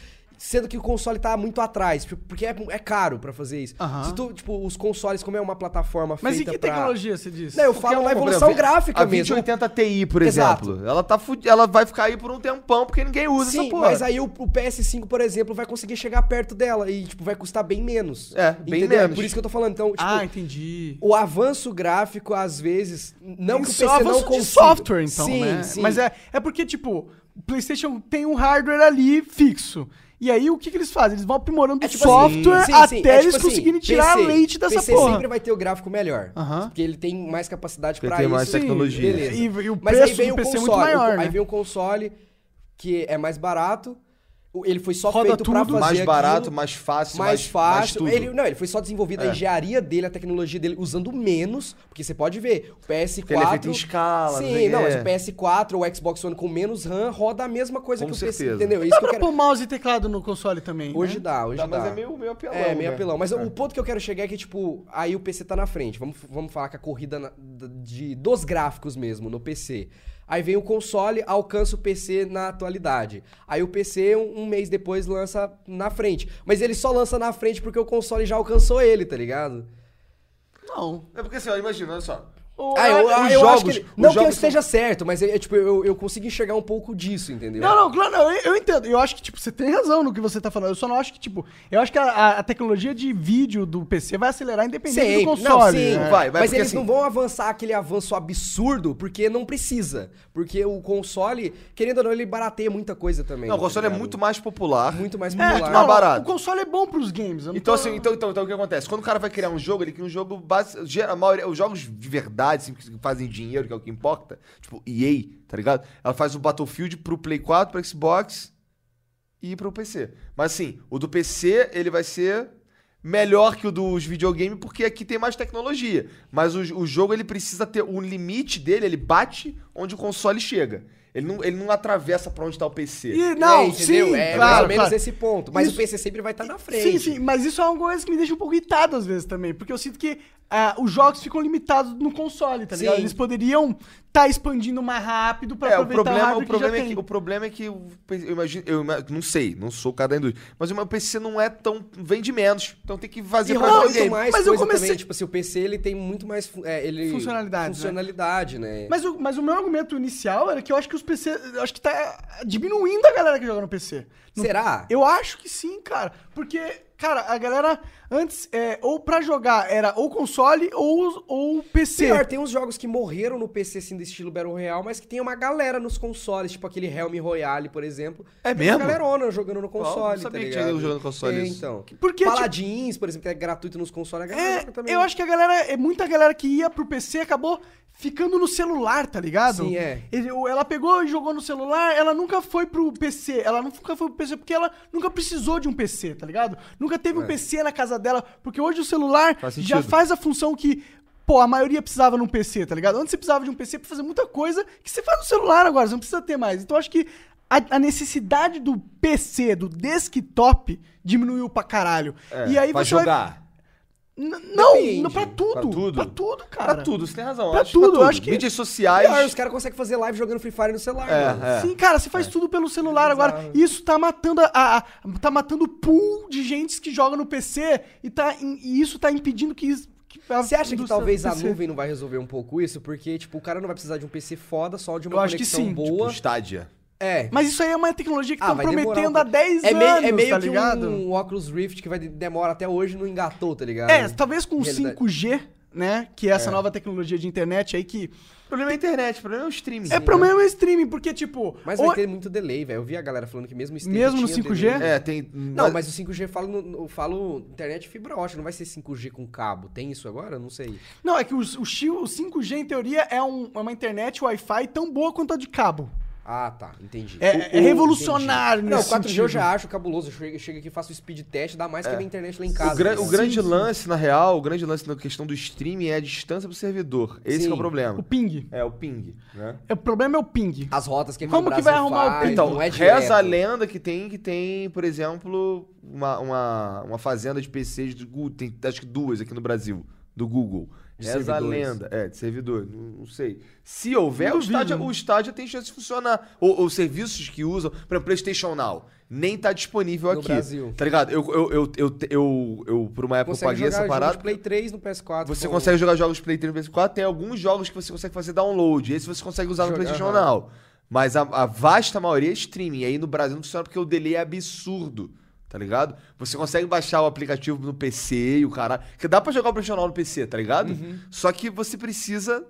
Speaker 3: Sendo que o console tá muito atrás, tipo, porque é, é caro pra fazer isso.
Speaker 2: Aham.
Speaker 3: Se tu, tipo, os consoles, como é uma plataforma
Speaker 2: Mas
Speaker 3: feita
Speaker 2: em que
Speaker 3: pra-
Speaker 2: tecnologia você disse?
Speaker 3: Não, eu
Speaker 1: Porque
Speaker 3: falo
Speaker 1: é
Speaker 3: na
Speaker 1: uma-
Speaker 3: evolução
Speaker 1: por exemplo,
Speaker 3: gráfica
Speaker 1: a
Speaker 3: mesmo.
Speaker 1: 2080 Ti, por
Speaker 3: Exato.
Speaker 1: exemplo. Ela, tá fud... ela vai ficar aí por um tempão, porque ninguém usa
Speaker 3: Sim,
Speaker 1: essa porra.
Speaker 3: mas aí o, o PS5, por exemplo, vai conseguir chegar perto dela e, tipo, vai custar bem menos.
Speaker 1: É, bem
Speaker 3: Entendeu?
Speaker 1: menos.
Speaker 3: Por isso que eu tô falando. Então, tipo,
Speaker 2: ah, entendi.
Speaker 3: o avanço gráfico, às vezes, não
Speaker 2: Tem
Speaker 3: que o
Speaker 2: só
Speaker 3: PC não
Speaker 2: avanço
Speaker 3: consiga.
Speaker 2: de software, então,
Speaker 3: sim,
Speaker 2: né?
Speaker 3: Sim,
Speaker 2: Mas é, é porque, tipo, o PlayStation tem um hardware ali fixo. E aí, o que, que eles fazem? Eles vão aprimorando o
Speaker 3: tipo
Speaker 2: software
Speaker 3: assim, sim, sim,
Speaker 2: até
Speaker 3: é tipo
Speaker 2: eles
Speaker 3: assim,
Speaker 2: conseguirem tirar
Speaker 3: PC,
Speaker 2: leite dessa
Speaker 3: PC
Speaker 2: porra.
Speaker 3: sempre vai ter o gráfico melhor.
Speaker 2: Aham.
Speaker 3: Porque ele tem mais capacidade
Speaker 1: Ele
Speaker 3: pra
Speaker 1: tem
Speaker 3: isso.
Speaker 1: mais tecnologia.
Speaker 3: beleza.
Speaker 2: E, e o
Speaker 3: Mas
Speaker 2: preço
Speaker 3: aí vem
Speaker 2: do
Speaker 3: o
Speaker 2: PC é
Speaker 3: console,
Speaker 2: muito maior,
Speaker 3: o-
Speaker 2: né?
Speaker 3: Aí vem o console que é mais barato. o- Ele foi só
Speaker 2: Roda
Speaker 3: feito pra
Speaker 2: tudo.
Speaker 3: fazer
Speaker 1: mais barato,
Speaker 3: aquilo.
Speaker 1: mais fácil, mais,
Speaker 3: mais fácil.
Speaker 1: mais tudo.
Speaker 3: ele, não, ele foi só desenvolvido
Speaker 1: É.
Speaker 3: a engenharia dele, a tecnologia dele, usando menos, porque você pode ver, o PS4...
Speaker 1: Porque ele é feito em escala, não sei
Speaker 3: Sim,
Speaker 1: o
Speaker 3: não,
Speaker 1: quê.
Speaker 3: mas o PS4 ou o Xbox One com menos RAM roda a mesma coisa
Speaker 1: Com
Speaker 3: que o PC,
Speaker 1: certeza.
Speaker 3: entendeu? É Isso
Speaker 2: Dá
Speaker 3: que eu
Speaker 2: pra
Speaker 3: quero...
Speaker 2: pôr mouse e teclado no console também,
Speaker 3: Hoje
Speaker 2: né?
Speaker 3: dá, hoje
Speaker 1: Tá,
Speaker 3: dá.
Speaker 1: mas é meio, meio apelão.
Speaker 3: É, meio
Speaker 1: né?
Speaker 3: apelão. Mas
Speaker 1: É.
Speaker 3: o ponto que eu quero chegar é que, tipo, aí o PC tá na frente. Vamos, vamos falar que a corrida na- de, dos gráficos mesmo, no PC. Aí vem o console, alcança o PC na atualidade. Aí o PC, um, um mês depois, lança na frente. Mas ele só lança na frente porque o console já alcançou ele, tá ligado?
Speaker 2: Não.
Speaker 1: É porque assim, ó, imagina, olha só.
Speaker 2: O-
Speaker 3: Ah, eu,
Speaker 1: os
Speaker 3: ah, eu acho que
Speaker 1: jogos-
Speaker 3: ele-
Speaker 1: os
Speaker 3: Não que eu
Speaker 1: jogos
Speaker 3: esteja certo, mas eu, tipo, eu, eu consigo enxergar um pouco disso, entendeu?
Speaker 2: Não, não, claro, não, eu, eu entendo. Eu acho que, tipo, você tem razão no que você tá falando. Eu só não acho que, tipo, eu acho que a- a, a tecnologia de vídeo do PC vai acelerar independente
Speaker 3: Sempre.
Speaker 2: do
Speaker 3: Não,
Speaker 2: console.
Speaker 3: sim,
Speaker 2: né?
Speaker 1: Vai, vai,
Speaker 3: É. mas
Speaker 1: porque
Speaker 3: eles
Speaker 1: assim-
Speaker 3: não vão avançar aquele avanço absurdo, porque não precisa. Porque o console, querendo ou não, ele barateia muita coisa também.
Speaker 1: Não, o
Speaker 3: tá
Speaker 1: console é
Speaker 3: ligado?
Speaker 1: muito mais popular.
Speaker 3: Muito mais
Speaker 2: É,
Speaker 1: muito
Speaker 2: não,
Speaker 1: mais
Speaker 2: não,
Speaker 3: popular.
Speaker 1: barato.
Speaker 2: O console é bom pros games. eu não
Speaker 1: Então,
Speaker 2: tô-
Speaker 1: assim, então, então, então, o que acontece? Quando o cara vai criar um jogo, ele cria um jogo base. Gera, a maioria, os jogos de verdade, assim, que fazem dinheiro, que é o que importa, tipo EA, tá ligado? Ela faz o Battlefield pro Play 4, pro Xbox e pro PC. Mas assim, o do PC, ele vai ser melhor que o dos videogame, porque aqui tem mais tecnologia. Mas o, o jogo, ele precisa ter o limite dele, ele bate onde o console chega. Ele não, ele não atravessa pra onde tá o PC.
Speaker 2: E, tipo, não,
Speaker 3: é, entendeu?
Speaker 2: sim,
Speaker 3: é mais
Speaker 2: claro,
Speaker 3: ou menos
Speaker 2: claro.
Speaker 3: esse ponto. Mas
Speaker 2: Isso-
Speaker 3: o PC sempre vai estar na frente.
Speaker 2: Sim, sim, mas isso é uma coisa que me deixa um pouco irritado às vezes também, porque eu sinto que ah, os jogos ficam limitados no console, tá
Speaker 3: Sim.
Speaker 2: ligado? Eles poderiam estar expandindo mais rápido pra
Speaker 1: É, o
Speaker 2: aproveitar
Speaker 1: problema,
Speaker 2: hardware
Speaker 1: o problema
Speaker 2: já
Speaker 1: é que
Speaker 2: tem.
Speaker 1: o problema é que o PC eu imagino, eu ima- não sei, não sou o cara da indústria, mas o meu PC não é tão vende menos, então tem que fazer
Speaker 3: E
Speaker 1: pra
Speaker 3: rola
Speaker 1: vender.
Speaker 3: muito é mais
Speaker 2: Mas eu
Speaker 3: coisa
Speaker 2: comecei-
Speaker 3: também. Tipo assim, o PC ele tem muito mais. fu- É, ele...
Speaker 2: Funcionalidades, né?
Speaker 3: Funcionalidade, né?
Speaker 2: Mas o, mas o meu argumento inicial era que eu acho que os PC. Eu acho que tá diminuindo a galera que joga no PC. Não-
Speaker 3: Será?
Speaker 2: Eu acho que sim, cara. Porque, cara, a galera antes, é, ou pra jogar era ou console ou, ou PC.
Speaker 3: Pior, tem uns jogos que morreram no PC, assim, do estilo Battle Royale, mas que tem uma galera nos consoles, tipo aquele Helm Royale, por exemplo.
Speaker 1: É
Speaker 3: Tem
Speaker 1: mesmo?
Speaker 3: Uma galerona jogando no
Speaker 1: não
Speaker 3: console,
Speaker 1: sabia
Speaker 3: tá
Speaker 1: que tinha
Speaker 3: ligado?
Speaker 1: nego jogando console
Speaker 3: É,
Speaker 1: isso.
Speaker 3: então.
Speaker 2: Porque, tipo-
Speaker 3: Paladins, por exemplo, que é gratuito nos consoles, a galera
Speaker 2: É,
Speaker 3: joga também.
Speaker 2: eu acho que a galera, é muita galera que ia pro PC acabou ficando no celular, tá ligado?
Speaker 3: Sim, é.
Speaker 2: Ele- Ela pegou e jogou no celular, ela nunca foi pro PC, ela nunca foi pro PC porque ela nunca precisou de um PC, tá ligado? Nunca teve
Speaker 3: É.
Speaker 2: um PC na casa dela, porque hoje o celular
Speaker 1: Faz sentido.
Speaker 2: já faz a função que Pô, a maioria precisava num PC, tá ligado? Antes você precisava de um PC pra fazer muita coisa que você faz no celular agora, você não precisa ter mais. Então eu acho que a, a necessidade do PC, do desktop, diminuiu pra caralho.
Speaker 3: É,
Speaker 2: então. e aí
Speaker 1: É, pra
Speaker 2: você vai-
Speaker 1: jogar.
Speaker 2: N- Não,
Speaker 3: Depende.
Speaker 2: não, pra tudo. Pra
Speaker 1: Pra
Speaker 2: tudo,
Speaker 1: tudo?
Speaker 2: cara.
Speaker 1: Pra tudo, você tem razão.
Speaker 2: Pra
Speaker 1: acho, pra
Speaker 2: tudo, eu acho que-
Speaker 1: mídias
Speaker 3: Pior, os
Speaker 1: sociais. tipo,
Speaker 3: caras conseguem fazer live jogando Free Fire no celular,
Speaker 1: É,
Speaker 3: mano.
Speaker 1: é.
Speaker 2: Sim, cara, você faz tudo pelo celular agora.
Speaker 3: Bizarro.
Speaker 2: Isso tá matando a, a- tá matando o pool de gente que joga no PC e tá em- e isso tá impedindo que, is- que a
Speaker 3: Você acha que
Speaker 2: indústria
Speaker 3: talvez
Speaker 2: Tá do
Speaker 3: a
Speaker 2: PC
Speaker 3: nuvem não vai resolver um pouco isso? Porque, tipo, o cara não vai precisar de um PC foda, só de uma
Speaker 2: Eu acho que
Speaker 3: conexão
Speaker 2: sim, tipo,
Speaker 3: boa.
Speaker 1: Estádia.
Speaker 3: É.
Speaker 2: Mas isso aí é uma tecnologia que
Speaker 3: Ah,
Speaker 2: estão
Speaker 3: vai demorar
Speaker 2: prometendo
Speaker 3: um
Speaker 2: há
Speaker 3: pouco.
Speaker 2: 10
Speaker 3: é meio,
Speaker 2: anos,
Speaker 3: é meio
Speaker 2: tá
Speaker 3: que
Speaker 2: ligado?
Speaker 3: um Oculus Rift que vai de- demora até hoje não engatou, tá ligado?
Speaker 2: É, talvez com o
Speaker 3: Realidade.
Speaker 2: 5G né? Que é essa nova tecnologia de internet aí que.
Speaker 1: O problema é a internet, o problema é o streaming.
Speaker 2: é problema é streaming, porque, tipo.
Speaker 3: né? Mas
Speaker 2: ou-
Speaker 3: vai ter muito delay, velho. Eu vi a galera falando que mesmo o streaming
Speaker 2: Mesmo no
Speaker 3: tinha
Speaker 2: 5G?
Speaker 3: delay.
Speaker 1: É, tem.
Speaker 3: né? Não, mas o 5G falo, no- no- falo internet fibra ótica, não vai ser 5G com cabo. Tem isso agora? Eu Não sei.
Speaker 2: Não, é que o, o, chi- o 5G, em teoria, é, um- é uma internet Wi-Fi tão boa quanto a de cabo.
Speaker 3: Ah, tá. Entendi.
Speaker 2: É, é
Speaker 3: O- o-
Speaker 2: revolucionário
Speaker 3: entendi. Não,
Speaker 2: nesse
Speaker 3: 4G eu
Speaker 2: sentido.
Speaker 1: é
Speaker 3: já acho cabuloso. Eu chego, chego aqui, faço speed test, dá mais que a minha internet lá em casa. né?
Speaker 1: O, gran- o
Speaker 3: Sim.
Speaker 1: grande lance, na real, o grande lance na questão do streaming é a distância pro servidor. Esse
Speaker 3: Sim.
Speaker 1: que é o
Speaker 2: O
Speaker 1: problema.
Speaker 2: ping.
Speaker 1: É, o ping, né?
Speaker 2: É, O problema é o ping.
Speaker 3: As rotas que
Speaker 2: Como
Speaker 3: o
Speaker 2: que vai
Speaker 3: Brasil
Speaker 2: arrumar o
Speaker 3: faz,
Speaker 2: Ai,
Speaker 1: então,
Speaker 3: não é
Speaker 1: reza a
Speaker 3: direto.
Speaker 1: lenda que tem, que tem, por exemplo, uma, uma, uma fazenda de PCs do Google, tem acho que duas aqui no Brasil, do Google.
Speaker 3: De
Speaker 1: reza a
Speaker 3: servidores.
Speaker 1: lenda, é, de servidor, não, não sei. Se houver,
Speaker 2: Não
Speaker 1: o estádio,
Speaker 2: duvido.
Speaker 1: o estádio tem chance de funcionar. Ou, ou serviços que usam, por exemplo, PlayStation Now, nem tá disponível
Speaker 3: No
Speaker 1: aqui.
Speaker 3: Brasil.
Speaker 1: Tá ligado? Eu, eu, eu, eu, eu, eu- por uma época, eu
Speaker 3: Consegue
Speaker 1: paguei
Speaker 3: jogar
Speaker 1: essa
Speaker 3: jogo
Speaker 1: parada.
Speaker 3: de Play 3 no PS4.
Speaker 1: Você
Speaker 3: com-
Speaker 1: consegue jogar jogos Play 3 no PS4, tem alguns jogos que você consegue fazer download, esse você consegue usar no
Speaker 3: Jogar,
Speaker 1: PlayStation
Speaker 3: aham.
Speaker 1: Now. Mas a, a vasta maioria é streaming, e aí no Brasil não funciona porque o delay é absurdo, tá ligado? Você consegue baixar o aplicativo no PC e o caralho, que dá pra jogar o PlayStation Now no PC, tá ligado?
Speaker 2: Uhum.
Speaker 1: Só que você precisa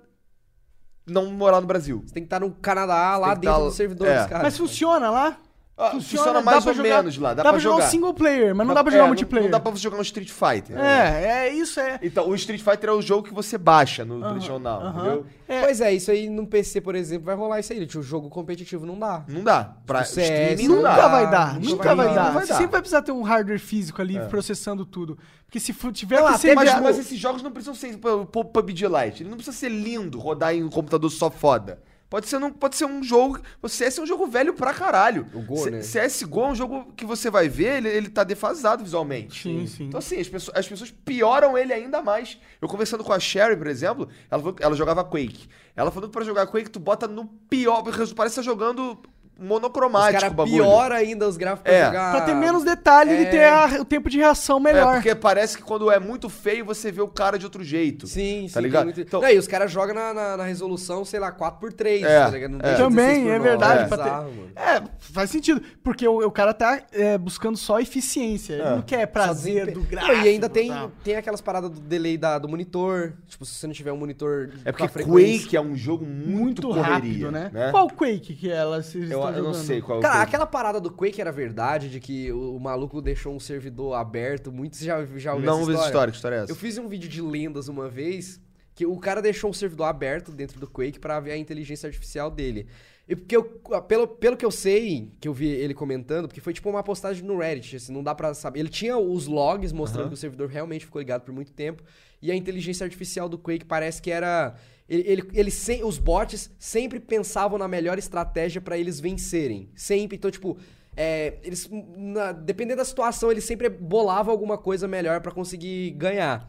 Speaker 1: não morar no Brasil.
Speaker 3: Você tem que estar no Canadá, lá
Speaker 1: Tem que
Speaker 3: dentro
Speaker 1: tá-
Speaker 3: do servidor
Speaker 1: é.
Speaker 3: dos caras.
Speaker 2: Mas funciona lá?
Speaker 1: Ah,
Speaker 2: Funciona,
Speaker 1: funciona
Speaker 2: dá
Speaker 1: mais
Speaker 2: pra
Speaker 1: ou
Speaker 2: jogar-
Speaker 1: menos lá, dá,
Speaker 2: Dá, pra jogar um single player, mas não dá pra jogar
Speaker 1: é,
Speaker 2: multiplayer.
Speaker 1: Não, dá pra você jogar um Street Fighter.
Speaker 2: É, é isso, é.
Speaker 1: Então, o Street Fighter é o jogo que você baixa no PlayStation Now,
Speaker 2: aham.
Speaker 1: entendeu?
Speaker 3: Pois é, isso aí num PC, por exemplo, vai rolar isso aí. O jogo competitivo não dá.
Speaker 1: Não dá. Pra
Speaker 3: O CS
Speaker 1: streaming não
Speaker 2: Nunca
Speaker 3: né?
Speaker 1: dá.
Speaker 2: vai dar,
Speaker 3: nunca
Speaker 2: nunca
Speaker 3: vai
Speaker 2: vai
Speaker 3: dar.
Speaker 2: dar.
Speaker 1: Não vai
Speaker 2: Você
Speaker 1: dar. É.
Speaker 2: sempre vai precisar ter um hardware físico ali processando tudo. Porque se for- tiver
Speaker 3: Não,
Speaker 2: que
Speaker 3: até
Speaker 2: ser
Speaker 1: Mas,
Speaker 2: via-
Speaker 1: mas esses jogos não precisam ser pô, pô, PUBG Lite. Ele não precisa ser lindo, rodar em um computador só foda. Pode ser, não, pode ser um jogo. O CS é um jogo velho pra caralho.
Speaker 3: O Go, né?
Speaker 1: CSGO é um jogo que você vai ver, ele, ele tá defasado visualmente.
Speaker 2: Sim, sim.
Speaker 1: Então, assim, as pessoas, as pessoas pioram ele ainda mais. Eu conversando com a Sherry, por exemplo, ela, falou que- ela jogava Quake. Ela falou que pra jogar Quake, tu bota no pior. Parece que tá jogando
Speaker 3: Os
Speaker 1: monocromático o
Speaker 3: caras
Speaker 1: bagulho.
Speaker 3: piora ainda os gráficos pra
Speaker 1: É.
Speaker 3: jogar.
Speaker 2: Pra ter menos detalhe e
Speaker 3: É.
Speaker 2: ter a- o tempo de reação melhor.
Speaker 1: É, porque parece que quando é muito feio, você vê o cara de outro jeito.
Speaker 3: Sim,
Speaker 1: Tá
Speaker 3: sim. tem
Speaker 1: ligado?
Speaker 3: muito-
Speaker 1: Então-
Speaker 3: Não, e os caras jogam na, na- na resolução, sei lá, 4x3,
Speaker 1: É,
Speaker 3: tá ligado? Não
Speaker 1: é.
Speaker 3: deixa de ser
Speaker 2: Também,
Speaker 3: 6x9,
Speaker 2: é verdade,
Speaker 3: É
Speaker 2: pra ter-
Speaker 3: bizarro, mano.
Speaker 2: É, faz sentido. Porque o, o cara tá é, buscando só eficiência.
Speaker 1: É.
Speaker 2: Ele não quer prazer
Speaker 3: Sozinho-
Speaker 2: do gráfico.
Speaker 3: Não, E ainda tem,
Speaker 2: tá?
Speaker 3: tem aquelas paradas do delay da- do monitor. Tipo, se você não tiver um monitor
Speaker 1: É
Speaker 3: com a
Speaker 1: porque
Speaker 3: frequência.
Speaker 1: Quake é um jogo muito,
Speaker 2: Muito
Speaker 1: correria,
Speaker 2: rápido, né? Qual Quake que ela se
Speaker 1: Eu, eu não sei qual é o
Speaker 3: Cara,
Speaker 1: Quake.
Speaker 3: aquela parada do Quake era verdade, de que o, o maluco deixou um servidor aberto. Muitos já, já ouviram
Speaker 1: Não
Speaker 3: essa
Speaker 1: vi essa
Speaker 3: história.
Speaker 1: história, que história é essa?
Speaker 3: Eu fiz um vídeo de lendas uma vez que o cara deixou um servidor aberto dentro do Quake pra ver a inteligência artificial dele. E porque eu, ah, pelo, pelo que eu sei, que eu vi ele comentando, porque foi tipo uma postagem no Reddit, assim, não dá pra saber. Ele tinha os logs mostrando que o servidor realmente ficou ligado por muito tempo. E a inteligência artificial do Quake parece que era. Ele, ele, ele sem, os bots sempre pensavam na melhor estratégia pra eles vencerem. Sempre. Então, tipo, é, eles, na- dependendo da situação, ele sempre bolava alguma coisa melhor pra conseguir ganhar.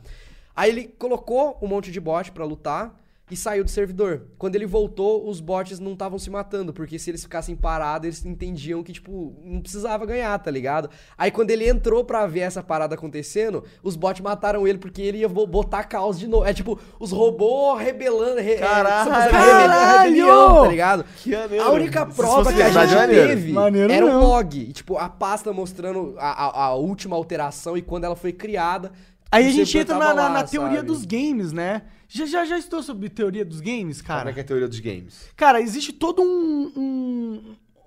Speaker 3: Aí ele colocou um monte de bot pra lutar e saiu do servidor. Quando ele voltou, os bots não estavam se matando, porque se eles ficassem parados, eles entendiam que, tipo, não precisava ganhar, tá ligado? Aí quando ele entrou pra ver essa parada acontecendo, os bots mataram ele porque ele ia vo- botar caos de novo. É tipo, os robôs rebelando. Re
Speaker 1: Caralho!
Speaker 3: é, fazendo rebelião-
Speaker 2: Caralho!
Speaker 3: rebelião, tá ligado?
Speaker 1: Que maneiro.
Speaker 3: A única
Speaker 1: Se
Speaker 3: prova
Speaker 1: fosse
Speaker 3: que a
Speaker 1: verdade,
Speaker 3: gente
Speaker 1: maneiro.
Speaker 3: teve
Speaker 2: Maneiro
Speaker 3: era
Speaker 2: não.
Speaker 3: um log. E, tipo, a pasta mostrando a, a- a última alteração e quando ela foi criada.
Speaker 2: Aí a
Speaker 3: o
Speaker 2: gente
Speaker 3: servidor
Speaker 2: entra
Speaker 3: tava
Speaker 2: na, na-
Speaker 3: lá,
Speaker 2: na teoria
Speaker 3: sabe?
Speaker 2: dos games, né? Já, já, já estudou sobre teoria dos games,
Speaker 1: Como
Speaker 2: cara?
Speaker 1: é que é a teoria dos games?
Speaker 2: Cara, existe todo um, um-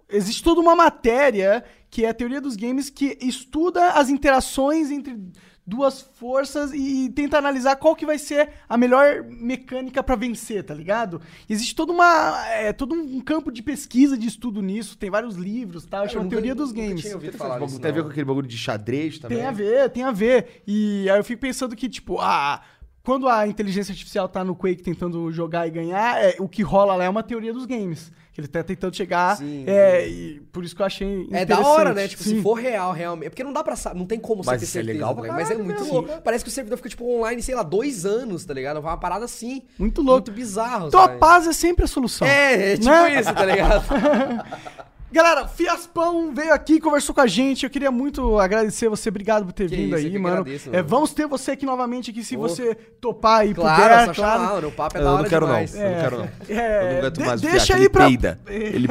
Speaker 2: Existe toda uma matéria que é a teoria dos games que estuda as interações entre duas forças e tenta analisar qual que vai ser a melhor mecânica pra vencer, tá ligado? Existe toda uma é, todo um campo de pesquisa de estudo nisso, tem vários livros, tá?
Speaker 3: Cara, eu
Speaker 2: Chama
Speaker 3: nunca-
Speaker 2: teoria dos
Speaker 3: nunca
Speaker 2: games.
Speaker 3: tinha ouvido falar
Speaker 1: Tem
Speaker 3: disso,
Speaker 1: a ver
Speaker 3: não.
Speaker 1: com aquele bagulho de xadrez também?
Speaker 2: Tem a ver, tem a ver. E aí eu fico pensando que, tipo, ah, quando a inteligência artificial tá no Quake tentando jogar e ganhar, é, o que rola lá é uma teoria dos games. Que ele tá tentando chegar.
Speaker 3: Sim.
Speaker 2: é, e por isso que eu achei interessante.
Speaker 3: É da hora, né? Tipo,
Speaker 2: Sim.
Speaker 3: se for real, realmente. Porque não dá pra saber, não tem como
Speaker 1: Mas
Speaker 3: você ter
Speaker 1: isso é
Speaker 3: certeza.
Speaker 1: legal
Speaker 3: tá
Speaker 1: pra
Speaker 3: ligado? mas é
Speaker 1: caralho
Speaker 3: muito
Speaker 1: mesmo,
Speaker 3: louco.
Speaker 1: né?
Speaker 3: Parece que o servidor fica, tipo, online, sei lá, dois anos, tá ligado? Foi uma parada assim.
Speaker 2: Muito louco.
Speaker 3: Muito É, bizarro.
Speaker 2: Então a
Speaker 3: sabe?
Speaker 2: paz é sempre a solução.
Speaker 3: É, é tipo
Speaker 2: Né?
Speaker 3: isso, tá ligado?
Speaker 2: Galera, Fiaspão veio aqui, conversou com a gente. Eu queria muito agradecer você. Obrigado por ter
Speaker 3: Que
Speaker 2: vindo
Speaker 3: isso, eu
Speaker 2: aí,
Speaker 3: que
Speaker 2: mano.
Speaker 3: agradeço,
Speaker 2: É,
Speaker 3: mano.
Speaker 2: vamos ter você aqui novamente aqui, se
Speaker 3: Ô.
Speaker 2: você topar aí
Speaker 3: Claro,
Speaker 2: puder,
Speaker 3: só chamar, mano, o papo é da
Speaker 1: eu
Speaker 3: hora
Speaker 1: não quero
Speaker 3: demais.
Speaker 1: não. Eu não quero não.
Speaker 2: É,
Speaker 1: eu não aguento
Speaker 2: de-
Speaker 1: mais o
Speaker 2: deixa
Speaker 1: Fiat,
Speaker 2: aí
Speaker 1: ele
Speaker 2: pra-
Speaker 1: peida. Ele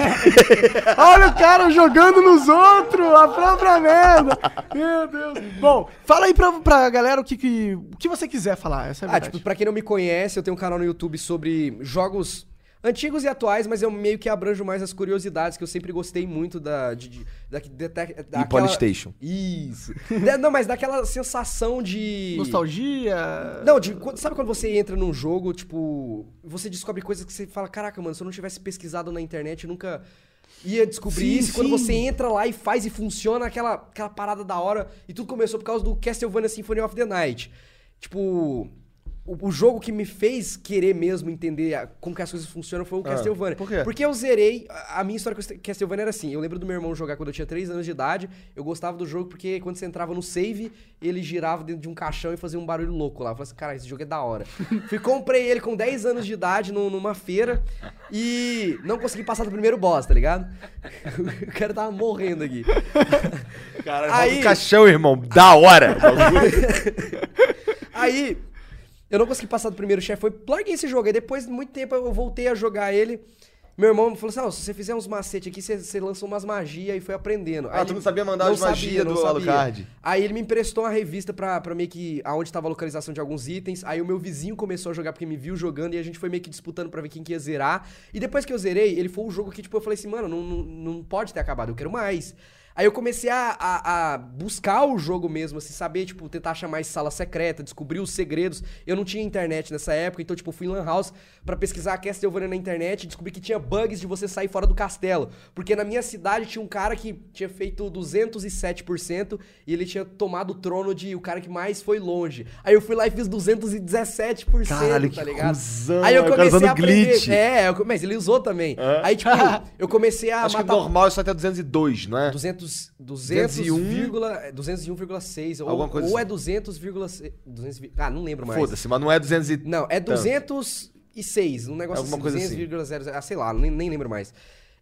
Speaker 2: Olha o cara jogando nos outros, a própria merda. Meu Deus. Bom, fala aí pra, pra galera o que, que, o que você quiser falar. Essa é a
Speaker 3: Ah,
Speaker 2: verdade.
Speaker 3: tipo, pra quem não me conhece, eu tenho um canal no YouTube sobre jogos antigos e atuais, mas eu meio que abranjo mais as curiosidades que eu sempre gostei muito da... De, de, da, da, da,
Speaker 1: E Polystation.
Speaker 3: Isso. Da- não, mas daquela sensação de...
Speaker 2: Nostalgia.
Speaker 3: Não, de, quando- sabe quando você entra num jogo, tipo, você descobre coisas que você fala, caraca, mano, se eu não tivesse pesquisado na internet, eu nunca ia descobrir
Speaker 2: Sim,
Speaker 3: isso. E Quando
Speaker 2: sim.
Speaker 3: você entra lá e faz e funciona aquela, aquela parada da hora, e tudo começou por causa do Castlevania Symphony of the Night. Tipo, o, o jogo que me fez querer mesmo entender a- como que as coisas funcionam foi o Castlevania.
Speaker 1: Ah, por quê?
Speaker 3: Porque eu zerei, a a minha história com Castlevania era assim, eu lembro do meu irmão jogar quando eu tinha 3 anos de idade, eu gostava do jogo porque quando você entrava no save, ele girava dentro de um caixão e fazia um barulho louco lá. Eu falei assim, cara, esse jogo é da hora. Fui, comprei ele com 10 anos de idade num- numa feira e não consegui passar do primeiro boss, tá ligado? o cara tava morrendo aqui.
Speaker 1: Caralho, roda
Speaker 3: Aí-
Speaker 1: o é um caixão, irmão. Da hora.
Speaker 3: Aí, eu não consegui passar do primeiro chefe. Foi, larguei esse jogo. Aí depois de muito tempo eu voltei a jogar ele. Meu irmão falou assim: "Ah, se você fizer uns macete aqui, você, você lança umas magias e foi aprendendo.
Speaker 1: Ah, tu
Speaker 3: ele-
Speaker 1: não sabia mandar as magia
Speaker 3: não
Speaker 1: do
Speaker 3: sabia.
Speaker 1: Alucard?
Speaker 3: Aí ele me emprestou uma revista pra, pra meio que. aonde tava a localização de alguns itens. Aí o meu vizinho começou a jogar porque me viu jogando e a gente foi meio que disputando pra ver quem que ia zerar. E depois que eu zerei, ele foi o jogo que, tipo, eu falei assim, mano, não, não, não pode ter acabado, eu quero mais. Aí eu comecei a, a- a buscar o jogo mesmo, assim, saber, tipo, tentar achar mais sala secreta, descobrir os segredos. Eu não tinha internet nessa época, então, tipo, fui em Lan House pra pesquisar a Castlevania na internet e descobri que tinha bugs de você sair fora do castelo. Porque na minha cidade tinha um cara que tinha feito 207% e ele tinha tomado o trono de o cara que mais foi longe. Aí eu fui lá e fiz 217%,
Speaker 1: Caralho,
Speaker 3: tá
Speaker 1: que
Speaker 3: ligado?
Speaker 1: cuzão,
Speaker 3: Aí eu
Speaker 1: é, o cara
Speaker 3: comecei
Speaker 1: usando
Speaker 3: a aprender.
Speaker 1: glitch. É?
Speaker 3: É, eu- mas ele usou também. Aí, tipo, eu comecei a
Speaker 1: Acho que
Speaker 3: matar.
Speaker 1: normal isso é até 202, não é?
Speaker 3: 200,
Speaker 1: 201.
Speaker 3: 200,6 201,6 ou,
Speaker 1: Alguma coisa
Speaker 3: ou é
Speaker 1: assim.
Speaker 3: 200,6 200, vi- ah, não lembro mais.
Speaker 1: Foda-se, mas não é 200 e...
Speaker 3: Não, é 206, um negócio
Speaker 1: Alguma coisa
Speaker 3: assim,
Speaker 1: assim.
Speaker 3: 200,00, ah, sei lá, nem, nem lembro mais.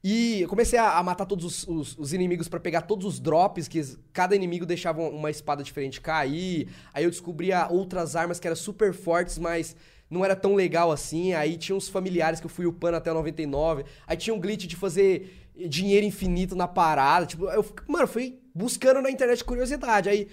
Speaker 3: E eu comecei a, a matar todos os, os- os inimigos pra pegar todos os drops, que es- cada inimigo deixava um, uma espada diferente cair. Aí eu descobria outras armas que eram super fortes, mas não era tão legal assim. Aí tinha uns familiares que eu fui upando até o 99. Aí tinha um glitch de fazer dinheiro infinito na parada. Tipo, eu, fico- mano, fui buscando na internet curiosidade. Aí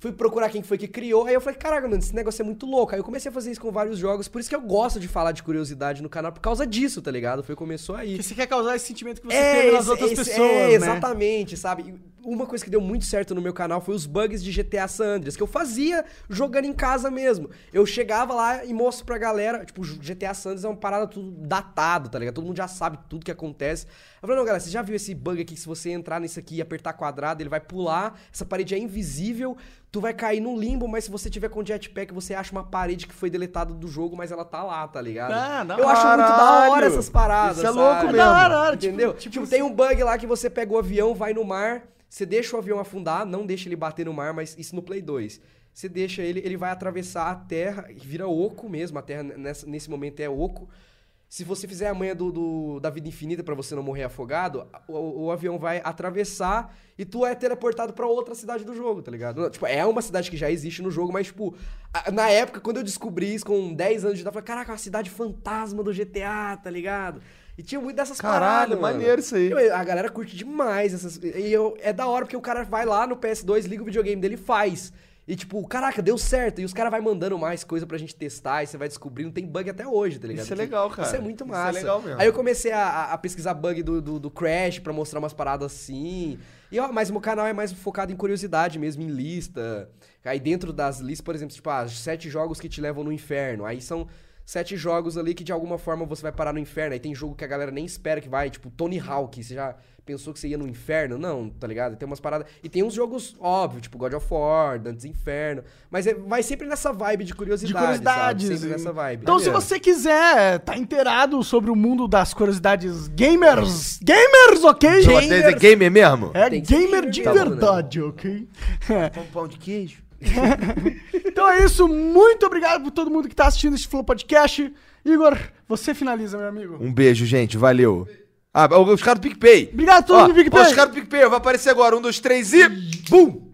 Speaker 3: Fui procurar quem foi que criou, aí eu falei, caraca, mano, esse negócio é muito louco. Aí eu comecei a fazer isso com vários jogos, por isso que eu gosto de falar de curiosidade no canal, por causa disso, tá ligado? Foi, começou aí.
Speaker 2: Porque você quer causar esse sentimento que você teve nas
Speaker 3: É, esse-
Speaker 2: outras
Speaker 3: esse-
Speaker 2: pessoas,
Speaker 3: é,
Speaker 2: né?
Speaker 3: exatamente, sabe? E Uma coisa que deu muito certo no meu canal foi os bugs de GTA San Andreas, que eu fazia jogando em casa mesmo. Eu chegava lá e mostro pra galera, tipo, GTA San Andreas é uma parada tudo datado, tá ligado? Todo mundo já sabe tudo que acontece. Eu falei, não, galera, você já viu esse bug aqui, que se você entrar nisso aqui e apertar quadrado, ele vai pular, essa parede é invisível, tu vai cair num limbo, mas se você tiver com jetpack, você acha uma parede que foi deletada do jogo, mas ela tá lá, tá ligado?
Speaker 2: Ah, da
Speaker 3: eu acho muito da hora
Speaker 1: Caralho!
Speaker 3: essas paradas,
Speaker 1: Isso é
Speaker 3: sabe?
Speaker 1: louco
Speaker 2: É
Speaker 1: mesmo.
Speaker 2: da hora, da hora, tipo-
Speaker 3: Entendeu?
Speaker 2: tipo
Speaker 3: Tipo,
Speaker 2: assim.
Speaker 3: tem um bug lá que você pega o avião, vai no mar, você deixa o avião afundar, não deixa ele bater no mar, mas isso no Play 2. Você deixa ele, ele vai atravessar a terra, e vira oco mesmo, a terra nessa- nesse momento é oco. Se você fizer a manha do, do- da vida infinita pra você não morrer afogado, o, o avião vai atravessar e tu é teleportado pra outra cidade do jogo, tá ligado? Não, tipo, é uma cidade que já existe no jogo, mas, tipo, a- na época, quando eu descobri isso com 10 anos de idade, eu falei, caraca, é uma cidade fantasma do GTA, tá ligado? E tinha muito dessas
Speaker 1: Caralho,
Speaker 3: paradas, mano.
Speaker 1: maneiro isso aí.
Speaker 3: Eu- a galera curte demais essas. E eu, é da hora porque o cara vai lá no PS2, liga o videogame dele e faz. E tipo, caraca, deu certo. E os caras vai mandando mais coisa pra gente testar e você vai descobrindo. Tem bug até hoje, tá ligado?
Speaker 1: Isso é
Speaker 3: Que-
Speaker 1: legal, cara.
Speaker 3: Isso é muito
Speaker 1: Isso é
Speaker 3: massa.
Speaker 1: legal mesmo.
Speaker 3: Aí eu comecei a- a, a pesquisar bug do, do, do Crash pra mostrar umas paradas assim. E, ó, mas o meu canal é mais focado em curiosidade mesmo, em lista. Aí dentro das listas, por exemplo, tipo, ah, sete jogos que te levam no inferno. Aí são sete jogos ali que de alguma forma você vai parar no inferno. Aí tem jogo que a galera nem espera que vai, tipo Tony Hawk. Você já pensou que você ia no inferno? Não, tá ligado? Tem umas paradas. E tem uns jogos óbvios, tipo God of War, Dantes Inferno. Mas é- vai sempre nessa vibe de curiosidade.
Speaker 2: De curiosidades.
Speaker 3: Sabe? Sempre nessa vibe.
Speaker 2: Então, se
Speaker 1: Maneiro.
Speaker 2: você quiser tá inteirado sobre o mundo das curiosidades gamers, gamers, ok?
Speaker 3: Então,
Speaker 1: Chama até dizer é gamer mesmo?
Speaker 2: É
Speaker 3: Tem que ser
Speaker 2: gamer de
Speaker 3: gamer mesmo, né?
Speaker 2: verdade, ok?
Speaker 1: Com pão de queijo.
Speaker 2: Então é isso, muito obrigado por todo mundo que tá assistindo este Flow Podcast. Igor, você finaliza, meu amigo.
Speaker 1: Um beijo, gente. Valeu. Ah, os caras do PicPay.
Speaker 2: Obrigado a todos
Speaker 1: Ó,
Speaker 2: do PicPay.
Speaker 1: Ó, os caras do PicPay, vai aparecer agora. Um, dois, três e. Bum!